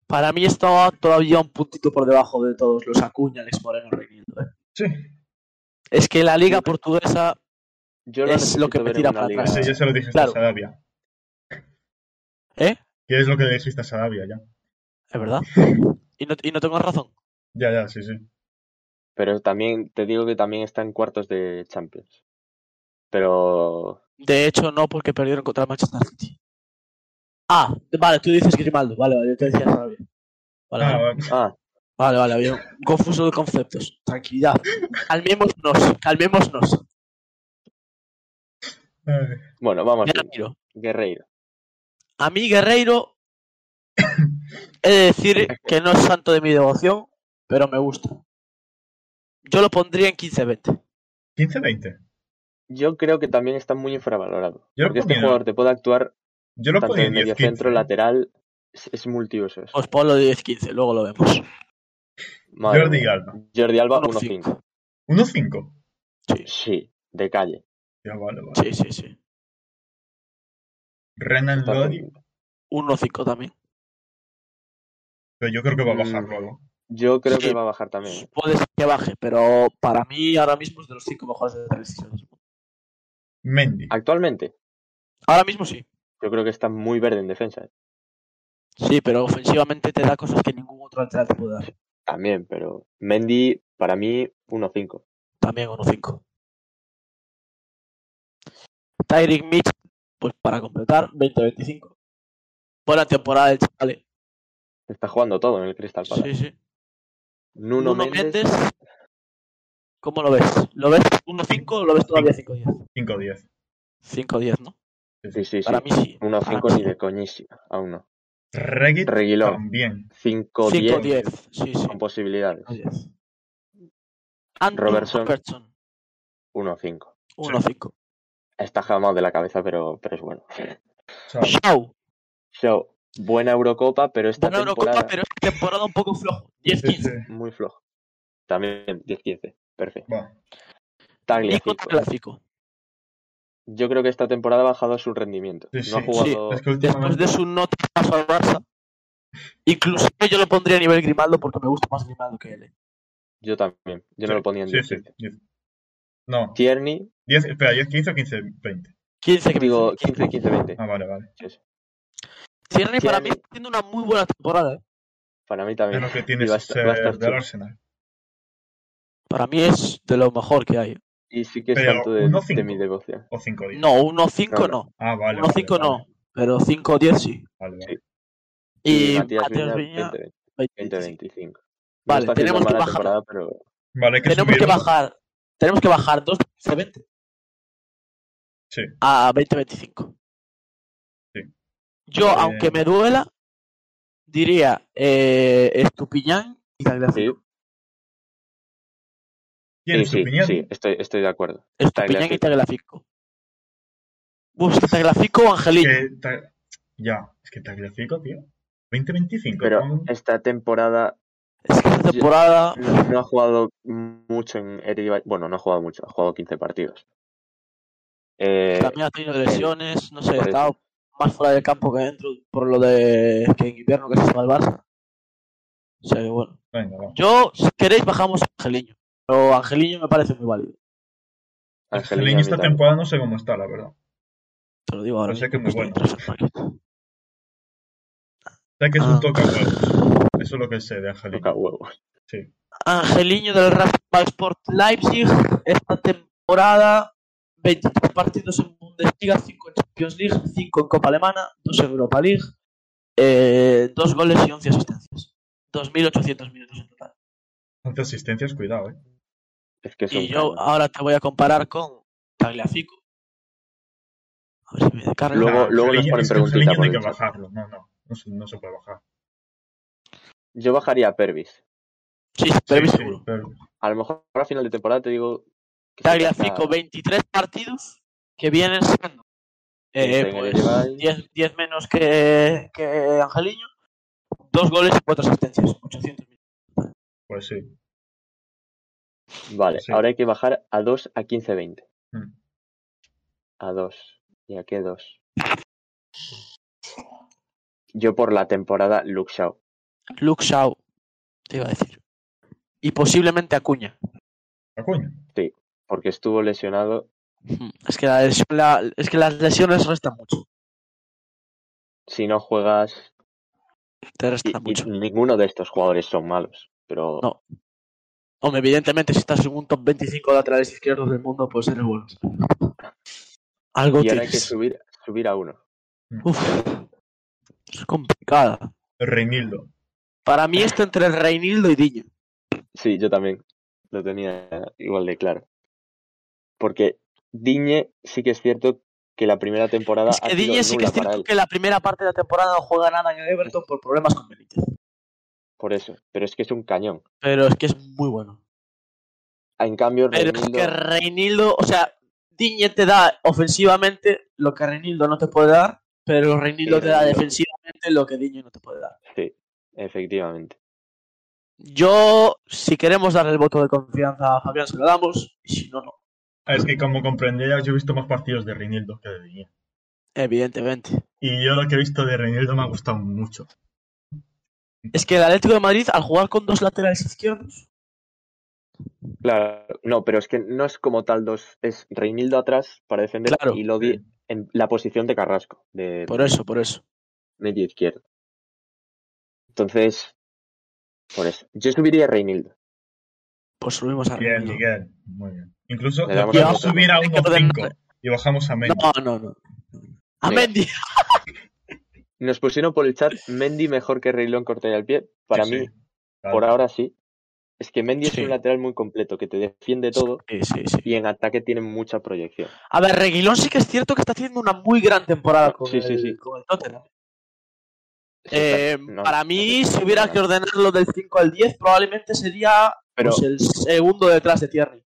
[SPEAKER 3] Para mí estaba todavía un puntito por debajo de todos los Acuña, Alex Moreno, Reinildo. ¿eh?
[SPEAKER 1] Sí,
[SPEAKER 3] Es que la liga portuguesa,
[SPEAKER 2] Yo
[SPEAKER 3] Es lo
[SPEAKER 2] necesito
[SPEAKER 3] que me
[SPEAKER 2] ver en
[SPEAKER 3] tira
[SPEAKER 2] una
[SPEAKER 3] para
[SPEAKER 2] liga.
[SPEAKER 3] atrás.
[SPEAKER 1] sí, ya se lo dijiste
[SPEAKER 3] Claro.
[SPEAKER 1] a Sadavia.
[SPEAKER 3] ¿eh?
[SPEAKER 1] ¿Qué es lo que le dijiste a Sadavia ya?
[SPEAKER 3] Es verdad. Y no, y no tengo razón.
[SPEAKER 1] Ya, ya, sí, sí.
[SPEAKER 2] Pero también te digo que también está en cuartos de Champions. Pero
[SPEAKER 3] De hecho, no, porque perdieron contra el Manchester City. Ah, vale, tú dices Grimaldo. Vale, vale, yo te decía Sarabia. Vale,
[SPEAKER 1] Ah,
[SPEAKER 3] vale,
[SPEAKER 1] bueno.
[SPEAKER 2] ah,
[SPEAKER 3] vale, vale, había un confuso de conceptos. Tranquilidad. Calmémonos, calmémonos.
[SPEAKER 1] Ay,
[SPEAKER 2] bueno, vamos.
[SPEAKER 3] Ya
[SPEAKER 2] bien.
[SPEAKER 3] miro.
[SPEAKER 2] Guerreiro.
[SPEAKER 3] A mí Guerreiro he de decir que no es santo de mi devoción, pero me gusta. Yo lo pondría en 15-20.
[SPEAKER 1] 15-20.
[SPEAKER 2] Yo creo que también está muy infravalorado.
[SPEAKER 1] Yo lo
[SPEAKER 2] porque este
[SPEAKER 1] ponía-
[SPEAKER 2] jugador te puede actuar
[SPEAKER 1] Yo lo
[SPEAKER 2] tanto
[SPEAKER 1] ponía
[SPEAKER 2] en
[SPEAKER 1] en ¿eh?
[SPEAKER 2] medio centro,
[SPEAKER 1] 10-15.
[SPEAKER 2] lateral. Es, es multiusos.
[SPEAKER 3] Os pongo 10-15, luego lo vemos.
[SPEAKER 2] Madre
[SPEAKER 1] Jordi
[SPEAKER 2] mía.
[SPEAKER 1] Alba.
[SPEAKER 2] Jordi Alba, 1-5.
[SPEAKER 3] 1-5.
[SPEAKER 1] 1-5.
[SPEAKER 3] Sí,
[SPEAKER 2] Sí, de calle.
[SPEAKER 1] Ya, vale, vale.
[SPEAKER 3] sí, sí. sí.
[SPEAKER 1] Renan
[SPEAKER 2] Está
[SPEAKER 1] Lodi,
[SPEAKER 2] con-
[SPEAKER 3] 1-5 también.
[SPEAKER 1] pero yo creo que va a
[SPEAKER 2] Mm.
[SPEAKER 1] bajar luego.
[SPEAKER 2] Yo creo
[SPEAKER 3] Sí.
[SPEAKER 2] que va a bajar también. ¿eh?
[SPEAKER 3] Puede ser que baje, pero para mí ahora mismo es de los 5 mejores de la decisión.
[SPEAKER 1] Mendy.
[SPEAKER 2] Actualmente,
[SPEAKER 3] Ahora mismo sí.
[SPEAKER 2] yo creo que está muy verde en defensa. ¿eh?
[SPEAKER 3] Sí, pero ofensivamente te da cosas que ningún otro lateral te puede dar.
[SPEAKER 2] También, pero Mendy, para mí, 1-5.
[SPEAKER 3] También 1-5. Tyrick Mitch, pues para completar, 20-25. Buena temporada del chaval.
[SPEAKER 2] Está jugando todo en el Crystal Palace.
[SPEAKER 3] Sí, sí.
[SPEAKER 2] Nuno,
[SPEAKER 3] Nuno
[SPEAKER 2] Méndez,
[SPEAKER 3] Méndez. ¿Cómo lo ves? ¿Lo ves 1-5 o lo ves todavía 5-10?
[SPEAKER 1] 5-10.
[SPEAKER 3] 5-10, ¿no?
[SPEAKER 2] Sí, sí, sí.
[SPEAKER 3] Para mí sí. Para
[SPEAKER 2] 1-5
[SPEAKER 3] mí
[SPEAKER 2] ni
[SPEAKER 3] sí.
[SPEAKER 2] de coñísima, aún no.
[SPEAKER 1] Reguit
[SPEAKER 2] Reguilón,
[SPEAKER 1] también.
[SPEAKER 2] 5-10
[SPEAKER 3] 5-10. Sí, sí.
[SPEAKER 2] con posibilidades.
[SPEAKER 3] 5-10. Anton
[SPEAKER 2] Robertson.
[SPEAKER 3] Robertson.
[SPEAKER 2] 1-5.
[SPEAKER 3] 1-5.
[SPEAKER 2] Está jamado de la cabeza, pero, pero es bueno.
[SPEAKER 1] Chao.
[SPEAKER 3] Shaw.
[SPEAKER 2] So, buena Eurocopa, pero esta
[SPEAKER 3] Buena Eurocopa,
[SPEAKER 2] temporada
[SPEAKER 3] pero esta temporada un poco flojo.
[SPEAKER 1] Sí, sí.
[SPEAKER 3] 10-15.
[SPEAKER 2] muy flojo. También 10-15. Perfecto.
[SPEAKER 1] Va.
[SPEAKER 2] Tagliafico.
[SPEAKER 3] Nico Tagliafico.
[SPEAKER 2] Yo creo que esta temporada ha bajado su rendimiento.
[SPEAKER 1] Sí,
[SPEAKER 2] No ha
[SPEAKER 1] sí.
[SPEAKER 2] jugado.
[SPEAKER 1] Es que
[SPEAKER 3] después
[SPEAKER 1] últimamente
[SPEAKER 3] de su nota de paso al Barça. Inclusive yo lo pondría a nivel Grimaldo porque me gusta más Grimaldo que él. eh.
[SPEAKER 2] Yo también. Yo no lo ponía en
[SPEAKER 1] Sí, sí.
[SPEAKER 2] 10-15.
[SPEAKER 1] 10. No,
[SPEAKER 2] Tierney,
[SPEAKER 1] 10, espera, 10, 15 o 15, 20.
[SPEAKER 3] 15 que
[SPEAKER 2] digo 15-15-20.
[SPEAKER 1] Ah, vale, vale.
[SPEAKER 3] Tierney para
[SPEAKER 2] Tierney.
[SPEAKER 3] mí está haciendo una muy buena temporada. eh.
[SPEAKER 2] Para mí también.
[SPEAKER 1] Es lo que
[SPEAKER 2] Y
[SPEAKER 1] tienes
[SPEAKER 2] va a
[SPEAKER 1] que
[SPEAKER 2] estar- va a
[SPEAKER 1] ser
[SPEAKER 2] estar
[SPEAKER 1] del
[SPEAKER 2] chulo.
[SPEAKER 1] Arsenal.
[SPEAKER 3] Para mí es de lo mejor que hay.
[SPEAKER 2] Y sí que es
[SPEAKER 1] Pero
[SPEAKER 2] tanto de,
[SPEAKER 1] 1-5.
[SPEAKER 2] de mi devoción.
[SPEAKER 1] O 5 10.
[SPEAKER 3] No, 1-5 no.
[SPEAKER 2] No, no.
[SPEAKER 1] Ah, vale.
[SPEAKER 3] 1-5
[SPEAKER 1] vale,
[SPEAKER 3] no. Pero 5-10 sí.
[SPEAKER 1] Vale, vale.
[SPEAKER 2] Sí.
[SPEAKER 3] Y
[SPEAKER 2] Matías
[SPEAKER 3] Matías
[SPEAKER 2] Viña,
[SPEAKER 3] Viña,
[SPEAKER 2] 20-20,
[SPEAKER 3] 20.
[SPEAKER 2] 20-25. No
[SPEAKER 3] Vale,
[SPEAKER 2] está haciendo
[SPEAKER 3] tenemos que
[SPEAKER 2] mala
[SPEAKER 3] bajar.
[SPEAKER 2] temporada, pero
[SPEAKER 1] Vale, hay que
[SPEAKER 3] Tenemos que
[SPEAKER 1] subirlo.
[SPEAKER 3] bajar. Tenemos que bajar 2 de 20
[SPEAKER 1] Sí.
[SPEAKER 3] a 20-25.
[SPEAKER 1] Sí.
[SPEAKER 3] Yo,
[SPEAKER 1] Eh,
[SPEAKER 3] aunque me duela, diría eh, Estupiñán y Tagliafico.
[SPEAKER 2] sí.
[SPEAKER 1] ¿Tienes
[SPEAKER 2] sí,
[SPEAKER 1] tu opinión?
[SPEAKER 2] sí, estoy, estoy de acuerdo.
[SPEAKER 3] Es tu opinión y te grafico. Pues te grafico, Angelín.
[SPEAKER 1] Que ta- Ya, es que Tagliafico, tío. 20-25.
[SPEAKER 2] Pero
[SPEAKER 1] pon-
[SPEAKER 2] esta temporada
[SPEAKER 3] Es que esta temporada.
[SPEAKER 2] no, no ha jugado mucho en Eredivisie. Bueno, no ha jugado mucho, ha jugado 15 partidos. Eh,
[SPEAKER 3] También ha tenido lesiones, no sé,
[SPEAKER 2] por
[SPEAKER 3] está
[SPEAKER 2] eso.
[SPEAKER 3] más fuera del campo que dentro por lo de que en invierno que se va el Barça. O sea que bueno.
[SPEAKER 1] Venga, va.
[SPEAKER 3] Yo, si queréis, bajamos a Angeliño. Pero Angeliño me parece muy válido.
[SPEAKER 2] Angelino
[SPEAKER 1] Angelini esta
[SPEAKER 2] Milán.
[SPEAKER 1] temporada no sé cómo está, la verdad.
[SPEAKER 3] Te lo digo ahora.
[SPEAKER 1] Pues sé
[SPEAKER 3] mismo,
[SPEAKER 1] que es muy
[SPEAKER 3] estoy en transfer market.
[SPEAKER 1] Sé que es un
[SPEAKER 3] Ah.
[SPEAKER 1] toca Eso es lo que sé de
[SPEAKER 2] Toca
[SPEAKER 1] Angelini.
[SPEAKER 2] huevo.
[SPEAKER 3] Angeliño del Racing Club Sport Leipzig. Esta temporada, 23 partidos en Bundesliga, 5 en Champions League, 5 en Copa Alemana, 2 en Europa League, 2 goles y 11 asistencias. 2.800 minutos en total.
[SPEAKER 1] 11 asistencias, cuidado, eh.
[SPEAKER 2] Es que es un
[SPEAKER 3] Y yo
[SPEAKER 2] drama.
[SPEAKER 3] ahora te voy a comparar con Tagliafico. A ver si me descarga.
[SPEAKER 2] Luego-
[SPEAKER 1] Nah,
[SPEAKER 2] luego nos
[SPEAKER 1] Angelini-
[SPEAKER 2] ponen
[SPEAKER 1] es que
[SPEAKER 2] preguntita
[SPEAKER 1] Angelini
[SPEAKER 2] por
[SPEAKER 1] hay
[SPEAKER 2] el
[SPEAKER 1] que
[SPEAKER 2] chat.
[SPEAKER 1] bajarlo. No, no. No se, no se puede bajar.
[SPEAKER 2] Yo bajaría a Pervis.
[SPEAKER 3] sí, sí, pero
[SPEAKER 1] Sí, sí,
[SPEAKER 3] seguro.
[SPEAKER 1] pero-
[SPEAKER 2] A lo mejor a final de temporada te digo. que se
[SPEAKER 3] Tagliafico,
[SPEAKER 2] está-
[SPEAKER 3] 23 partidos que vienen siendo
[SPEAKER 2] Está
[SPEAKER 3] eh,
[SPEAKER 2] en el
[SPEAKER 3] pues,
[SPEAKER 2] rival.
[SPEAKER 3] 10, 10 menos que, que Angeliño, dos goles y cuatro asistencias, 800 mil.
[SPEAKER 1] Pues sí.
[SPEAKER 2] Vale,
[SPEAKER 1] Sí.
[SPEAKER 2] ahora hay que bajar a 2 a 15-20.
[SPEAKER 1] Mm.
[SPEAKER 2] A 2. ¿Y a qué 2? Yo por la temporada Luke Shaw.
[SPEAKER 3] Luke Shaw, te iba a decir. Y posiblemente Acuña.
[SPEAKER 1] Acuña.
[SPEAKER 2] Porque estuvo lesionado.
[SPEAKER 3] Ujú. Es que, la lesión- la- es que las lesiones restan mucho.
[SPEAKER 2] Si no juegas.
[SPEAKER 3] Te
[SPEAKER 2] y-
[SPEAKER 3] restan
[SPEAKER 2] y
[SPEAKER 3] mucho.
[SPEAKER 2] ninguno de estos jugadores son malos. Pero
[SPEAKER 3] No. Hombre, evidentemente, si estás en un top 25 de laterales izquierdos del mundo, pues eres bueno. Algo
[SPEAKER 2] y ahora hay que
[SPEAKER 3] tienes.
[SPEAKER 2] subir, subir a uno.
[SPEAKER 3] Uf. Es complicada.
[SPEAKER 1] Reinildo.
[SPEAKER 3] Para mí está entre Reinildo y Diña.
[SPEAKER 2] Sí, yo también. Lo tenía igual de claro. Porque Diñe sí que es cierto que la primera temporada
[SPEAKER 3] Es
[SPEAKER 2] ha
[SPEAKER 3] que
[SPEAKER 2] sido
[SPEAKER 3] Diña sí que
[SPEAKER 2] nula
[SPEAKER 3] es
[SPEAKER 2] para
[SPEAKER 3] cierto
[SPEAKER 2] él,
[SPEAKER 3] que la primera parte de la temporada no juega nada en el Everton por problemas con Benítez.
[SPEAKER 2] por eso. Pero es que es un cañón.
[SPEAKER 3] Pero es que es muy bueno.
[SPEAKER 2] En cambio,
[SPEAKER 3] Pero es
[SPEAKER 2] Reinildo-
[SPEAKER 3] que Reinildo, o sea, Diña te da ofensivamente lo que Reinildo no te puede dar, pero Reinildo te da
[SPEAKER 2] Reinildo.
[SPEAKER 3] defensivamente lo que Diña no te puede dar.
[SPEAKER 2] Sí, efectivamente.
[SPEAKER 3] Yo, si queremos darle el voto de confianza a Fabián, se lo damos. Y si no, no.
[SPEAKER 1] Ah, Es que como comprenderías, yo he visto más partidos de Reinildo que de Diña.
[SPEAKER 3] Evidentemente.
[SPEAKER 1] Y yo lo que he visto de Reinildo me ha gustado mucho.
[SPEAKER 3] Es que el Atlético de Madrid, al jugar con dos laterales izquierdos,
[SPEAKER 2] Claro, no, pero es que no es como tal dos, es Reinildo atrás para defender
[SPEAKER 3] Claro. Pues
[SPEAKER 2] y Lodi en la posición de Carrasco, de
[SPEAKER 3] por eso, por eso.
[SPEAKER 2] medio izquierdo. Entonces, por eso. Yo subiría a Reinildo.
[SPEAKER 3] Pues subimos a
[SPEAKER 1] Bien,
[SPEAKER 3] Reinildo.
[SPEAKER 1] Miguel. Muy bien. Incluso
[SPEAKER 2] Le
[SPEAKER 1] le
[SPEAKER 2] damos
[SPEAKER 1] podemos
[SPEAKER 2] la-
[SPEAKER 1] subir a
[SPEAKER 3] Hay que ordenar-
[SPEAKER 1] 1.5 y bajamos a menos.
[SPEAKER 3] No, no, no. A
[SPEAKER 2] Venga.
[SPEAKER 3] Mendy.
[SPEAKER 2] Nos pusieron por el chat Mendy mejor que Reilón cortaría al pie. Para
[SPEAKER 1] Sí,
[SPEAKER 2] mí,
[SPEAKER 1] sí. Claro.
[SPEAKER 2] por ahora sí. Es que Mendy
[SPEAKER 3] Sí.
[SPEAKER 2] es un lateral muy completo, que te defiende todo
[SPEAKER 3] Sí, sí, sí.
[SPEAKER 2] y en ataque tiene mucha proyección.
[SPEAKER 3] A ver, Reguilón sí que es cierto que está haciendo una muy gran temporada con,
[SPEAKER 2] Sí, sí,
[SPEAKER 3] el,
[SPEAKER 2] sí.
[SPEAKER 3] con el Tottenham.
[SPEAKER 2] Sí,
[SPEAKER 3] Eh,
[SPEAKER 2] claro, no-
[SPEAKER 3] para
[SPEAKER 2] no
[SPEAKER 3] mí,
[SPEAKER 2] tiene
[SPEAKER 3] si hubiera
[SPEAKER 2] nada.
[SPEAKER 3] que ordenarlo del 5 al 10, probablemente sería
[SPEAKER 2] Pero
[SPEAKER 3] pues, el segundo detrás de Thierry.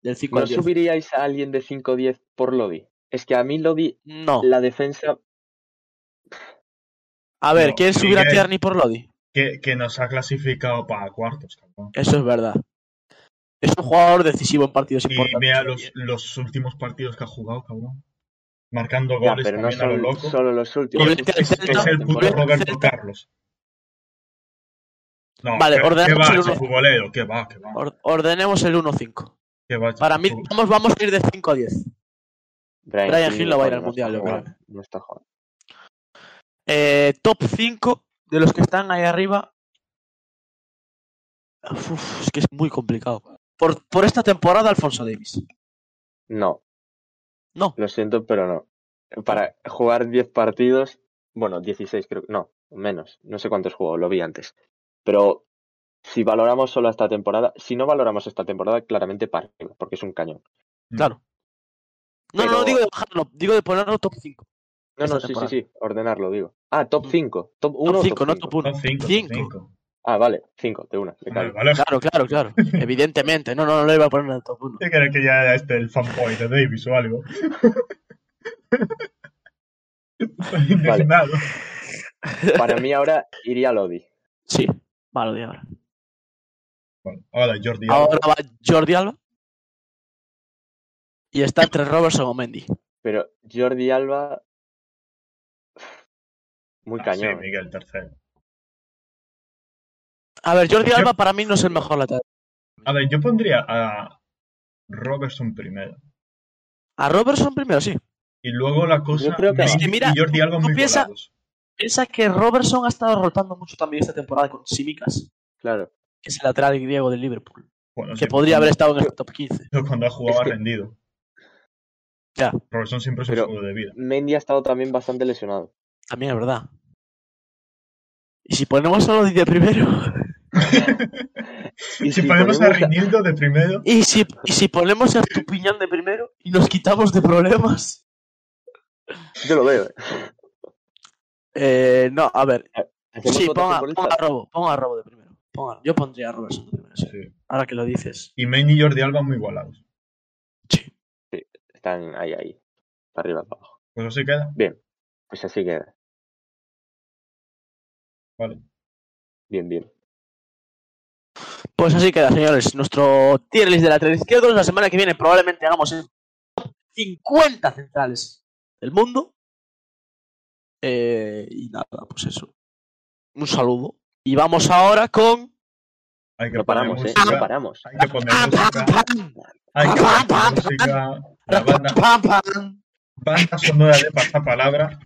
[SPEAKER 3] Del 5
[SPEAKER 2] ¿no
[SPEAKER 3] al 10.
[SPEAKER 2] subiríais a alguien de 5-10 por Lodi? Es que a mí Lodi,
[SPEAKER 3] No.
[SPEAKER 2] la defensa
[SPEAKER 3] A ver,
[SPEAKER 1] No,
[SPEAKER 3] ¿quieres subir a
[SPEAKER 1] Miguel.
[SPEAKER 3] Tierney por Lodi?
[SPEAKER 1] Que, que nos ha clasificado para cuartos, cabrón.
[SPEAKER 3] Eso es verdad. Es un jugador decisivo en partidos
[SPEAKER 1] Y
[SPEAKER 3] importantes.
[SPEAKER 1] vea los, los últimos partidos que ha jugado, cabrón. Marcando
[SPEAKER 2] Ya,
[SPEAKER 1] goles
[SPEAKER 2] pero no
[SPEAKER 1] también a lo
[SPEAKER 2] son
[SPEAKER 1] loco.
[SPEAKER 2] solo los últimos.
[SPEAKER 1] Tío,
[SPEAKER 3] Goles
[SPEAKER 1] es,
[SPEAKER 3] del
[SPEAKER 1] es-
[SPEAKER 3] Celta,
[SPEAKER 1] es el puto
[SPEAKER 3] goles del
[SPEAKER 1] Roberto
[SPEAKER 3] Celta.
[SPEAKER 1] Carlos. No,
[SPEAKER 3] Vale,
[SPEAKER 1] que- que
[SPEAKER 3] ordenamos
[SPEAKER 1] va,
[SPEAKER 3] el
[SPEAKER 1] ese
[SPEAKER 3] uno.
[SPEAKER 1] futbolero, que va, que va,
[SPEAKER 3] Or- ordenemos el 1-5.
[SPEAKER 1] que va. ese
[SPEAKER 3] Para mí,
[SPEAKER 1] futbolero.
[SPEAKER 3] vamos, vamos a ir de 5 a 10.
[SPEAKER 2] Brian,
[SPEAKER 3] Brian
[SPEAKER 2] Hill
[SPEAKER 3] Hill lo va a ir
[SPEAKER 2] bueno,
[SPEAKER 3] al
[SPEAKER 2] no
[SPEAKER 3] Mundial,
[SPEAKER 2] está
[SPEAKER 3] yo creo.
[SPEAKER 2] jugando, No está jugando.
[SPEAKER 3] Eh, top 5 de los que están ahí arriba. Uf, es que es muy complicado. Por, por esta temporada, Alfonso Davis.
[SPEAKER 2] No,
[SPEAKER 3] No,
[SPEAKER 2] lo siento, pero no. Para jugar 10 partidos, bueno, 16 creo, no, menos, no sé cuántos jugó, lo vi antes. Pero si valoramos solo esta temporada, si no valoramos esta temporada, claramente para arriba, porque es un cañón.
[SPEAKER 3] claro. No, no,
[SPEAKER 2] Pero-
[SPEAKER 3] no digo de bajarlo, digo de ponerlo top 5.
[SPEAKER 2] No,
[SPEAKER 3] Esta
[SPEAKER 2] no, sí, sí,
[SPEAKER 3] temporada.
[SPEAKER 2] sí, ordenarlo, digo. Ah, top
[SPEAKER 3] Mm.
[SPEAKER 2] 5, top 1
[SPEAKER 3] Top 5, no top 1.
[SPEAKER 1] Son cinco, son
[SPEAKER 3] Cinco.
[SPEAKER 1] cinco.
[SPEAKER 2] Ah, vale, cinco, de una. me
[SPEAKER 1] Vale,
[SPEAKER 2] callo.
[SPEAKER 1] vale.
[SPEAKER 3] Claro, claro, claro. Evidentemente. No, no, no lo iba a poner en el top 1.
[SPEAKER 1] Yo creo que ya era este el fanboy de Davis o algo. Estoy indignado.
[SPEAKER 2] Para mí ahora iría Lodi.
[SPEAKER 3] Sí. Vale, de ahora.
[SPEAKER 1] Bueno, ahora Jordi.
[SPEAKER 3] Ahora va Jordi Alba. Y está entre Robertson o Mendy.
[SPEAKER 2] Pero Jordi Alba. Muy
[SPEAKER 1] Ah,
[SPEAKER 2] cañón.
[SPEAKER 1] Sí, Miguel, tercero.
[SPEAKER 3] A ver, Jordi
[SPEAKER 1] Yo-
[SPEAKER 3] Alba para mí no es el mejor lateral.
[SPEAKER 1] A ver, yo pondría a Robertson primero.
[SPEAKER 3] A Robertson primero, sí.
[SPEAKER 1] Y luego la cosa.
[SPEAKER 2] Yo creo que-
[SPEAKER 1] Mendy
[SPEAKER 3] Es que mira,
[SPEAKER 1] y Jordi Alba
[SPEAKER 3] tú
[SPEAKER 1] muy
[SPEAKER 3] piensa-
[SPEAKER 1] volados.
[SPEAKER 3] Piensa que Robertson ha estado rotando mucho también esta temporada con Simicas,
[SPEAKER 2] Claro.
[SPEAKER 3] que es el lateral griego del Liverpool,
[SPEAKER 1] Bueno,
[SPEAKER 3] que
[SPEAKER 1] sí,
[SPEAKER 3] podría haber estado en el top 15.
[SPEAKER 1] Cuando ha jugado
[SPEAKER 2] Es
[SPEAKER 1] ha
[SPEAKER 2] que-
[SPEAKER 1] rendido.
[SPEAKER 3] Ya,
[SPEAKER 1] Robertson siempre es un
[SPEAKER 2] Pero-
[SPEAKER 1] seguro de vida.
[SPEAKER 2] Mendy ha estado también bastante lesionado.
[SPEAKER 3] también es verdad. Y si ponemos a Lodi de primero,
[SPEAKER 2] Y
[SPEAKER 1] si ponemos a
[SPEAKER 2] a-
[SPEAKER 1] Reinildo de primero.
[SPEAKER 3] y si, y si ponemos a Tupiñán de primero y nos quitamos de problemas.
[SPEAKER 2] Yo lo veo. eh.
[SPEAKER 3] Eh, no, a ver,
[SPEAKER 2] Hacemos
[SPEAKER 3] sí,
[SPEAKER 2] votación
[SPEAKER 3] ponga,
[SPEAKER 2] por
[SPEAKER 3] ponga a
[SPEAKER 2] lista.
[SPEAKER 3] Robo, ponga a Robo de primero. Ponga- yo pondría a Robertson de primero, sí.
[SPEAKER 1] Sí.
[SPEAKER 3] ahora que lo dices.
[SPEAKER 1] Y Mendy y Jordi Alba muy igualados.
[SPEAKER 3] Sí.
[SPEAKER 2] Están ahí, ahí. Para arriba, para abajo.
[SPEAKER 1] Pues así queda.
[SPEAKER 2] Pues así queda.
[SPEAKER 1] Vale.
[SPEAKER 2] Bien, bien.
[SPEAKER 3] Pues así queda, señores. Nuestro tier list de lateral izquierdos. La semana que viene probablemente hagamos el top 50 centrales del mundo. Eh, y nada, pues eso. Un saludo. Y vamos ahora con.
[SPEAKER 1] Hay que poner
[SPEAKER 2] No paramos, eh.
[SPEAKER 1] música,
[SPEAKER 2] No paramos.
[SPEAKER 1] Hay que poner
[SPEAKER 3] ¡Pam, pam,
[SPEAKER 1] música.
[SPEAKER 3] pam!
[SPEAKER 1] Hay que poner música. La banda,
[SPEAKER 3] ¡Pam, pam!
[SPEAKER 1] banda sonora de pasapalabra.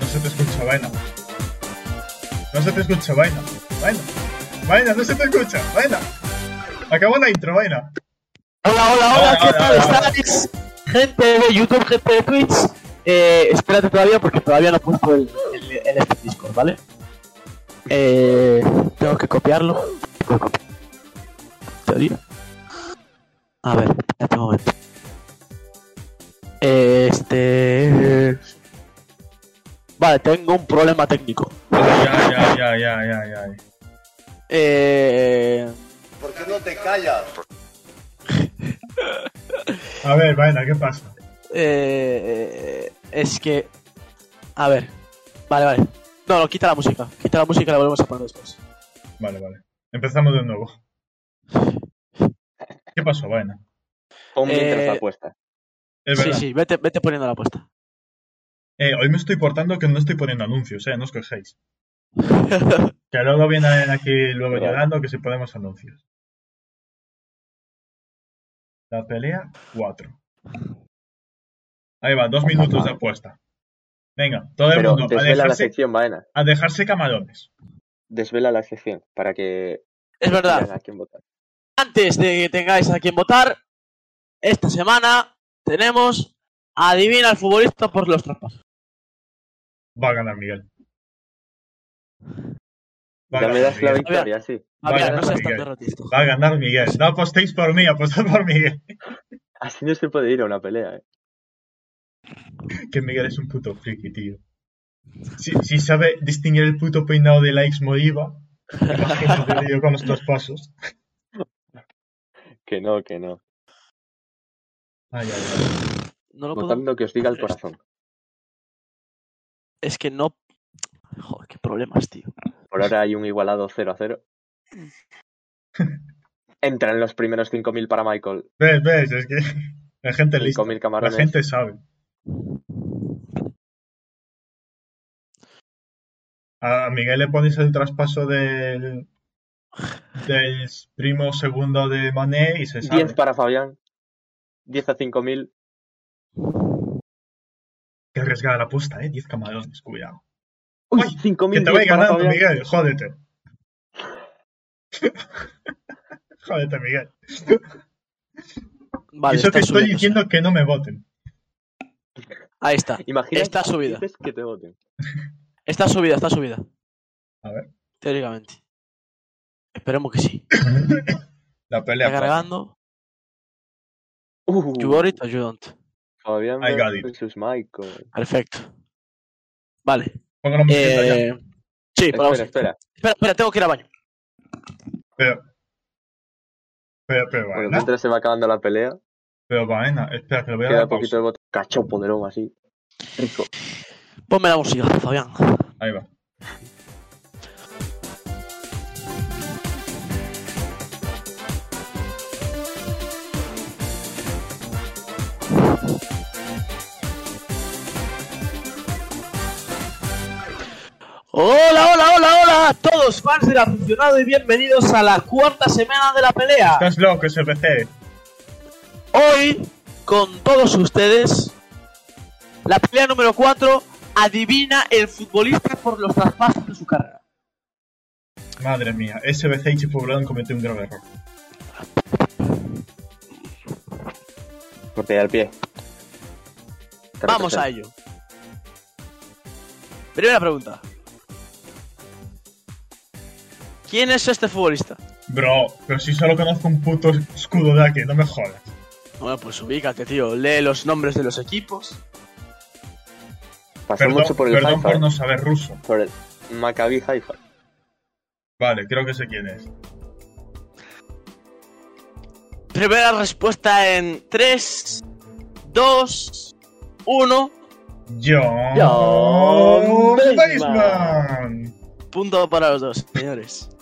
[SPEAKER 1] No se te escucha, vaina. No se te escucha, vaina. Vaina. Vaina, no se te escucha, vaina. Acabó la intro, vaina.
[SPEAKER 3] Hola, hola,
[SPEAKER 1] Hola,
[SPEAKER 3] hola, ¿qué
[SPEAKER 1] hola,
[SPEAKER 3] tal
[SPEAKER 1] hola, hola.
[SPEAKER 3] estáis? Gente de YouTube, gente de Twitch. Eh, espérate todavía porque todavía no he puesto el, el, el este Discord, ¿vale? Eh, tengo que copiarlo. Tengo que copiar. Teoría. A ver, espérate un momento. Este. Vale, tengo un problema técnico.
[SPEAKER 1] Ya, ya, ya, ya, ya, ya.
[SPEAKER 3] Eh.
[SPEAKER 5] ¿Por qué no te callas?
[SPEAKER 1] A ver, vaina, ¿qué pasa?
[SPEAKER 3] Eh, es que. A ver. Vale, vale. No, no, quita la música. Quita la música y la volvemos a poner después.
[SPEAKER 1] Vale, vale. Empezamos de nuevo. ¿Qué pasó, vaina?
[SPEAKER 2] Pon mientras
[SPEAKER 3] Eh,
[SPEAKER 2] la apuesta.
[SPEAKER 1] Es
[SPEAKER 3] sí,
[SPEAKER 1] verdad.
[SPEAKER 3] sí, vete, vete poniendo la apuesta.
[SPEAKER 1] Eh, hoy me estoy portando que no estoy poniendo anuncios, eh, no os quejéis. Que luego vienen aquí luego
[SPEAKER 2] Vale.
[SPEAKER 1] llorando que si ponemos anuncios. La pelea 4. Ahí va, dos minutos de apuesta. Venga, todo el
[SPEAKER 2] Pero
[SPEAKER 1] mundo a
[SPEAKER 2] desvela la
[SPEAKER 1] dejarse,
[SPEAKER 2] sección, Baena.
[SPEAKER 1] a dejarse camarones.
[SPEAKER 2] Desvela la sección para que
[SPEAKER 3] es verdad.
[SPEAKER 2] vean a quién votar.
[SPEAKER 3] Antes de que tengáis a quién votar, esta semana tenemos Adivina al futbolista por los traspasos.
[SPEAKER 1] Va a ganar Miguel. Va a
[SPEAKER 2] Ya me
[SPEAKER 1] ganar
[SPEAKER 2] das la
[SPEAKER 1] Miguel.
[SPEAKER 2] victoria, sí.
[SPEAKER 3] A
[SPEAKER 1] Vaya,
[SPEAKER 3] ver, no
[SPEAKER 1] no,
[SPEAKER 3] seas tan
[SPEAKER 1] Miguel.
[SPEAKER 3] derrotista.
[SPEAKER 1] Va a ganar Miguel. No apostéis por mí, apostad por Miguel.
[SPEAKER 2] Así no se puede ir a una pelea, eh.
[SPEAKER 1] Que Miguel es un puto friki, tío. Si, si sabe distinguir el puto peinado de la ex Moriva, imagínate yo con los traspasos.
[SPEAKER 2] Que no, que no.
[SPEAKER 1] Ay, ay, ay.
[SPEAKER 3] No lo puedo.
[SPEAKER 2] Votando que os diga el corazón.
[SPEAKER 3] Es que no. Joder, qué problemas, tío.
[SPEAKER 2] Por ahora hay un igualado 0 a 0. Entran los primeros 5.000 para Michael.
[SPEAKER 1] Ves, ves, es que la gente es lista.
[SPEAKER 2] 5.000
[SPEAKER 1] La
[SPEAKER 2] camarones.
[SPEAKER 1] gente sabe. A Miguel le ponéis el traspaso del, del primo segundo de Mané y se sabe.
[SPEAKER 2] 10 para Fabián. 10 a 5.000.
[SPEAKER 1] Qué arriesgada la apuesta, ¿eh? 10 camarones, cuidado.
[SPEAKER 2] ¡Uy!
[SPEAKER 1] Uy,
[SPEAKER 2] 5.000
[SPEAKER 1] Que te
[SPEAKER 2] 10
[SPEAKER 1] vaya
[SPEAKER 2] para
[SPEAKER 1] ganando,
[SPEAKER 2] Fabián.
[SPEAKER 1] Miguel, jódete. jódete, Miguel.
[SPEAKER 3] Vale,
[SPEAKER 1] Eso
[SPEAKER 3] está
[SPEAKER 1] que estoy
[SPEAKER 3] subiendo,
[SPEAKER 1] diciendo que no me voten.
[SPEAKER 3] Ahí está.
[SPEAKER 2] Imagina
[SPEAKER 3] Está
[SPEAKER 2] que
[SPEAKER 3] subida.
[SPEAKER 2] dices que te voten.
[SPEAKER 3] Está subida, está subida.
[SPEAKER 1] A ver.
[SPEAKER 3] Teóricamente. Esperemos que sí.
[SPEAKER 1] La pelea. pues.
[SPEAKER 3] Está cargando.
[SPEAKER 2] Uh,
[SPEAKER 3] You got it or you don't.
[SPEAKER 2] Fabián
[SPEAKER 1] I got it.
[SPEAKER 2] versus Michael.
[SPEAKER 3] Perfecto. Vale.
[SPEAKER 1] Pongo la musiquita ya.
[SPEAKER 3] Eh, sí,
[SPEAKER 2] Espera,
[SPEAKER 3] para vosotros.
[SPEAKER 2] espera.
[SPEAKER 3] Espera, espera, tengo que ir al baño.
[SPEAKER 1] Pero. Pero, pero,
[SPEAKER 2] Bueno,
[SPEAKER 1] vaina.
[SPEAKER 2] mientras se va acabando la pelea,
[SPEAKER 1] Pero, vaina. Espera, que lo voy a
[SPEAKER 2] queda
[SPEAKER 1] dar
[SPEAKER 2] poquito
[SPEAKER 1] pausa.
[SPEAKER 2] de bot... cachopo de lomo así. Rico.
[SPEAKER 3] Ponme la música, Fabián.
[SPEAKER 1] Ahí va.
[SPEAKER 3] Hola, hola, hola, hola a todos fans del aficionado y bienvenidos a la cuarta semana de la pelea.
[SPEAKER 1] Estás loco, ese PC.
[SPEAKER 3] Hoy, con todos ustedes, la pelea número 4 adivina el futbolista por los traspasos de su carrera.
[SPEAKER 1] Madre mía, SBC y Chifu Blanco cometió un grave error.
[SPEAKER 2] Corte al pie.
[SPEAKER 3] Vamos a ello. Primera pregunta. ¿Quién es este futbolista?
[SPEAKER 1] Bro, pero si solo conozco un puto escudo de aquí, no me jodas.
[SPEAKER 3] Bueno, pues ubícate, tío. Lee los nombres de los equipos.
[SPEAKER 2] Pasó
[SPEAKER 1] Perdón,
[SPEAKER 2] mucho por el
[SPEAKER 1] perdón
[SPEAKER 2] Haifa.
[SPEAKER 1] por no saber ruso.
[SPEAKER 2] Por el Maccabi Haifa.
[SPEAKER 1] Vale, creo que sé quién es.
[SPEAKER 3] Primera respuesta en 3, 2, 1.
[SPEAKER 1] John,
[SPEAKER 2] John
[SPEAKER 1] Baseman.
[SPEAKER 3] Punto para los dos, señores.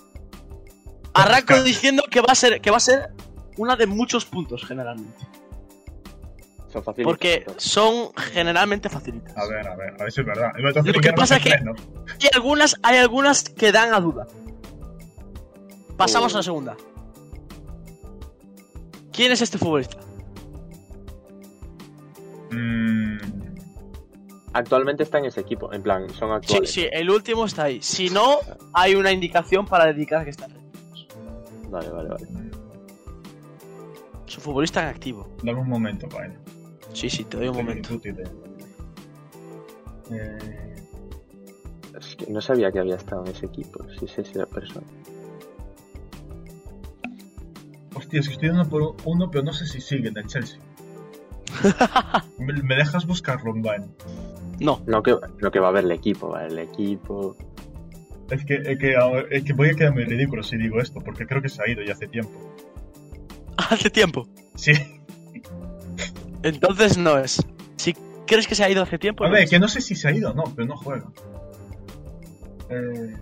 [SPEAKER 3] Arranco diciendo que va a ser, que va a ser una de muchos puntos generalmente.
[SPEAKER 2] Son fáciles.
[SPEAKER 3] Porque son generalmente facilitas.
[SPEAKER 1] A ver, a ver, a ver si es verdad. Iba a hacer
[SPEAKER 3] Lo
[SPEAKER 1] un
[SPEAKER 3] que
[SPEAKER 1] guerra
[SPEAKER 3] pasa
[SPEAKER 1] de
[SPEAKER 3] que-
[SPEAKER 1] frenos.
[SPEAKER 3] Y algunas, hay algunas que dan a duda. Pasamos a la segunda. ¿Quién es este futbolista?
[SPEAKER 1] Mm,
[SPEAKER 2] Actualmente está en ese equipo. En plan, son
[SPEAKER 3] Sí,
[SPEAKER 2] actuales.
[SPEAKER 3] sí, el último está ahí. Si no, hay una indicación para dedicar que está ahí.
[SPEAKER 2] Vale, vale, vale.
[SPEAKER 3] Es un futbolista en activo.
[SPEAKER 1] dame un momento, vaya.
[SPEAKER 3] Sí, sí, te doy un momento.
[SPEAKER 1] Eh,
[SPEAKER 2] Es que no sabía que había estado en ese equipo. Si es esa persona.
[SPEAKER 1] hostia, es que estoy dando por uno, pero no sé si sigue en el Chelsea. ¿Me, me dejas buscarlo online?
[SPEAKER 3] No,
[SPEAKER 2] No que, no que va a haber el equipo, vale. El equipo.
[SPEAKER 1] Es que, es, que, ahora- es que voy a quedar muy ridículo si digo esto, porque creo que se ha ido ya hace tiempo.
[SPEAKER 3] hace tiempo.
[SPEAKER 1] Sí,
[SPEAKER 3] Entonces no es. Si crees que se ha ido hace tiempo,
[SPEAKER 1] a
[SPEAKER 3] no
[SPEAKER 1] ver,
[SPEAKER 3] es.
[SPEAKER 1] que no sé si se ha ido o no, pero no juega. Eh,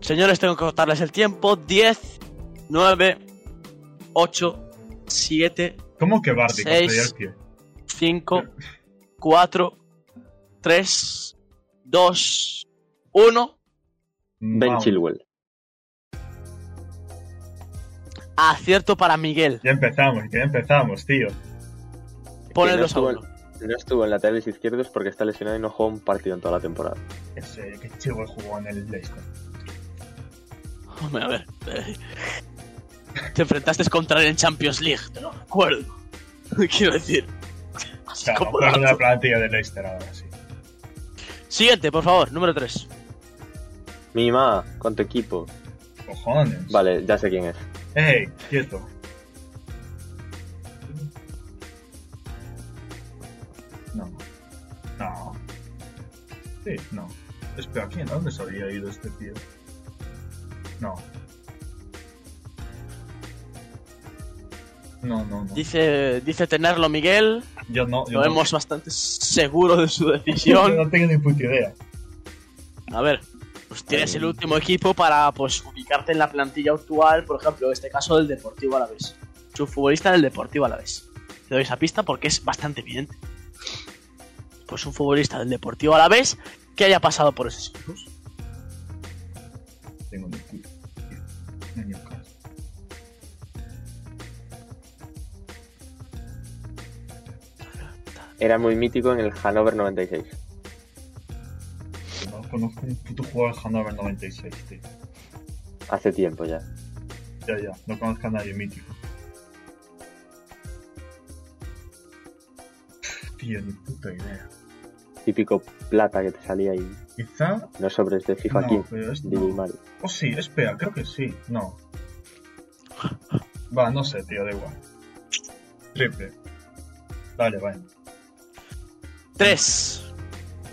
[SPEAKER 3] Señores, tengo que contarles el tiempo. 10, 9, 8, 7,
[SPEAKER 1] ¿Cómo que Bardi?
[SPEAKER 3] Seis.
[SPEAKER 1] Castella al pie?
[SPEAKER 3] 5, 4, 3, 2, 1.
[SPEAKER 2] Ben
[SPEAKER 1] Vamos.
[SPEAKER 2] Chilwell.
[SPEAKER 3] Acierto para Miguel.
[SPEAKER 1] Ya empezamos, que ya empezamos, tío.
[SPEAKER 3] Pone
[SPEAKER 2] Que
[SPEAKER 3] el
[SPEAKER 2] no
[SPEAKER 3] 2 a
[SPEAKER 2] estuvo en-
[SPEAKER 3] 1.
[SPEAKER 2] No estuvo en laterales izquierdos porque está lesionado y no jugó un partido en toda la temporada.
[SPEAKER 1] Ese, que chivo jugó en el Leicester.
[SPEAKER 3] Hombre, a ver. eh, Te enfrentaste contra él en Champions League, te lo recuerdo. Quiero decir. así
[SPEAKER 1] Claro,
[SPEAKER 3] como
[SPEAKER 1] con
[SPEAKER 3] dato.
[SPEAKER 1] una plantilla de Leicester ahora sí.
[SPEAKER 3] Siguiente, por favor, número 3.
[SPEAKER 2] Mima, ¿cuánto equipo?
[SPEAKER 1] Cojones.
[SPEAKER 2] Vale, ya sé quién es.
[SPEAKER 1] Ey, quieto. No. No. Sí, no. Espera, ¿quién? ¿A dónde se había ido este tío? No. No, no, no.
[SPEAKER 3] Dice, dice tenerlo Miguel.
[SPEAKER 1] Yo no. Yo
[SPEAKER 3] Lo
[SPEAKER 1] no.
[SPEAKER 3] vemos bastante seguro de su
[SPEAKER 1] Yo
[SPEAKER 3] decisión.
[SPEAKER 1] no tengo ni puta idea.
[SPEAKER 3] A ver, pues tienes el último equipo para pues ubicarte en la plantilla actual, por ejemplo, en este caso del Deportivo Alavés. Es un futbolista del Deportivo Alavés. Te doy esa pista porque es bastante evidente. Pues un futbolista del Deportivo Alavés que haya pasado por esos equipos.
[SPEAKER 1] Tengo ni puta idea. No hay ni caso.
[SPEAKER 2] Era muy mítico en el Hannover 96.
[SPEAKER 1] No conozco un puto jugador de Hannover 96, tío.
[SPEAKER 2] Hace tiempo ya.
[SPEAKER 1] Ya, ya. No conozco a nadie mítico. Tío, ni puta idea.
[SPEAKER 2] típico plata que te salía y
[SPEAKER 1] Quizá.
[SPEAKER 2] los sobres de FIFA
[SPEAKER 1] no,
[SPEAKER 2] 15
[SPEAKER 1] pero este-
[SPEAKER 2] DJ Mario.
[SPEAKER 1] Oh, sí, espera, creo que sí. No. Va, no sé, tío, da igual. Triple. Vale, vale.
[SPEAKER 3] 3,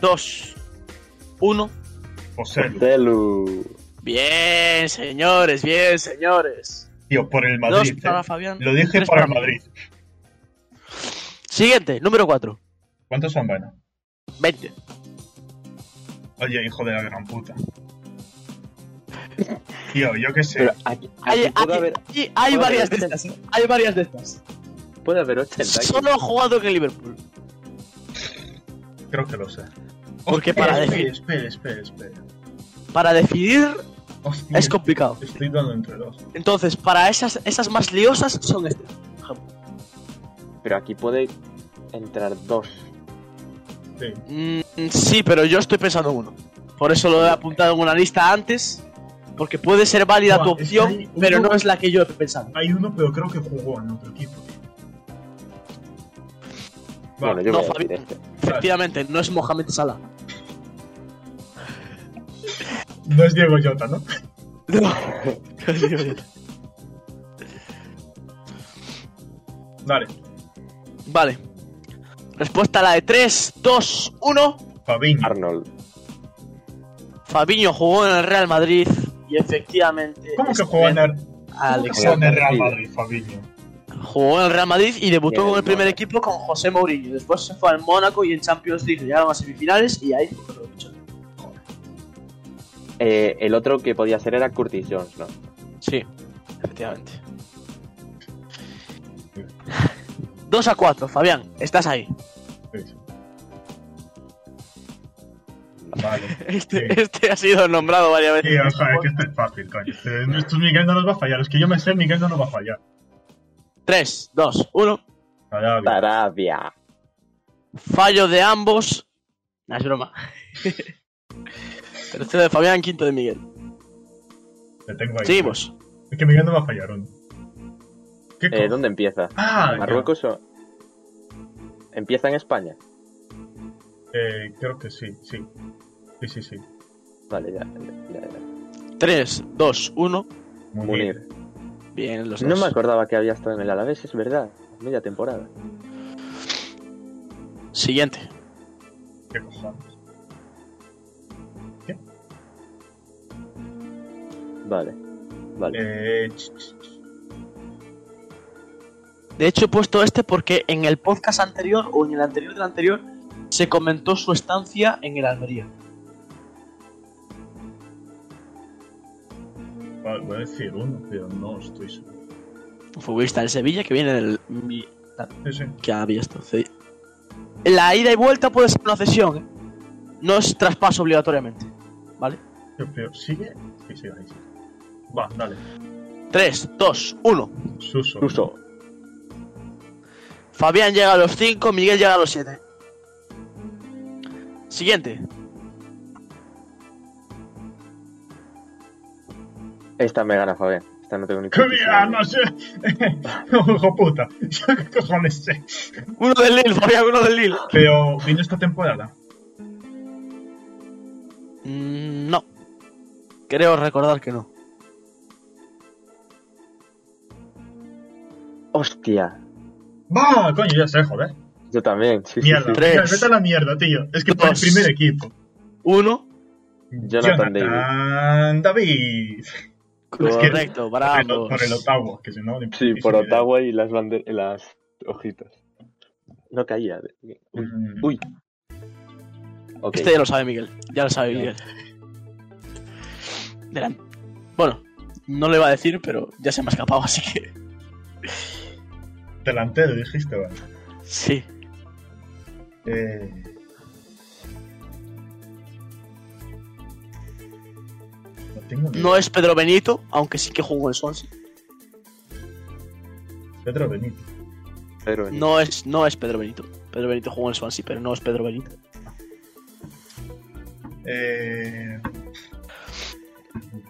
[SPEAKER 3] 2, 1.
[SPEAKER 1] José,
[SPEAKER 2] Celu.
[SPEAKER 3] Bien, señores, bien, señores.
[SPEAKER 1] tío, por el
[SPEAKER 3] Dos
[SPEAKER 1] Madrid. eh.
[SPEAKER 3] para Fabián.
[SPEAKER 1] Lo dije
[SPEAKER 3] tres
[SPEAKER 1] para el
[SPEAKER 3] mí.
[SPEAKER 1] Madrid.
[SPEAKER 3] Siguiente, número 4.
[SPEAKER 1] ¿Cuántos son, bueno?
[SPEAKER 3] 20.
[SPEAKER 1] Oye, hijo de la gran puta. Tío, yo qué sé.
[SPEAKER 2] Pero aquí,
[SPEAKER 3] Hay,
[SPEAKER 2] aquí puede,
[SPEAKER 3] hay-
[SPEAKER 2] haber,
[SPEAKER 3] hay- hay
[SPEAKER 2] puede
[SPEAKER 3] varias de
[SPEAKER 2] haber-
[SPEAKER 3] estas. ¿eh? Hay varias de estas.
[SPEAKER 2] puede haber 80. aquí.
[SPEAKER 3] Solo ha jugado en el Liverpool.
[SPEAKER 1] Creo que lo sé.
[SPEAKER 3] Porque
[SPEAKER 1] Hostia,
[SPEAKER 3] para decir-
[SPEAKER 1] espera, espera, espera, espera.
[SPEAKER 3] Para decidir
[SPEAKER 1] Hostia,
[SPEAKER 3] es complicado.
[SPEAKER 1] estoy dando entre dos.
[SPEAKER 3] Entonces, para esas, esas más liosas son este. estas. por ejemplo.
[SPEAKER 2] Pero aquí puede entrar dos.
[SPEAKER 1] Sí.
[SPEAKER 3] Mm, sí, pero yo estoy pensando en uno. Por eso lo he apuntado en una lista antes. Porque puede ser válida
[SPEAKER 1] Buah,
[SPEAKER 3] tu
[SPEAKER 1] es que hay
[SPEAKER 3] opción,
[SPEAKER 1] uno-
[SPEAKER 3] pero no es la que yo he pensado.
[SPEAKER 1] Hay uno, pero creo que jugó en otro equipo. Va,
[SPEAKER 2] Bueno, yo
[SPEAKER 3] no,
[SPEAKER 2] voy a decir
[SPEAKER 3] Fabi-
[SPEAKER 2] este.
[SPEAKER 3] Efectivamente, no es Mohamed Salah.
[SPEAKER 1] no es Diego Jota, ¿no? Dale,
[SPEAKER 3] vale. Respuesta a la de 3, 2, 1.
[SPEAKER 1] Fabinho.
[SPEAKER 2] Arnold.
[SPEAKER 3] Fabiño jugó en el Real Madrid y efectivamente.
[SPEAKER 1] ¿Cómo que
[SPEAKER 3] estuvo
[SPEAKER 1] jugó en el,
[SPEAKER 3] Alex.
[SPEAKER 1] jugó en el Real
[SPEAKER 2] Sí.
[SPEAKER 1] Madrid, Fabinho?
[SPEAKER 3] Jugó en el Real Madrid y debutó
[SPEAKER 2] Bien,
[SPEAKER 3] con el primer
[SPEAKER 2] Mónaco.
[SPEAKER 3] equipo con José Mourinho. Después se fue al Mónaco y en Champions League llegaron a semifinales y ahí fue lo dicho.
[SPEAKER 2] Eh, el otro que podía ser era Curtis Jones, ¿no?
[SPEAKER 3] Sí, efectivamente. 2 a 4, Fabián, estás ahí.
[SPEAKER 1] Sí. Vale.
[SPEAKER 3] Este, este ha sido nombrado varias veces.
[SPEAKER 1] Tío, joder, que esto es fácil, coño. Eh, Esto Miguel no nos va a fallar. Es que yo me sé, Miguel no nos va a fallar.
[SPEAKER 3] 3, 2, 1.
[SPEAKER 1] Arabia.
[SPEAKER 2] Arabia.
[SPEAKER 3] Fallo de ambos. No, es broma. Tercero de Fabián, quinto de Miguel.
[SPEAKER 1] Te tengo ahí.
[SPEAKER 3] Seguimos.
[SPEAKER 1] Es que Miguel no va a fallar uno. ¿Qué
[SPEAKER 2] Eh,
[SPEAKER 1] co-
[SPEAKER 2] ¿Dónde empieza?
[SPEAKER 1] Ah, ya.
[SPEAKER 2] ¿Marruecos o...? ¿Empieza en España?
[SPEAKER 1] Eh, creo que sí, sí. Sí, sí, sí.
[SPEAKER 2] Vale, ya. ya, ya.
[SPEAKER 3] 3, 2, 1.
[SPEAKER 1] Muy bien.
[SPEAKER 2] Munir.
[SPEAKER 3] Bien, los dos.
[SPEAKER 2] No me acordaba que había estado en el Alavés, es verdad. Media temporada.
[SPEAKER 3] Siguiente.
[SPEAKER 1] ¿Qué cojones?
[SPEAKER 2] Vale. Vale.
[SPEAKER 1] Eh, ch- ch- ch-
[SPEAKER 3] De hecho, he puesto este porque en el podcast anterior o en el anterior del anterior se comentó su estancia en el Almería.
[SPEAKER 1] va- voy a decir uno, pero no estoy seguro.
[SPEAKER 3] Un futbolista del Sevilla que viene del. mi-
[SPEAKER 1] Sí, sí.
[SPEAKER 3] que había estado. sí. La ida y vuelta puede ser una cesión. ¿eh? No es traspaso obligatoriamente. ¿Vale?
[SPEAKER 1] Pero- pero ¿Sigue? Sí, sí, ahí sí. Va, dale.
[SPEAKER 3] 3, 2, 1.
[SPEAKER 1] Suso.
[SPEAKER 2] Suso.
[SPEAKER 3] Fabián llega a los 5, Miguel llega a los 7. Siguiente.
[SPEAKER 2] Esta me gana, Fabián. Esta no tengo ni
[SPEAKER 1] ¡Qué
[SPEAKER 2] putísima
[SPEAKER 1] bien!
[SPEAKER 2] idea.
[SPEAKER 1] No sé. Hijo puta. Yo qué cojones sé.
[SPEAKER 3] Uno del Lille, Fabián, uno del Lille.
[SPEAKER 1] Pero vino esta temporada.
[SPEAKER 3] Mm, no. Creo recordar que no.
[SPEAKER 2] Hostia.
[SPEAKER 1] ¡Va! Coño, ya sé, joder.
[SPEAKER 2] Yo también. Sí, sí,
[SPEAKER 1] Mierda.
[SPEAKER 2] sí.
[SPEAKER 1] Mira,
[SPEAKER 3] Tres.
[SPEAKER 1] vete a la mierda, tío. Es que por el
[SPEAKER 3] Dos.
[SPEAKER 1] primer equipo.
[SPEAKER 3] 1.
[SPEAKER 2] Jonathan
[SPEAKER 1] Jonathan David.
[SPEAKER 3] Correcto,
[SPEAKER 1] Por el,
[SPEAKER 3] bravo.
[SPEAKER 1] por el Ottawa, que si no. ni-
[SPEAKER 2] Sí,
[SPEAKER 1] ni
[SPEAKER 2] por
[SPEAKER 1] siquiera.
[SPEAKER 2] Ottawa y las, bander- y las hojitas. No caía. Uy,
[SPEAKER 1] Mm,
[SPEAKER 2] uy. Ok.
[SPEAKER 3] Este ya lo sabe Miguel. Ya lo sabe Miguel. Delante. Bueno, no lo iba a decir, pero ya se me ha escapado, así que.
[SPEAKER 1] Delantero, dijiste, vale.
[SPEAKER 3] Sí.
[SPEAKER 1] Eh, No tengo ni
[SPEAKER 3] No es Pedro Benito, aunque sí que jugó en Swansea.
[SPEAKER 1] Pedro Benito.
[SPEAKER 2] Pedro Benítez.
[SPEAKER 3] No es, no es Pedro Benito. Pedro Benito jugó en Swansea, pero no es Pedro Benito.
[SPEAKER 1] Eh...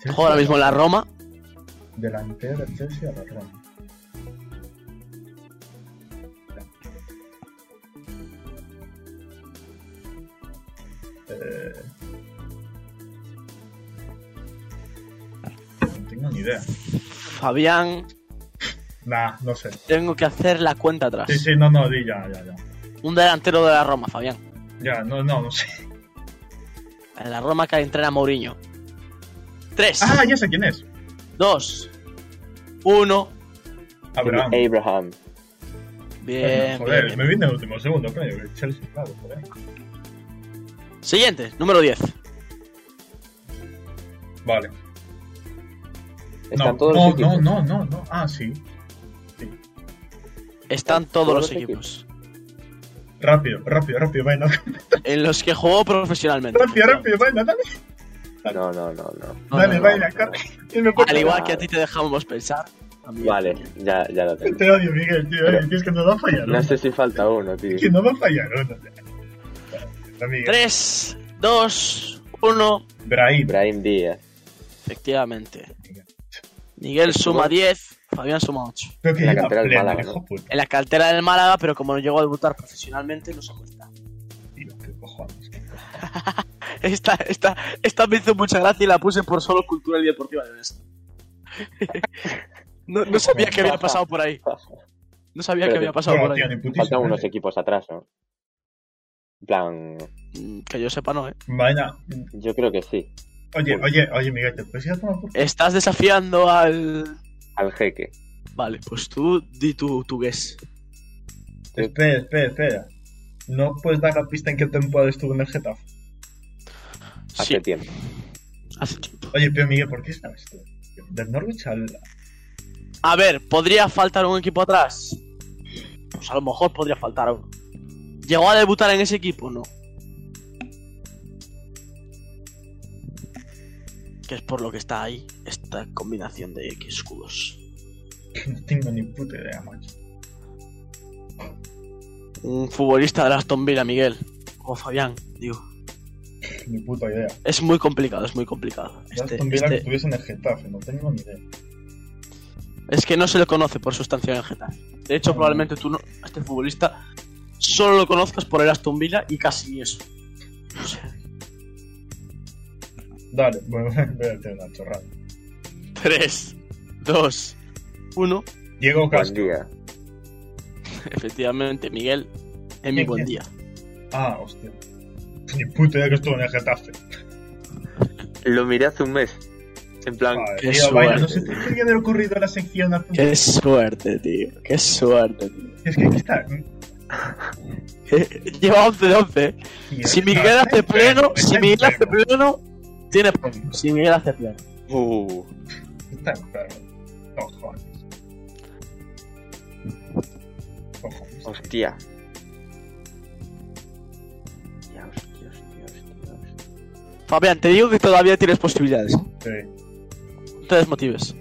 [SPEAKER 3] Juega ahora mismo en la Roma.
[SPEAKER 1] Delantero del Chelsea a la Roma. Eh, No tengo ni idea.
[SPEAKER 3] Fabián,
[SPEAKER 1] Nah, no sé.
[SPEAKER 3] tengo que hacer la cuenta atrás.
[SPEAKER 1] Sí, sí, no, no, di ya, ya, ya.
[SPEAKER 3] Un delantero de la Roma, Fabián.
[SPEAKER 1] Ya, no, no, no sé.
[SPEAKER 3] En la Roma que entrena Mourinho. 3,
[SPEAKER 1] Ah, ya sé quién es.
[SPEAKER 3] 2, 1.
[SPEAKER 1] Abraham.
[SPEAKER 2] Abraham.
[SPEAKER 3] Bien,
[SPEAKER 1] joder,
[SPEAKER 3] bien, bien.
[SPEAKER 1] me vine el último segundo, coño. El Chelsea, claro, joder.
[SPEAKER 3] Siguiente, número 10.
[SPEAKER 1] Vale.
[SPEAKER 2] Están
[SPEAKER 1] No,
[SPEAKER 2] todos
[SPEAKER 1] no,
[SPEAKER 2] los equipos.
[SPEAKER 1] no, no, no, no. Ah, sí.
[SPEAKER 3] Están todos
[SPEAKER 2] los
[SPEAKER 3] los equipos
[SPEAKER 1] Rápido, rápido, rápido, venga.
[SPEAKER 3] en los que jugó profesionalmente.
[SPEAKER 1] Rápido, rápido, venga, dale.
[SPEAKER 2] No, no, no, no.
[SPEAKER 3] No,
[SPEAKER 1] dale,
[SPEAKER 3] no,
[SPEAKER 1] venga,
[SPEAKER 2] no.
[SPEAKER 1] corre. Que me puedo-
[SPEAKER 3] Al igual que a ti te dejamos pensar. a mí-
[SPEAKER 2] Vale, ya, ya lo tengo.
[SPEAKER 1] Te odio, Miguel, tío.
[SPEAKER 2] Pero-
[SPEAKER 1] eh, que es que no va a fallar uno.
[SPEAKER 2] Este No sé si falta uno, tío.
[SPEAKER 1] Que no va a fallar uno. tío. Amigo.
[SPEAKER 3] 3, 2, 1.
[SPEAKER 1] Brahim.
[SPEAKER 2] Brahim Díaz.
[SPEAKER 3] Efectivamente. Miguel suma 10, Fabián suma 8.
[SPEAKER 1] Creo que
[SPEAKER 2] La
[SPEAKER 1] llega
[SPEAKER 2] cantera del
[SPEAKER 1] pleno,
[SPEAKER 2] Málaga,
[SPEAKER 1] hijo
[SPEAKER 2] ¿no?
[SPEAKER 1] puta,
[SPEAKER 3] En la cartera del Málaga, pero como no llegó a debutar profesionalmente, no se cuenta.
[SPEAKER 1] tío, qué cojones.
[SPEAKER 3] Esta, esta, esta me hizo mucha gracia y la puse por solo cultural y deportiva de Néstor. no, no sabía que había pasado por ahí. No sabía que había pasado
[SPEAKER 1] No,
[SPEAKER 3] por ahí.
[SPEAKER 1] tío, ni ¿eh? putísimo.
[SPEAKER 2] Faltan unos equipos atrás, ¿no? En plan,
[SPEAKER 3] Mm, Que yo sepa, no, eh.
[SPEAKER 1] Vaya.
[SPEAKER 2] yo creo que sí.
[SPEAKER 1] Oye, oye, oye, Miguel, ¿te puedes ir a tomar por
[SPEAKER 3] Estás desafiando al.
[SPEAKER 2] Al jeque.
[SPEAKER 3] Vale, pues tú di tu, tu guess.
[SPEAKER 1] Espera, espera, espera. ¿No puedes dar la pista en qué temporada estuvo en el Getafe?
[SPEAKER 2] Hace
[SPEAKER 3] Sí,
[SPEAKER 2] tiempo.
[SPEAKER 3] hace tiempo.
[SPEAKER 1] Oye, pero Miguel, ¿por qué sabes tú? Del Norwich al...
[SPEAKER 3] A ver, ¿podría faltar un equipo atrás? Pues a lo mejor podría faltar uno. ¿Llegó a debutar en ese equipo? No. Que es por lo que está ahí esta combinación de X escudos.
[SPEAKER 1] No tengo ni puta idea, macho.
[SPEAKER 3] Un futbolista de Aston Villa, Miguel. O Fabián, digo.
[SPEAKER 1] Ni puta idea.
[SPEAKER 3] Es muy complicado, es muy complicado.
[SPEAKER 1] Ya
[SPEAKER 3] Este-
[SPEAKER 1] Aston Villa que
[SPEAKER 3] este-
[SPEAKER 1] estuviese en el Getafe, no tengo ni idea.
[SPEAKER 3] es que no se le conoce por su estancia en el Getafe. De hecho, probablemente tú no, a este futbolista solo lo conozcas por el Aston Villa y casi ni eso. O sea,
[SPEAKER 1] Dale, bueno, voy a hacer una chorrada.
[SPEAKER 3] 3, 2, 1.
[SPEAKER 1] Diego
[SPEAKER 2] Buen
[SPEAKER 1] Castro.
[SPEAKER 2] día.
[SPEAKER 3] Efectivamente, Miguel, en mi
[SPEAKER 1] Bien,
[SPEAKER 3] buen
[SPEAKER 1] bien.
[SPEAKER 3] día.
[SPEAKER 1] Ah, hostia. Ni puta idea que estuvo en el Getafe.
[SPEAKER 2] Lo miré hace un mes. En plan,
[SPEAKER 1] Madre
[SPEAKER 3] Ah, Qué
[SPEAKER 1] mía, vaya, no
[SPEAKER 3] suerte.
[SPEAKER 1] sé por qué me había ocurrido la sección hace un-
[SPEAKER 3] Qué suerte, tío. Qué suerte, tío.
[SPEAKER 1] Es que aquí está. ¿eh?
[SPEAKER 3] Lleva 11 de 11. Si Miguel hace pleno, si Miguel hace pleno, tiene premio. Si Miguel hace pleno.
[SPEAKER 2] uh,
[SPEAKER 1] Está enfermo. Cojones. Cojones.
[SPEAKER 2] hostia. Ya, hostia, hostia, hostia, hostia.
[SPEAKER 3] Fabián, te digo que todavía tienes posibilidades.
[SPEAKER 1] Sí,
[SPEAKER 3] No te desmotives.
[SPEAKER 1] sí,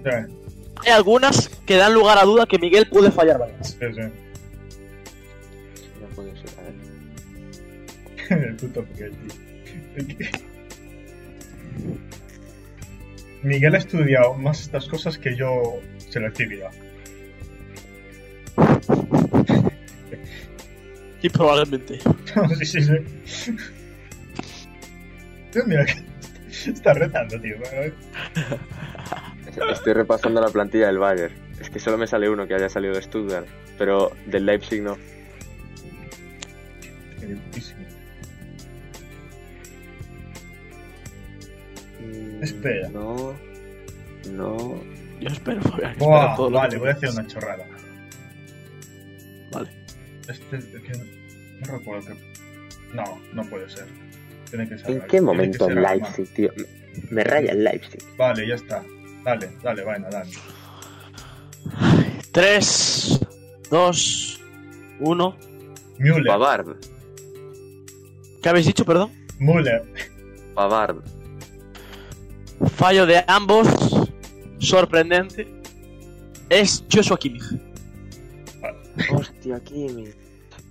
[SPEAKER 3] Hay algunas que dan lugar a duda que Miguel puede fallar varias.
[SPEAKER 1] sí, sí.
[SPEAKER 2] No puede ser. a ver.
[SPEAKER 1] El puto Miguel, tío. Miguel ha estudiado más estas cosas que yo selectividad.
[SPEAKER 3] Y probablemente.
[SPEAKER 1] sí, sí, sí. Tío, mira que está retando, tío. eh,
[SPEAKER 2] Estoy repasando la plantilla del Bayern. Es que solo me sale uno que haya salido de Stuttgart. Pero del Leipzig no.
[SPEAKER 1] Espera.
[SPEAKER 2] Mm, No. No.
[SPEAKER 3] Yo espero, Fabián. que espero
[SPEAKER 1] Buah,
[SPEAKER 3] todo lo que
[SPEAKER 1] vale,
[SPEAKER 3] tú
[SPEAKER 1] voy a hacer
[SPEAKER 3] digas.
[SPEAKER 1] una chorrada.
[SPEAKER 3] Vale.
[SPEAKER 1] Este, que, no recuerdo que... No, no puede ser. Tiene que ser
[SPEAKER 2] ¿En
[SPEAKER 1] algo-
[SPEAKER 2] qué
[SPEAKER 1] tiene
[SPEAKER 2] momento
[SPEAKER 1] que
[SPEAKER 2] el
[SPEAKER 1] ser algo más.
[SPEAKER 2] Leipzig, tío? Me- Me raya el Leipzig.
[SPEAKER 1] Vale, ya está. Dale, dale, vaina, dale.
[SPEAKER 3] 3, 2, 1.
[SPEAKER 1] Müller,
[SPEAKER 2] Pavard.
[SPEAKER 3] ¿Qué habéis dicho, perdón?
[SPEAKER 1] Müller.
[SPEAKER 2] Pavard.
[SPEAKER 3] Fallo de ambos. Sorprendente. Es Joshua Kimmich.
[SPEAKER 2] Hostia, Kimi.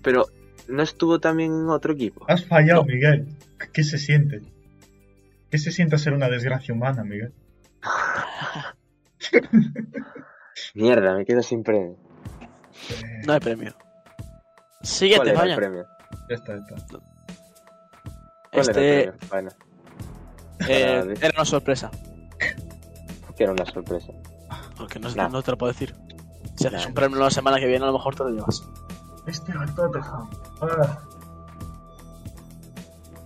[SPEAKER 2] Pero, ¿no estuvo también en otro equipo?
[SPEAKER 1] Has fallado,
[SPEAKER 3] No.
[SPEAKER 1] Miguel. ¿Qué se siente? ¿Qué se siente ser una desgracia humana, Miguel?
[SPEAKER 2] Mierda, me quedo sin premio.
[SPEAKER 1] Eh,
[SPEAKER 3] No hay premio.
[SPEAKER 2] ¿Cuál
[SPEAKER 3] Siguiente,
[SPEAKER 2] era el
[SPEAKER 3] Fabián.
[SPEAKER 2] premio?
[SPEAKER 1] Ya está, ya está.
[SPEAKER 2] ¿Cuál
[SPEAKER 3] Este-
[SPEAKER 2] era el premio? Bueno,
[SPEAKER 3] Eh,
[SPEAKER 2] Vale.
[SPEAKER 3] era una sorpresa.
[SPEAKER 2] que era una sorpresa.
[SPEAKER 3] Porque no,
[SPEAKER 2] Nah.
[SPEAKER 3] no te lo puedo decir. Si haces
[SPEAKER 2] Nah.
[SPEAKER 3] un premio la semana que viene, a lo mejor te lo llevas.
[SPEAKER 1] Este era el Tottenham. Ah,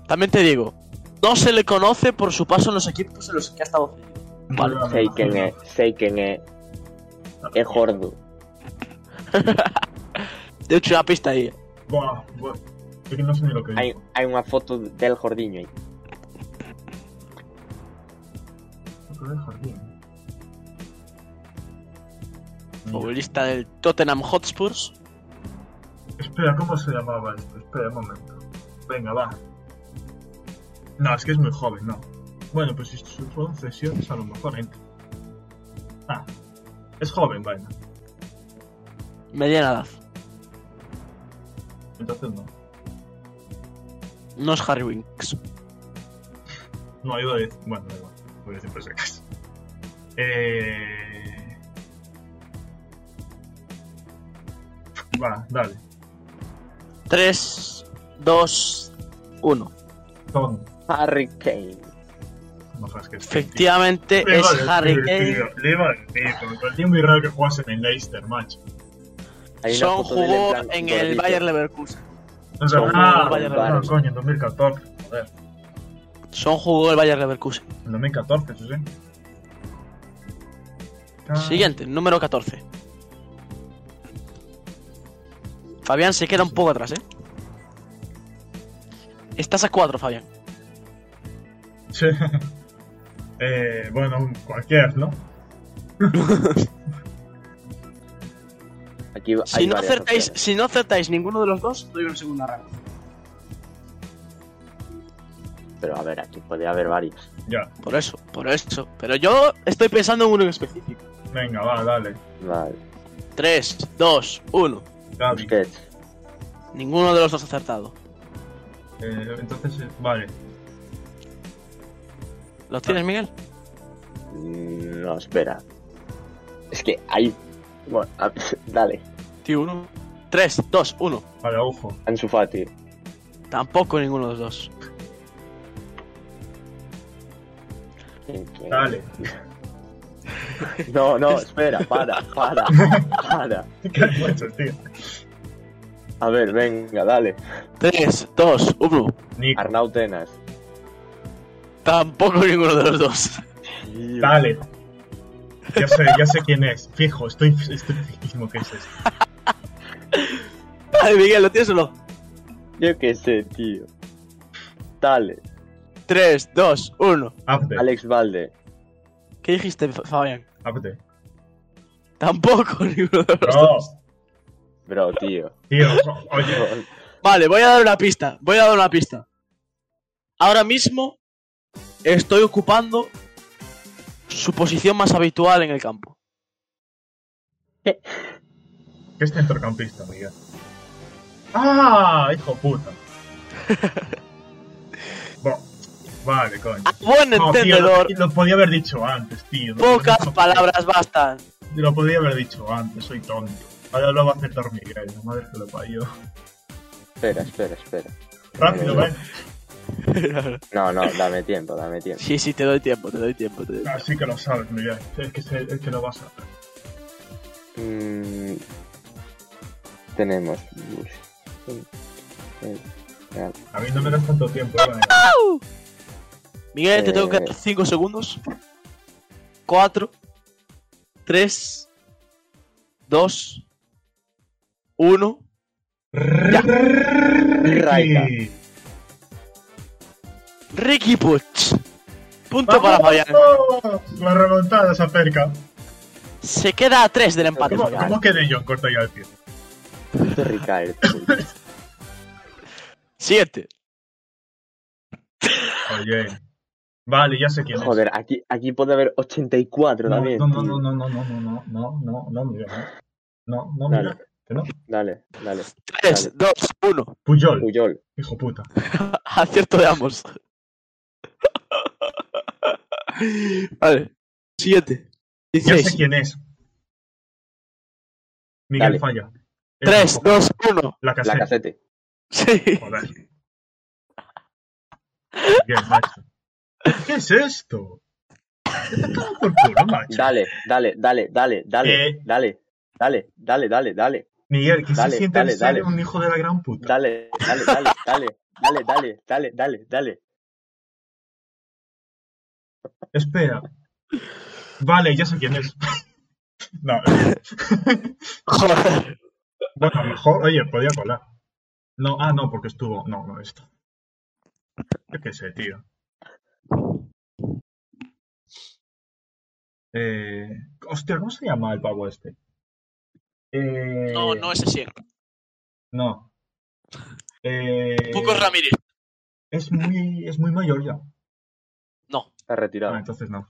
[SPEAKER 3] También te digo, no se le conoce por su paso en los equipos en los que ha estado. Vale.
[SPEAKER 1] no, no,
[SPEAKER 2] Sei
[SPEAKER 1] no.
[SPEAKER 2] quen é, sei quen é. É gordo.
[SPEAKER 3] De hecho, una pista ahí.
[SPEAKER 1] Buah, buah. Es que no sé ni lo que
[SPEAKER 2] Hai,
[SPEAKER 1] digo.
[SPEAKER 2] hai unha foto del gordiño aí.
[SPEAKER 1] Lo ¿eh? del jardín. Mm.
[SPEAKER 3] Futbolista del Tottenham Hotspurs.
[SPEAKER 1] Espera, ¿cómo se llamaba esto? Espera un momento. Venga, va. No, es que es muy joven, no. Bueno, pues si fueron cesiones, a lo mejor entra. Ah, es joven, vaya.
[SPEAKER 3] Mediana edad.
[SPEAKER 1] Entonces no.
[SPEAKER 3] No es Harry Winks.
[SPEAKER 1] No, iba a decir. Bueno, da igual. Voy a decir por si acaso. Eh. Va, dale.
[SPEAKER 3] 3, 2, 1.
[SPEAKER 1] Tom.
[SPEAKER 2] Harry Kane.
[SPEAKER 1] No sabes que es
[SPEAKER 3] Efectivamente
[SPEAKER 1] Le
[SPEAKER 3] es
[SPEAKER 1] iba a decir,
[SPEAKER 3] Harry
[SPEAKER 1] tío,
[SPEAKER 3] Kane.
[SPEAKER 1] Le iba a decir, con todo el tiempo y raro que jugase en el Leicester, macho.
[SPEAKER 2] Hai unha
[SPEAKER 3] Son
[SPEAKER 2] foto dele
[SPEAKER 3] jugó
[SPEAKER 2] plan
[SPEAKER 3] en el
[SPEAKER 2] gordito.
[SPEAKER 3] Bayern Leverkusen.
[SPEAKER 1] O sea,
[SPEAKER 2] Son
[SPEAKER 1] ah,
[SPEAKER 2] muy
[SPEAKER 1] vaya, no,
[SPEAKER 2] raros.
[SPEAKER 1] coño, en 2014. Joder,
[SPEAKER 3] Son jugó el Bayern Leverkusen.
[SPEAKER 1] en 2014, eso sí. Ah,
[SPEAKER 3] Siguiente, número 14. Fabián se queda un poco atrás, ¿eh? Estás a 4, Fabián.
[SPEAKER 1] sí. eh, bueno, un- cualquier, ¿no?
[SPEAKER 2] Aquí hai
[SPEAKER 3] Si no,
[SPEAKER 2] varias
[SPEAKER 3] acertáis,
[SPEAKER 2] opciones.
[SPEAKER 3] si no acertáis ninguno de los dos, doy una segunda ronda.
[SPEAKER 2] Pero a ver, aquí podía haber varios.
[SPEAKER 1] Ya,
[SPEAKER 3] Por eso, por eso. Pero yo estoy pensando en uno en específico.
[SPEAKER 1] venga, va, dale.
[SPEAKER 2] Vale.
[SPEAKER 3] 3, 2, 1.
[SPEAKER 1] Gaby.
[SPEAKER 2] Busquets.
[SPEAKER 3] Ninguno de los dos ha acertado.
[SPEAKER 1] Eh, entonces, eh, vale.
[SPEAKER 3] ¿Los
[SPEAKER 1] Ah.
[SPEAKER 3] tienes, Miguel?
[SPEAKER 2] Mm, No, espera. Es que hay. Bueno, a- dale.
[SPEAKER 3] Tío, uno. 3, 2, 1.
[SPEAKER 1] Vale, ojo.
[SPEAKER 2] Ansu Fati.
[SPEAKER 3] Tampoco ninguno de los dos.
[SPEAKER 2] ¿Quién-
[SPEAKER 3] Eh,
[SPEAKER 2] quién?
[SPEAKER 1] Dale.
[SPEAKER 2] No, no, espera, para, para, para.
[SPEAKER 1] ¿Qué has hecho, tío?
[SPEAKER 2] A ver, venga, dale.
[SPEAKER 3] 3, 2, 1.
[SPEAKER 1] Nico.
[SPEAKER 2] Arnau Tenas.
[SPEAKER 3] Tampoco ninguno de los dos.
[SPEAKER 1] Dale. Ya sé, ya sé quién es. Fijo, estoy, estoy fijísimo que es este.
[SPEAKER 3] Ay, Miguel, ¿lo tienes o no?
[SPEAKER 2] Yo qué sé, tío. Dale.
[SPEAKER 3] 3, 2, 1.
[SPEAKER 1] Abde.
[SPEAKER 2] Alex Valde.
[SPEAKER 3] ¿Qué dijiste, Fa- Fabián?
[SPEAKER 1] Abde.
[SPEAKER 3] Tampoco ninguno de los
[SPEAKER 1] No,
[SPEAKER 3] dos.
[SPEAKER 2] Bro, tío.
[SPEAKER 1] tío. o- Oye,
[SPEAKER 3] Vale, voy a dar una pista. Voy a dar una pista. Ahora mismo estoy ocupando su posición más habitual en el campo.
[SPEAKER 1] que es centrocampista, Miguel. ¡Ah! Hijo puta. Bo- Vale, coño.
[SPEAKER 3] A buen
[SPEAKER 1] No, tío,
[SPEAKER 3] Ah, entendedor,
[SPEAKER 1] lo, lo podía haber dicho antes, tío. Lo
[SPEAKER 3] pocas
[SPEAKER 1] podía-
[SPEAKER 3] palabras bastan.
[SPEAKER 1] Lo podía haber dicho antes, soy tonto. Ahora lo va a aceptar Miguel, la madre que lo parió.
[SPEAKER 2] Espera, espera, espera.
[SPEAKER 1] Rápido, ven.
[SPEAKER 2] No, no, dame tiempo, dame tiempo.
[SPEAKER 3] sí, sí, te doy tiempo, te doy tiempo. Te doy. tiempo.
[SPEAKER 1] Así Ah, que lo sabes, Miguel. Es que, se- es que lo vas a hacer.
[SPEAKER 2] Mm, tenemos. Busquets, eh,
[SPEAKER 1] A mí no me das tanto tiempo, eh.
[SPEAKER 3] Miguel, te tengo que
[SPEAKER 2] Eh.
[SPEAKER 3] dar 5 segundos. 4, 3, 2, 1.
[SPEAKER 2] Raika.
[SPEAKER 1] Y-
[SPEAKER 3] Ricky Puch. Punto para
[SPEAKER 1] ¡Vamos!
[SPEAKER 3] Fabián.
[SPEAKER 1] La remontada se acerca.
[SPEAKER 3] Se queda a 3 del empate.
[SPEAKER 1] ¿Cómo,
[SPEAKER 3] Fabián.
[SPEAKER 1] cómo quedé yo en corto y al pie?
[SPEAKER 2] Puto Ricaer, tío.
[SPEAKER 3] Siguiente.
[SPEAKER 1] Oye. Vale, ya sé quién es.
[SPEAKER 2] Joder, aquí, aquí puede haber 84
[SPEAKER 1] no,
[SPEAKER 2] también.
[SPEAKER 1] no, no,
[SPEAKER 2] tío.
[SPEAKER 1] no, no, no, no, no, no, no, no, Miguel. No, no, no,
[SPEAKER 2] Dale.
[SPEAKER 1] Miguel. Que no.
[SPEAKER 2] Dale, dale.
[SPEAKER 3] 3, 2, 1.
[SPEAKER 1] Puyol,
[SPEAKER 2] Puyol.
[SPEAKER 1] hijo puta.
[SPEAKER 3] Acierto de ambos. vale. Siguiente.
[SPEAKER 1] Ya sé
[SPEAKER 3] 16.
[SPEAKER 1] quién es. Miguel
[SPEAKER 2] Dale.
[SPEAKER 1] falla. Es
[SPEAKER 3] 3,
[SPEAKER 1] hijo-
[SPEAKER 3] 2, 1.
[SPEAKER 1] La
[SPEAKER 2] La
[SPEAKER 1] caseta.
[SPEAKER 2] casete.
[SPEAKER 3] Sí.
[SPEAKER 1] Joder. Miguel, macho. ¿Qué es esto? Te está dando por culo, macho.
[SPEAKER 2] Dale, dale, dale, dale, dale,
[SPEAKER 1] Eh.
[SPEAKER 2] dale, dale, dale, dale, dale,
[SPEAKER 1] Miguel, que
[SPEAKER 2] Dale,
[SPEAKER 1] se siente
[SPEAKER 2] dale,
[SPEAKER 1] el ser
[SPEAKER 2] dale.
[SPEAKER 1] un hijo de la gran puta.
[SPEAKER 2] dale, dale, dale, dale, dale, dale, dale, dale, dale.
[SPEAKER 1] Espera. Vale, ya sé quién es. no.
[SPEAKER 3] Joder.
[SPEAKER 1] Bueno, a lo mejor, oye, podía colar. No, ah, no, porque estuvo. No, no, esto. Yo qué sé, tío. Eh, hostia, ¿cómo se llama el pavo este? Eh,
[SPEAKER 3] No, no es así.
[SPEAKER 1] No. Eh,
[SPEAKER 3] Pocos Ramírez.
[SPEAKER 1] es muy, es muy mayor ya.
[SPEAKER 3] No.
[SPEAKER 2] Está
[SPEAKER 1] Ah,
[SPEAKER 2] retirado.
[SPEAKER 1] entonces no.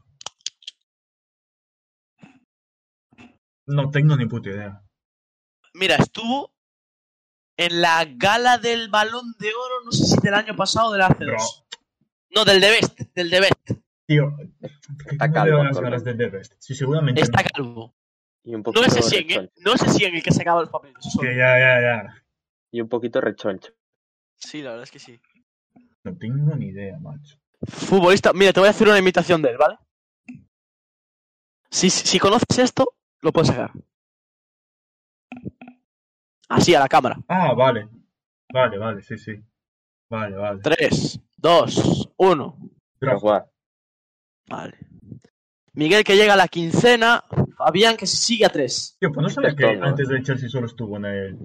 [SPEAKER 1] No tengo ni puta idea.
[SPEAKER 3] Mira, estuvo en la gala del Balón de Oro, no sé si del año pasado o del hace
[SPEAKER 1] Pero,
[SPEAKER 3] dos. No, del de Best, del de Best.
[SPEAKER 1] tío, ¿qué me
[SPEAKER 2] calvo,
[SPEAKER 1] dieron las
[SPEAKER 2] Antonio.
[SPEAKER 1] ganas de The Best? Sí, seguramente
[SPEAKER 3] Está
[SPEAKER 1] no.
[SPEAKER 3] calvo.
[SPEAKER 2] Y un
[SPEAKER 3] No
[SPEAKER 2] poquito
[SPEAKER 3] es ¿eh? ese en
[SPEAKER 2] rechoncho.
[SPEAKER 3] el, no es ese en el que sacaba los papeles. eso.
[SPEAKER 1] Que ya, ya, ya.
[SPEAKER 2] Y un poquito rechoncho.
[SPEAKER 3] Sí, la verdad es que sí.
[SPEAKER 1] No tengo ni idea, macho.
[SPEAKER 3] Futbolista, mira, te voy a hacer una imitación de él, ¿vale? Si, si conoces esto, lo puedes sacar. Así, a la cámara.
[SPEAKER 1] Ah, vale. Vale, vale, sí, sí. Vale, vale.
[SPEAKER 3] 3, 2, 1.
[SPEAKER 2] Pero
[SPEAKER 1] Draft.
[SPEAKER 2] guau,
[SPEAKER 3] Vale. Miguel que llega a la quincena. Fabián que se sigue a 3
[SPEAKER 1] Tío, pues no sabía
[SPEAKER 2] Esto
[SPEAKER 1] que
[SPEAKER 2] no.
[SPEAKER 1] antes del Chelsea solo estuvo en el.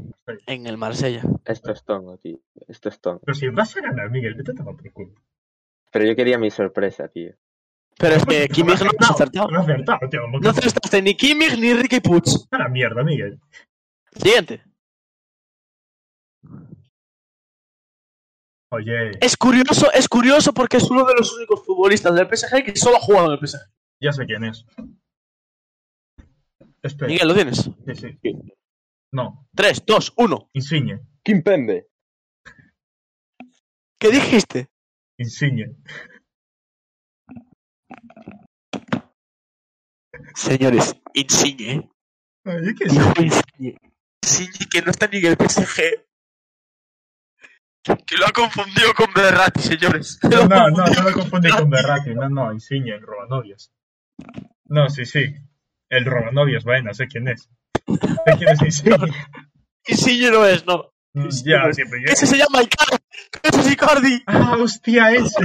[SPEAKER 3] en el Marsella.
[SPEAKER 2] esto es tongo, tío. Esto es tongo.
[SPEAKER 1] Pero si vas a ganar, Miguel, vete a tomar por culo.
[SPEAKER 2] Pero yo quería mi sorpresa, tío.
[SPEAKER 3] Pero es que Kimmich no ha acertado.
[SPEAKER 1] No has acertado, tío. ¿Cómo que
[SPEAKER 3] No acertaste ni Kimmich ni Ricky Puig.
[SPEAKER 1] a la mierda, Miguel?
[SPEAKER 3] Siguiente.
[SPEAKER 1] Oye,
[SPEAKER 3] Es curioso, es curioso porque es uno de los únicos futbolistas del PSG que solo ha jugado en el PSG.
[SPEAKER 1] ya sé quién es. Espera,
[SPEAKER 3] Miguel, ¿lo tienes?
[SPEAKER 1] sí, sí. No,
[SPEAKER 3] 3, 2, 1.
[SPEAKER 1] Insigne,
[SPEAKER 2] Kimpembe.
[SPEAKER 3] ¿Qué dijiste?
[SPEAKER 1] Insigne.
[SPEAKER 3] Señores, Insigne.
[SPEAKER 1] Ay, yo qué sé.
[SPEAKER 3] Dijo Insigne. Insigne que no está ni en el PSG. Que lo ha confundido con Berratti, señores.
[SPEAKER 1] No, no, no, no lo confundí con Berratti. No, no, Insigne, el Robanovias. No, sí, sí. El Robanovias, bueno, sé quién es. Sé quién es Insigne.
[SPEAKER 3] Insigne no es, no.
[SPEAKER 1] Mm,
[SPEAKER 3] Sí,
[SPEAKER 1] Ya,
[SPEAKER 3] pues,
[SPEAKER 1] siempre
[SPEAKER 3] Que
[SPEAKER 1] yo.
[SPEAKER 3] ese se llama Icardi. Que ese es Icardi.
[SPEAKER 1] Ah, hostia, ese.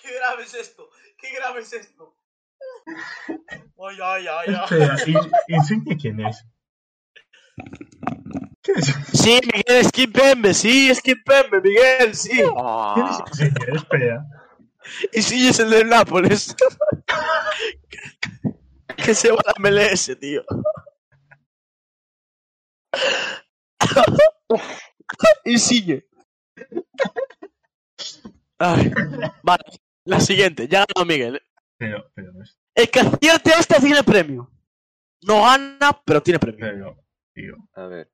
[SPEAKER 3] Qué grave es esto. Qué grave es esto. Ay, ay, ay,
[SPEAKER 1] Espera, ¿y- Insigne quién es? ¿Quién es,
[SPEAKER 3] Sí, Miguel, es Kimpembe. Sí, es Kimpembe, Miguel, sí.
[SPEAKER 1] quién
[SPEAKER 2] Ah.
[SPEAKER 1] es Insigne? Espera.
[SPEAKER 3] Y sí, es el del Nápoles. que se va a la MLS, tío. y sigue. Ay, vale, la siguiente. Ya ganó Miguel.
[SPEAKER 1] Pero, pero, es-
[SPEAKER 3] El que acierte esta tiene premio. No gana, pero tiene premio.
[SPEAKER 1] pero, tío,
[SPEAKER 2] A ver.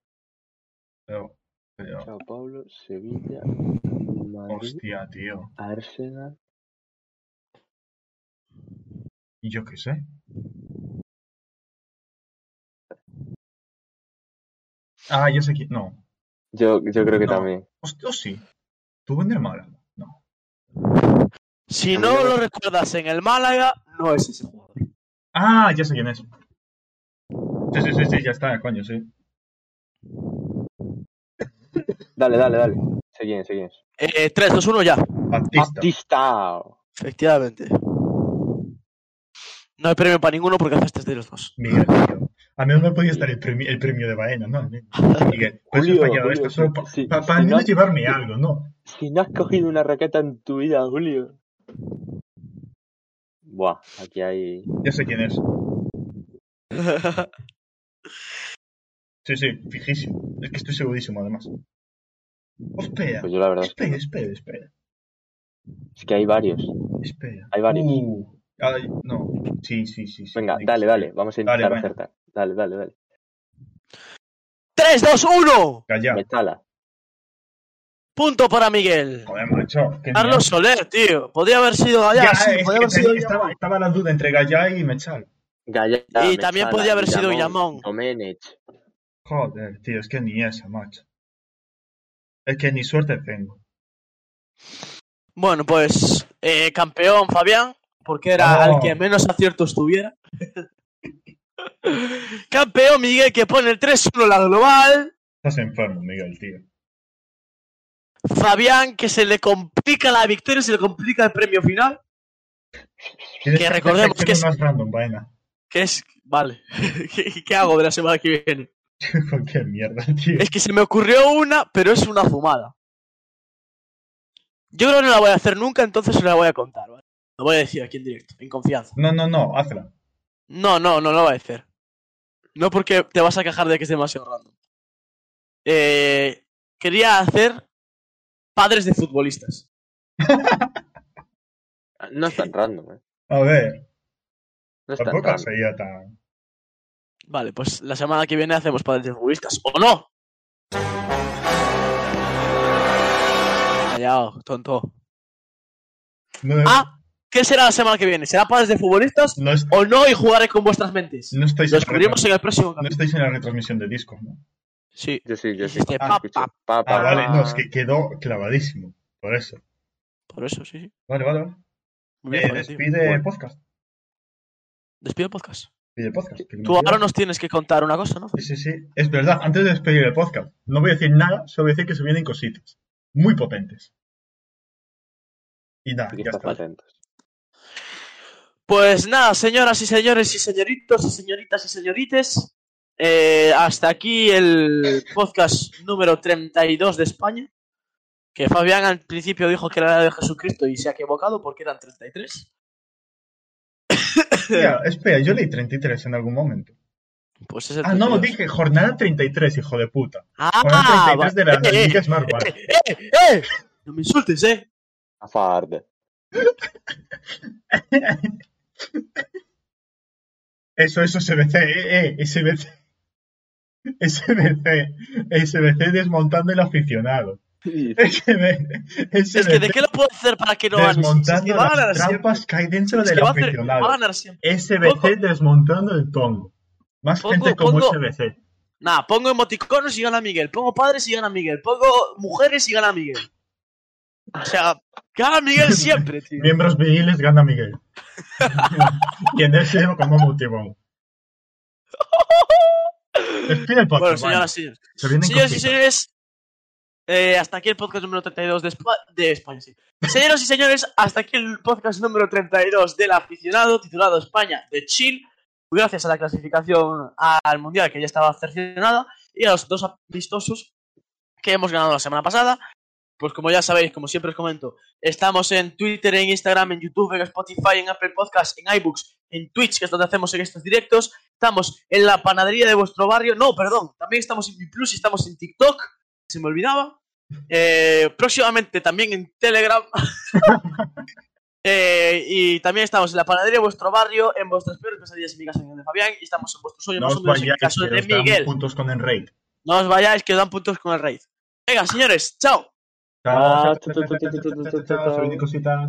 [SPEAKER 1] pero, pero,
[SPEAKER 2] Sao Paulo, Sevilla, Madrid,
[SPEAKER 1] hostia, tío.
[SPEAKER 2] Arsenal.
[SPEAKER 1] ¿Y yo qué sé? Ah, yo sé quién. No.
[SPEAKER 2] Yo, yo creo que
[SPEAKER 1] No.
[SPEAKER 2] también.
[SPEAKER 1] Hostia, oh, sí. ¿Tú en el Málaga? No.
[SPEAKER 3] Si no lo recuerdas en el Málaga, no es ese jugador.
[SPEAKER 1] Ah, ya sé quién es. Sí, sí, sí, sí, ya está, coño, sí.
[SPEAKER 2] Dale, dale, dale. Seguimos, seguimos.
[SPEAKER 3] Eh, 3, 2, 1 ya.
[SPEAKER 1] Baptista.
[SPEAKER 2] Batista.
[SPEAKER 3] Efectivamente. No hay premio para ninguno porque haces de los dos.
[SPEAKER 1] Mira, tío. A mí no me podía estar el premio, el premio de Baena, ¿no? Miguel, pues he
[SPEAKER 2] Julio,
[SPEAKER 1] fallado
[SPEAKER 2] Julio,
[SPEAKER 1] esto
[SPEAKER 2] sí,
[SPEAKER 1] solo pa-
[SPEAKER 2] sí,
[SPEAKER 1] pa-
[SPEAKER 2] sí,
[SPEAKER 1] para al menos
[SPEAKER 2] no-
[SPEAKER 1] llevarme algo, ¿no?
[SPEAKER 2] Si no has cogido una raqueta en tu vida, Julio. Buah, aquí hay.
[SPEAKER 1] Ya sé quién es. Sí, sí, fijísimo. Es que estoy segurísimo, además. Espera,
[SPEAKER 2] Pues yo la verdad es que
[SPEAKER 1] espera, espera, espera.
[SPEAKER 2] es que hay varios.
[SPEAKER 1] espera.
[SPEAKER 2] Hay varios.
[SPEAKER 1] Uh, ay, no, sí, sí, sí. sí.
[SPEAKER 2] Venga,
[SPEAKER 1] Sí,
[SPEAKER 2] dale,
[SPEAKER 1] sí.
[SPEAKER 2] dale. Vamos a intentar
[SPEAKER 1] Dale, pues. venga.
[SPEAKER 2] acertar. Dale, dale, dale.
[SPEAKER 3] 3, 2, 1.
[SPEAKER 1] Calla.
[SPEAKER 2] Metala.
[SPEAKER 3] Punto para Miguel.
[SPEAKER 1] Joder, macho. qué
[SPEAKER 3] Carlos Soler, tío. Podría haber sido
[SPEAKER 1] mierda.
[SPEAKER 3] allá.
[SPEAKER 1] Ya,
[SPEAKER 3] sí,
[SPEAKER 1] es
[SPEAKER 3] podía
[SPEAKER 1] que
[SPEAKER 3] haber sido
[SPEAKER 1] tenía-
[SPEAKER 3] allá.
[SPEAKER 1] estaba, estaba la duda entre Gallá y Mechal.
[SPEAKER 2] Galleta,
[SPEAKER 3] Y también
[SPEAKER 2] Mezcala,
[SPEAKER 3] podía haber sido Guillamón.
[SPEAKER 2] Domenech.
[SPEAKER 1] Joder, tío, es que ni esa, macho. Es que ni suerte tengo.
[SPEAKER 3] Bueno, pues eh, campeón Fabián, porque era
[SPEAKER 1] Oh.
[SPEAKER 3] al que menos aciertos tuviera. campeón Miguel, que pone el 3-1 la global.
[SPEAKER 1] Estás enfermo, Miguel, tío.
[SPEAKER 3] Fabián, que se le complica la victoria, se le complica el premio final.
[SPEAKER 1] Tienes
[SPEAKER 3] Que recordemos
[SPEAKER 1] hacer
[SPEAKER 3] que es-
[SPEAKER 1] más random, vaina.
[SPEAKER 3] Que es. Vale. ¿Qué, qué hago de la semana que viene?
[SPEAKER 1] Cualquier mierda, tío.
[SPEAKER 3] Es que se me ocurrió una, pero es una fumada. Yo creo que no la voy a hacer nunca, entonces no la voy a contar, ¿vale? Lo voy a decir aquí en directo, en confianza.
[SPEAKER 1] No, no, no, hazla.
[SPEAKER 3] No, no, no lo voy a decir. No porque te vas a quejar de que es demasiado random. Eh, quería hacer padres de futbolistas.
[SPEAKER 2] Ah, No es tan random, ¿eh?
[SPEAKER 1] A ver,
[SPEAKER 2] No es tan
[SPEAKER 1] tampoco
[SPEAKER 2] random.
[SPEAKER 1] sería tan.
[SPEAKER 3] Vale, pues la semana que viene hacemos padres de futbolistas. ¿O no? Callao, tonto.
[SPEAKER 1] No,
[SPEAKER 3] Ah, ¿qué será la semana que viene? ¿Será padres de futbolistas
[SPEAKER 1] no, es-
[SPEAKER 3] o no? Y jugaré con vuestras mentes.
[SPEAKER 1] no estáis
[SPEAKER 3] Lo
[SPEAKER 1] en la
[SPEAKER 3] descubrimos en el próximo
[SPEAKER 1] no
[SPEAKER 3] capítulo.
[SPEAKER 1] estáis en la retransmisión de Discord, ¿no?
[SPEAKER 3] Sí.
[SPEAKER 2] Yo sí, yo sí.
[SPEAKER 3] Dijiste,
[SPEAKER 2] Ah,
[SPEAKER 3] pa,
[SPEAKER 2] escuché,
[SPEAKER 3] pa,
[SPEAKER 2] pa, pa,
[SPEAKER 1] Ah, vale,
[SPEAKER 2] pa.
[SPEAKER 1] no, es que quedó clavadísimo. Por eso.
[SPEAKER 3] Por eso, sí. sí.
[SPEAKER 1] Vale, vale, vale.
[SPEAKER 3] Muy bien,
[SPEAKER 1] Eh,
[SPEAKER 3] joder, tío.
[SPEAKER 1] despide
[SPEAKER 2] Bueno.
[SPEAKER 1] podcast.
[SPEAKER 3] Despido el podcast.
[SPEAKER 1] Despide podcast. que
[SPEAKER 3] Tú ahora
[SPEAKER 1] quiero-
[SPEAKER 3] nos tienes que contar una cosa, ¿no?
[SPEAKER 1] Sí, sí, sí. Es verdad, antes de despedir el podcast, no voy a decir nada, solo voy a decir que se vienen cositas. Muy potentes. Y nada,
[SPEAKER 2] Así que
[SPEAKER 1] ya
[SPEAKER 2] estad
[SPEAKER 1] está.
[SPEAKER 2] atentos.
[SPEAKER 3] Pues nada, señoras y señores y señoritos y señoritas y señorites, eh, hasta aquí el podcast número 32 de España, que Fabián al principio dijo que era la de Jesucristo y se ha equivocado porque eran 33.
[SPEAKER 1] Espera, espera, yo leí 33 en algún momento.
[SPEAKER 3] Pues es el
[SPEAKER 1] Ah, no,
[SPEAKER 3] 32.
[SPEAKER 1] dije jornada 33, hijo de puta.
[SPEAKER 3] Ah,
[SPEAKER 1] Jornada 33 de la
[SPEAKER 3] va- eh,
[SPEAKER 1] Liga Smart Bar.
[SPEAKER 3] eh, eh, eh. No me insultes, eh.
[SPEAKER 2] Afard.
[SPEAKER 1] Eso, eso, SBC, eh, eh, SBC. SBC, SBC desmontando el aficionado. SBC,
[SPEAKER 3] Es que, ¿de qué lo puedo hacer para que no ganes? Si es que
[SPEAKER 1] desmontando
[SPEAKER 3] va a ganar
[SPEAKER 1] las trampas que hay dentro
[SPEAKER 3] siempre. Si es
[SPEAKER 1] del
[SPEAKER 3] que va a hacer- va a
[SPEAKER 1] aficionado.
[SPEAKER 3] ganar siempre.
[SPEAKER 1] SBC
[SPEAKER 3] Pongo-
[SPEAKER 1] desmontando el tongo. Más
[SPEAKER 3] Pongo-
[SPEAKER 1] gente como
[SPEAKER 3] pongo-
[SPEAKER 1] SBC.
[SPEAKER 3] Nada, pongo emoticonos y gana Miguel. Pongo padres y gana Miguel. Pongo mujeres y gana Miguel. O sea, gana Miguel siempre, tío.
[SPEAKER 1] Miembros viriles gana Miguel. y en ese como motivo. Despide el podcast.
[SPEAKER 3] Bueno,
[SPEAKER 1] Juan.
[SPEAKER 3] señoras y señores.
[SPEAKER 1] Se vienen
[SPEAKER 3] Señoras y
[SPEAKER 1] cositas.
[SPEAKER 3] señores, eh, hasta aquí el podcast número 32 de, Espa- de España, sí. Señoras y señores, hasta aquí el podcast número 32 del aficionado titulado España de Chile. Gracias a la clasificación al Mundial que ya estaba cercenada y a los dos amistosos que hemos ganado la semana pasada. Pues como ya sabéis, como siempre os comento, estamos en Twitter, en Instagram, en YouTube, en Spotify, en Apple Podcasts, en iBooks, en Twitch, que es donde hacemos en estos directos. Estamos en la panadería de vuestro barrio. No, perdón. También estamos en Plus y estamos en TikTok. Se me olvidaba. Eh, próximamente también en Telegram. Eh, y también estamos en la panadería de vuestro barrio, en vuestras peores pesadillas en mi casa en el de Fabián. Y estamos en vuestros sueños
[SPEAKER 1] No
[SPEAKER 3] más
[SPEAKER 1] os
[SPEAKER 3] húmedos en mi
[SPEAKER 1] vayáis
[SPEAKER 3] caso
[SPEAKER 1] que
[SPEAKER 3] de
[SPEAKER 1] os damos
[SPEAKER 3] Miguel.
[SPEAKER 1] puntos con el rey.
[SPEAKER 3] No os vayáis, que os dan puntos con el rey. Venga, señores, chao.
[SPEAKER 1] Chao,
[SPEAKER 2] Ah,
[SPEAKER 1] chao, chao, chao, chao, chao, chao, chao, chao, se vienen cositas.